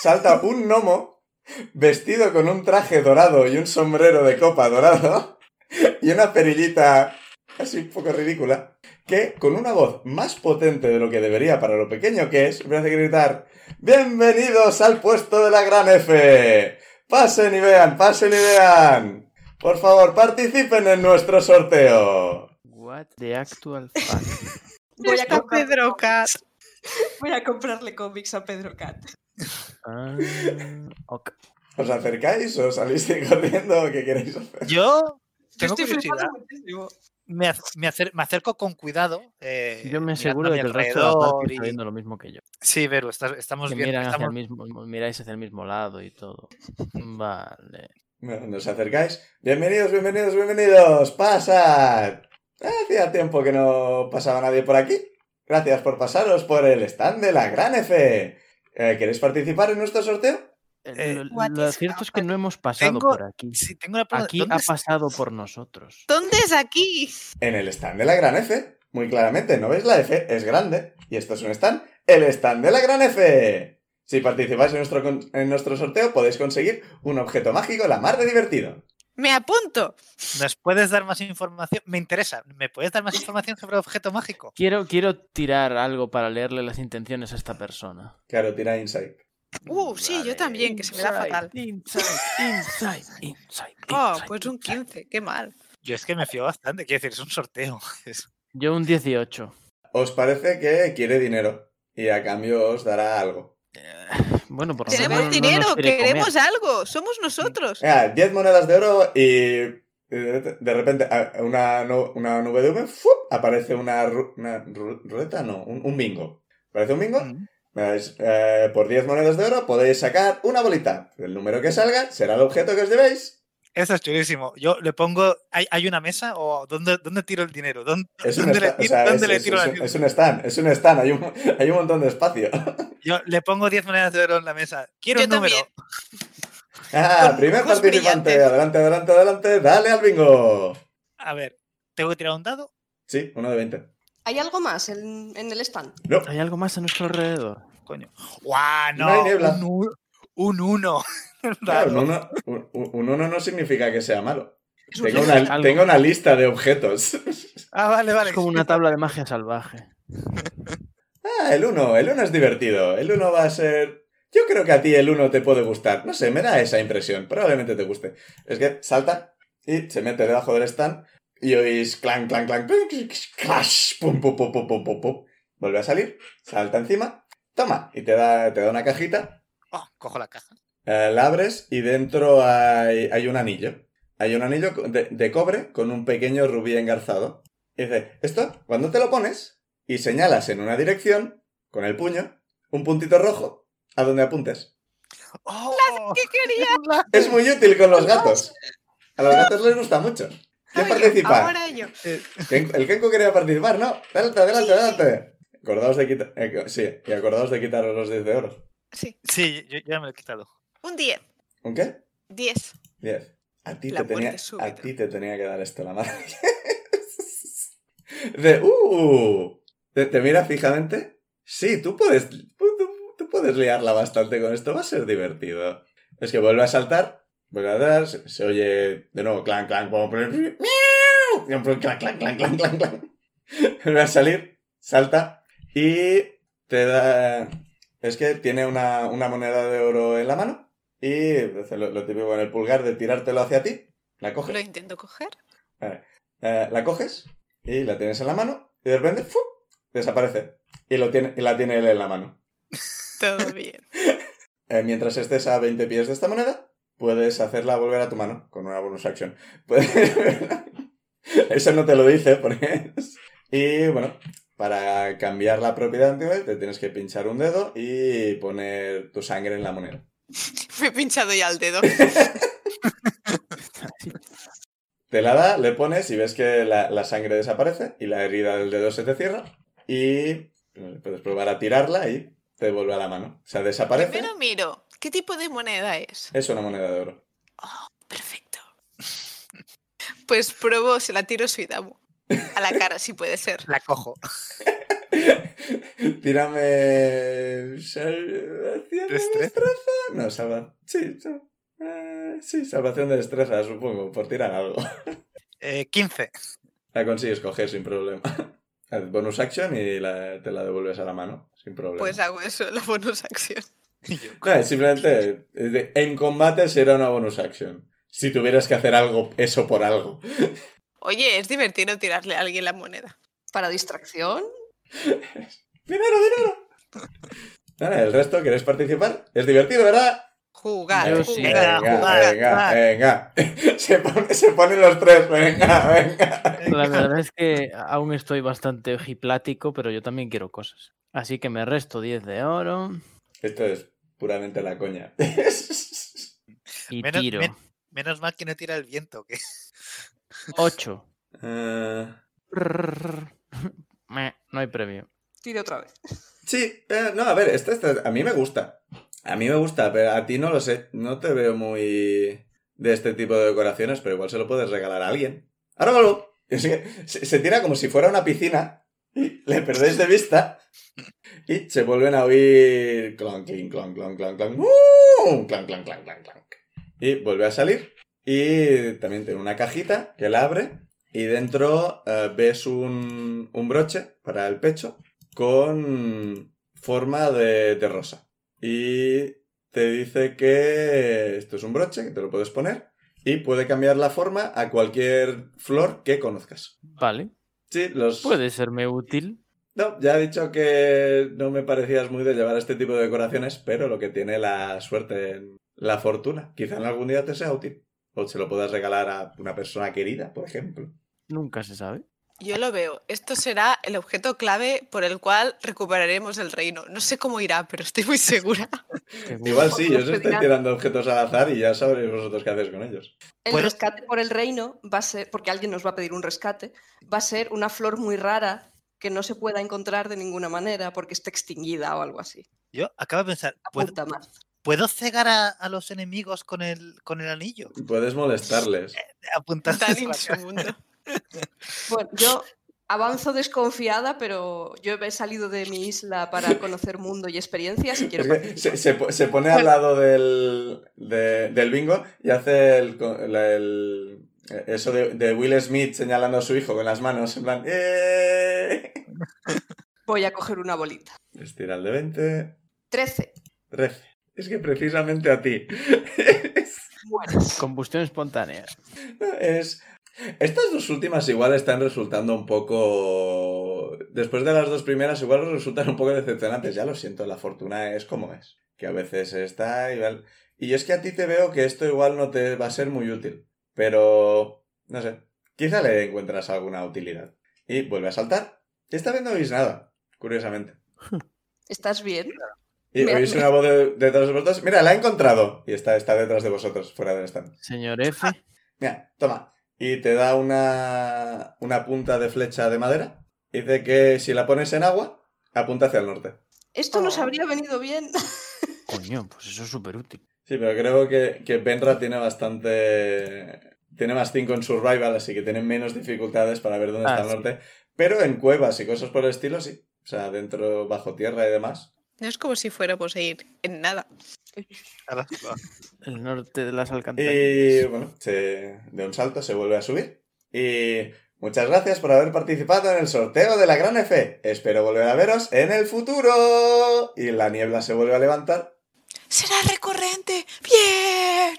salta un gnomo vestido con un traje dorado y un sombrero de copa dorado y una perillita así un poco ridícula, que con una voz más potente de lo que debería para lo pequeño que es, me hace gritar, ¡Bienvenidos al puesto de la gran F! ¡Pasen y vean, pasen y vean! Por favor, participen en nuestro sorteo. What the actual fuck. Voy a, Está comprar- Pedro Cat. voy a comprarle cómics a Pedro Cat. Ah, ok. ¿Os acercáis o salís corriendo o qué queréis hacer? Yo Yo tengo estoy curiosidad. flipando muchísimo. Me, ac- me acer- me acerco con cuidado. eh, Yo me mirando aseguro a de mi que el resto de la party alrededor está y- viendo lo mismo que yo. Sí, Vero, estás- estamos Que bien. miran hacia estamos- el mismo, miráis hacia el mismo lado y todo. Vale. Bueno, nos acercáis. Bienvenidos, bienvenidos, bienvenidos. Pasad. Hacía tiempo que no pasaba nadie por aquí. Gracias por pasaros por el stand de la Gran F. Eh, ¿Queréis participar en nuestro sorteo? Eh, Lo- what lo is cierto es que no hemos pasado Tengo- por aquí. Sí, tengo una pregunta. Aquí ¿Dónde ha está- pasado por nosotros. ¿Dónde es aquí? En el stand de la Gran F. Muy claramente, ¿no veis la F? Es grande. Y esto es un stand. El stand de la Gran F. Si participáis en nuestro, con- en nuestro sorteo podéis conseguir un objeto mágico la mar de divertido. Me apunto. ¿Nos puedes dar más información? Me interesa. ¿Me puedes dar más información sobre el objeto mágico? Quiero, quiero tirar algo para leerle las intenciones a esta persona. Claro, tira insight. Uh, sí, yo también, que se me da fatal. Inside, inside, inside. Oh, pues un 15, qué mal. Yo es que me fío bastante. Quiero decir, es un sorteo. es- Yo un 18. Os parece que quiere dinero y a cambio os dará algo. Bueno, por lo menos Tenemos no nos dinero, quiere comer. Eh, queremos algo. Somos nosotros. Venga, 10 Ah, monedas de oro y eh, de repente a- una, nu- una nube de humo, ¡fup! aparece una, ru- una ru- ruleta, no, un, un bingo. ¿Parece un bingo? Mm. Me dais, eh, por 10 monedas de oro podéis sacar una bolita. El número que salga será el objeto que os llevéis. Eso es chulísimo. Yo le pongo. ¿Hay, hay una mesa o dónde, dónde tiro el dinero? ¿Dónde, Es un, dónde le esta- o tiro, sea, dónde es- le es- tiro es la un- tiro? es un stand, es un stand, hay un, hay un montón de espacio. Yo le pongo 10 monedas de oro en la mesa. Quiero Yo un número. también. Ah, Con primer ojos participante, brillantes. adelante, adelante, adelante, dale al bingo. A ver, ¿tengo que tirar un dado? Sí, uno de 20. ¿Hay algo más en, en el stand? No, ¿Hay algo más a nuestro alrededor? Coño. ¡Guau! No No. hay niebla. Un, u- un uno. claro, un Dado. uno, un- un uno no significa que sea malo. Es un Tengo gesto. una, Algo. tengo una lista de objetos. Ah, vale, vale. Es como una tabla de magia salvaje. Ah, el uno, el uno es divertido. El uno va a ser... Yo creo que a ti el uno te puede gustar. No sé, me da esa impresión. Probablemente te guste. Es que salta y se mete debajo del stand y oís clan, clan, clan, clan, clash, pum, pum, pum, pum, pum, pum, pum. Vuelve a salir, salta encima, toma, y te da, te da una cajita Oh, cojo la caja. Eh, la abres y dentro hay, hay un anillo. Hay un anillo co- de, de cobre con un pequeño rubí engarzado. Y dice, esto, cuando te lo pones y señalas en una dirección, con el puño, un puntito rojo, a donde apuntes. ¡Oh! ¿Qué quería? Es muy útil con los gatos. A los gatos les gusta mucho. ¿Quién Oye, participa? Ahora yo. Ken- El Kenko quería participar, ¿no? Adelante, adelante, adelante. Acordaos de quitar... eh, sí, y acordaos de quitaros los 10 de oro. Sí. Sí, yo, yo ya me lo he quitado. Un 10. ¿Un qué? 10. 10. A ti, La te tenía, muerte súbita. a ti te tenía que dar esto la madre. De, uh, te, te mira fijamente. Sí, tú puedes, tú, tú- tú puedes liarla bastante con esto, va a ser divertido. Es que vuelve a saltar, vuelve a dar, se, se oye de nuevo clan, clan, como por el- miau, y un por el clan, clan, clan, clan, clan, clan. Vuelve a salir, salta y te da... Es que tiene una, una moneda de oro en la mano. Y hace lo, lo típico con el pulgar de tirártelo hacia ti. La coges. Lo intento coger. eh, la coges y la tienes en la mano. Y de repente ¡fu! desaparece. Y, lo tiene, y la tiene él en la mano. Todo bien. Eh, mientras estés a 20 pies de esta moneda, puedes hacerla volver a tu mano con una bonus action. Puedes- Eso no te lo dice porque... es- Y bueno, para cambiar la propiedad antigua, te tienes que pinchar un dedo y poner tu sangre en la moneda. Me he pinchado ya el dedo. Te la da, le pones y ves que la, la sangre desaparece y la herida del dedo se te cierra y eh, puedes probar a tirarla y te vuelve a la mano. O sea, desaparece. Primero miro. ¿Qué tipo de moneda Eh. es? Es una moneda de oro. Perfecto. Pues pruebo, se la tiro a Suidamu. A la cara, si puede ser. La cojo. Tírame... Salvación de Destreza. destreza. No, salva... Sí, sal- eh, sí, salvación de destreza, supongo, por tirar algo. Eh, 15. La consigues coger sin problema. Haz bonus action y la- te la devuelves a la mano, sin problema. Pues hago eso, la bonus acción. Y yo, No, es simplemente es de- en combate será una bonus action. Si tuvieras que hacer algo, eso por algo. Oye, es divertido tirarle a alguien la moneda. Para distracción, ¡Dinero, dinero! Nada, el resto, ¿queréis participar? Es divertido, ¿verdad? Jugar. Yo jugar. sí. Venga, jugar, venga, jugar. venga. Se, pone- se ponen los tres, venga, venga. La verdad es que aún estoy bastante ojiplático, pero yo también quiero cosas. Así que me resto 10 de oro Esto es puramente la coña. y Menos- tiro. men- menos mal que no tira el viento. Que... 8. Eh, No hay premio. tire otra vez. sí, eh, no, a ver, esta, esta- a mí me gusta. A mí me gusta, pero a ti no lo sé. No te veo muy de este tipo de decoraciones, pero igual se lo puedes regalar a alguien. Ahora vuelvo. Es que se, se tira como si fuera una piscina, y le perdéis de vista y se vuelven a oír clon, clon, clon, clon, clon, clon, ¡uh! clon, clon, clon, clon, clon. Y vuelve a salir y también tiene una cajita que la abre y dentro eh, ves un, un broche para el pecho con forma de, de rosa. Y te dice que esto es un broche, que te lo puedes poner y puede cambiar la forma a cualquier flor que conozcas. Vale, Sí, los... puede serme útil. No, ya he dicho que no me parecías muy de llevar este tipo de decoraciones, pero lo que tiene la suerte, la fortuna, quizá en algún día te sea útil. O se lo puedas regalar a una persona querida, por ejemplo. Nunca se sabe. Yo lo veo. Esto será el objeto clave por el cual recuperaremos el reino. No sé cómo irá, pero estoy muy segura. Igual sí, yo os estoy tirando objetos al azar y ya sabréis vosotros qué hacéis con ellos. El Bueno. rescate por el reino va a ser, porque alguien nos va a pedir un rescate, va a ser una flor muy rara que no se pueda encontrar de ninguna manera porque está extinguida o algo así. Yo acabo de pensar, ¿puedo, Apunta más. puedo cegar a, a los enemigos con el, con el anillo? Puedes molestarles. Apuntando Tan inmundo. Bueno, yo avanzo desconfiada, pero yo he salido de mi isla para conocer mundo y experiencias y quiero Es que se, se po- se pone al lado del, de- del bingo y hace el, co- la- el- eh, eso de, de Will Smith señalando a su hijo con las manos, en plan... "¡Eh!". voy a coger una bolita. Estira el de 20, 13. 13. Es que precisamente a ti. Mueres. Combustión espontánea. Es... Estas dos últimas igual están resultando un poco... Después de las dos primeras igual resultan un poco decepcionantes. Ya lo siento, la fortuna es como es. Que a veces está igual... Y yo es que a ti te veo que esto igual no te va a ser muy útil. Pero... No sé. Quizá le encuentras alguna utilidad. Y vuelve a saltar. Y esta vez no oís nada, curiosamente. ¿Estás bien? Y Me- oís me- una voz de- detrás de vosotros. Mira, la he encontrado. Y está, está detrás de vosotros, fuera del stand. Señor F. Mira, toma. Y te da una, una punta de flecha de madera. Dice que si la pones en agua, apunta hacia el norte. Esto nos Ah. Oh. habría venido bien. Coño, pues eso es súper útil. Sí, pero creo que, que Benra tiene bastante... Tiene más 5 en survival, así que tiene menos dificultades para ver dónde Ah, está el sí. norte. Pero en cuevas y cosas por el estilo, sí. O sea, dentro, bajo tierra y demás. No es como si fuéramos a ir en nada. a las- El norte de las Y alcantarillas. Eh, bueno, se- de un salto se vuelve a subir. Y muchas gracias por haber participado en el sorteo de la Gran F. Espero volver a veros en el futuro. Y la niebla se vuelve a levantar. Será recurrente. Bien.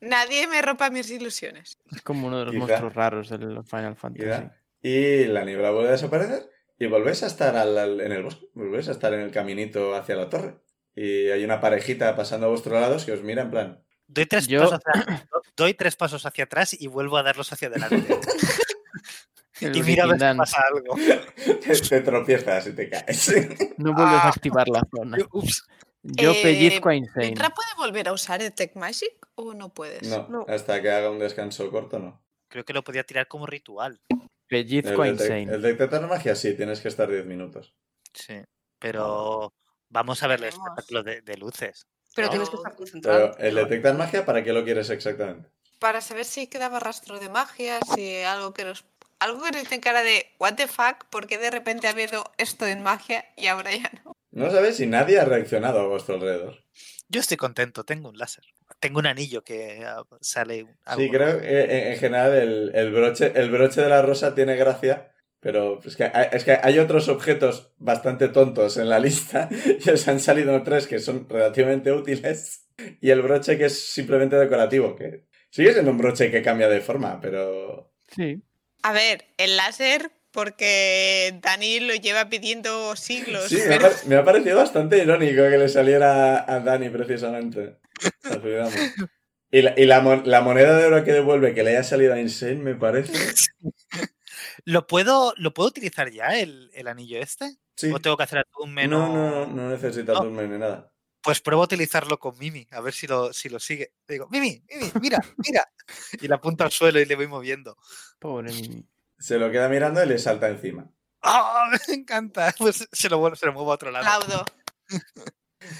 Nadie me ropa mis ilusiones. Es como uno de los Quizá. monstruos raros del Final Fantasy. Quizá. Y la niebla vuelve a desaparecer. Y volvéis a estar al- al- en el bosque. Volvéis a estar en el caminito hacia la torre. Y hay una parejita pasando a vuestros lados que os mira en plan. Doy tres, Yo- pasos hacia, do- doy tres pasos hacia atrás y vuelvo a darlos hacia adelante. El y mira a ver si Rikindan, pasa algo. Te, te tropiezas y te caes. No vuelves Ah. a activar la zona. Yo, ups, Yo Eh, pellizco a Insane. ¿Petra puede volver a usar el Tech Magic o no puedes? No, No. hasta que haga un descanso corto, no. creo que lo podía tirar como ritual. Pellizco a El, detec- Insane. el detectar magia sí, tienes que estar 10 minutos. Sí. Pero vamos a ver el Veremos. espectáculo de, de luces. Pero No. tienes que estar concentrado. Pero el detectar magia, ¿para qué lo quieres exactamente? Para saber si quedaba rastro de magia, si algo que nos... Algo que nos en cara de, what the fuck, porque de repente ha habido esto en magia y ahora ya no? No sabéis si nadie ha reaccionado a vuestro alrededor. Yo estoy contento, tengo un láser. Tengo un anillo que ah, sale. un- Sí, algo- creo que eh, en general el, el broche, el broche de la rosa tiene gracia, pero pues, es que, hay, es que hay otros objetos bastante tontos en la lista y os han salido tres que son relativamente útiles y el broche que es simplemente decorativo, que sigue siendo un broche que cambia de forma, pero... Sí. A ver, el láser, porque Dani lo lleva pidiendo siglos. Sí, me ha, pero- par- me ha parecido bastante irónico que le saliera a Dani precisamente. Lo olvidamos. Y, la, y la mon- la moneda de oro que devuelve que le haya salido a Insane, me parece. ¿Lo puedo, ¿Lo puedo utilizar ya el, el anillo este? Sí. ¿O tengo que hacer un menú? No, no, no necesita No. turno ni nada. Pues pruebo a utilizarlo con Mimi, a ver si lo, si lo sigue. Le digo, Mimi, Mimi, mira, mira. Y la apunto al suelo y le voy moviendo. Pobre mí. Se lo queda mirando y le salta encima. ¡Ah! me encanta. Pues se lo, vuelvo- se lo muevo a otro lado. Aplaudo.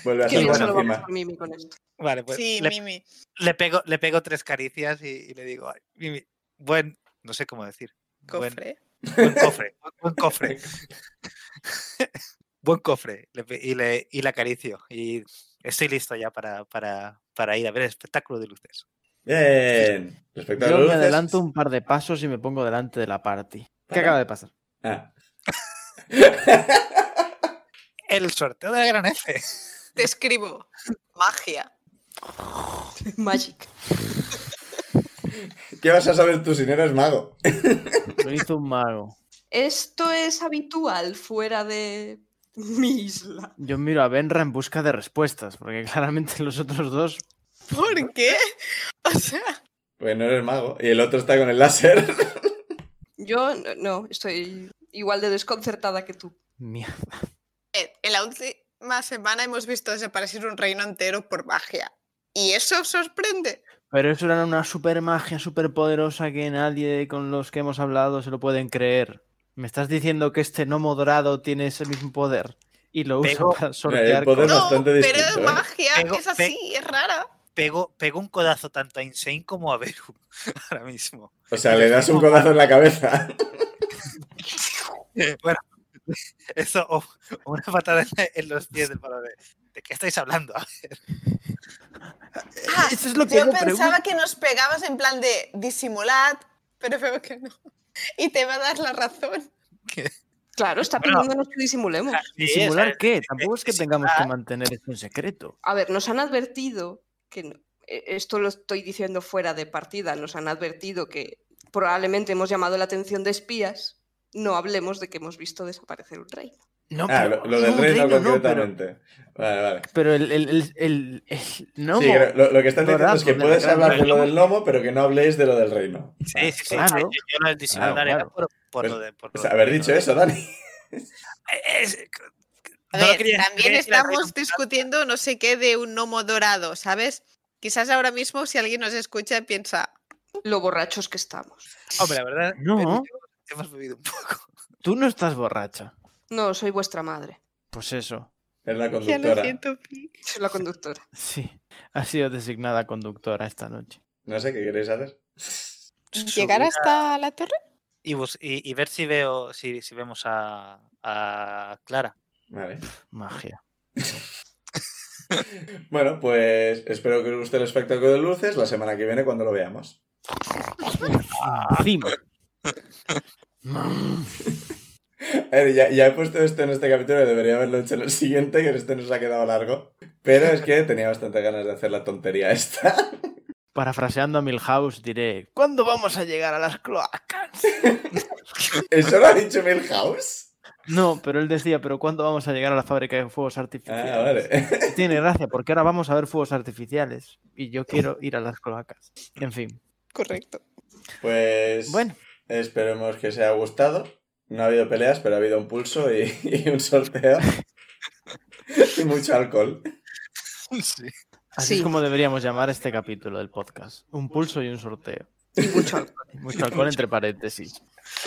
Vuelve a Qué Que bien bueno, se saltar lo vamos encima. por Mimi con esto. Vale, pues sí, le, Mimi. le pego, le pego tres caricias y, y le digo, "Ay, Mimi, buen, no sé cómo decir. Buen, Cofre. buen cofre, buen- buen cofre. buen cofre. Le pe- y, le, y le acaricio. Y estoy listo ya para, para, para ir a ver el espectáculo de luces. Bien. Respecto a Yo las me luces- adelanto un par de pasos y me pongo delante de la party. ¿Qué Vale. acaba de pasar? Ah. El sorteo de la gran F. Te escribo. Magia. Magic. ¿Qué vas a saber tú si no eres mago? Lo hizo un mago. Esto es habitual fuera de mi isla. Yo miro a Benra en busca de respuestas, porque claramente los otros dos. ¿Por qué? O sea, Pues no eres mago. Y el otro está con el láser. Yo no- no, estoy igual de desconcertada que tú. Mierda. Eh, En la última semana hemos visto desaparecer un reino entero por magia. Y eso os sorprende. Pero eso era una super magia super poderosa que nadie con los que hemos hablado se lo pueden creer. ¿Me estás diciendo que este gnomo dorado tiene ese mismo poder? Y lo usa Pegó. para Eh, sortear el poder cosas? No, bastante pero es distinto, ¿eh? magia, Pego- es así, es rara. Pego, pego un codazo tanto a Insane como a Beru ahora mismo. O sea, le das un codazo en la cabeza. Bueno, eso o o una patada en, en los pies del palo de. ¿De qué estáis hablando? A ver, Ah, Eso es lo que Yo yo pensaba que nos pegabas en plan de disimulad, pero veo que no. Y te va a dar la razón. Claro, está Bueno. pidiéndonos que disimulemos. sí, ¿Disimular o sea, qué? Tampoco es que tengamos que disimular. mantener esto en secreto. A ver, nos han advertido que no- e- esto lo estoy diciendo fuera de partida, nos han advertido que probablemente hemos llamado la atención de espías. No hablemos de que hemos visto desaparecer un rey. No, Ah, pero- lo, lo del un reino, reino no, pero- concretamente. Vale, vale. Pero el, el, el, el, el gnomo. Sí, creo- lo, lo que estás diciendo Dorado, es que del puedes gran hablar de lo reino. del lomo, pero que no habléis de lo del reino. Sí, sí, sí. claro. Yo, yo lo del disimular Claro, era claro. por, por Pues- lo de. Por lo O sea, de- haber dicho eso, Dani. Es- A no lo ver, quería- también quería decir al reino, estamos discutiendo no sé qué de un gnomo dorado, ¿sabes? Quizás ahora mismo si alguien nos escucha piensa, Lo borrachos que estamos. Hombre, la verdad. No. Beru, Hemos bebido un poco. Tú no estás borracha. No, soy vuestra madre. Pues eso. Es la ya lo conductora. siento, Pi". Soy la conductora. Sí. Ha sido designada conductora esta noche. No sé qué queréis hacer. ¿Llegar Subir a- hasta la torre? Y, bus- y, y ver si veo si, si vemos a, a Clara. Vale. Magia. Bueno, pues espero que os guste el espectáculo de luces la semana que viene cuando lo veamos. Encima. Mm. A ver, ya, ya he puesto esto en este capítulo y debería haberlo hecho en el siguiente, que este nos ha quedado largo. Pero es que tenía bastante ganas de hacer la tontería esta. Parafraseando a Milhouse, diré: ¿Cuándo vamos a llegar a las cloacas? ¿Eso lo ha dicho Milhouse? No, pero él decía: ¿Pero cuándo vamos a llegar a la fábrica de fuegos artificiales? Ah, vale. Tiene gracia, porque ahora vamos a ver fuegos artificiales. Y yo quiero ir a las cloacas. En fin. Correcto. Pues Bueno, esperemos que os haya gustado. No ha habido peleas, pero ha habido un pulso y, y un sorteo. y mucho alcohol. Sí. así Sí. es como deberíamos llamar este capítulo del podcast: Un pulso y un sorteo. Y mucho alcohol. Mucho alcohol entre paréntesis.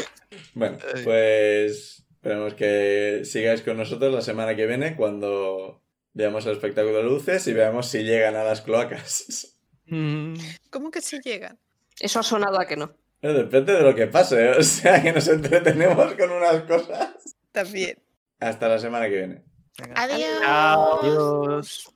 Bueno, pues esperemos que sigáis con nosotros la semana que viene cuando veamos el espectáculo de luces y veamos si llegan a las cloacas. Mm. ¿Cómo que si llegan? Eso ha sonado a que no. Eh, Depende de lo que pase, ¿eh? o sea que nos entretenemos con unas cosas. También. Hasta la semana que viene. Adiós. Chao. Adiós.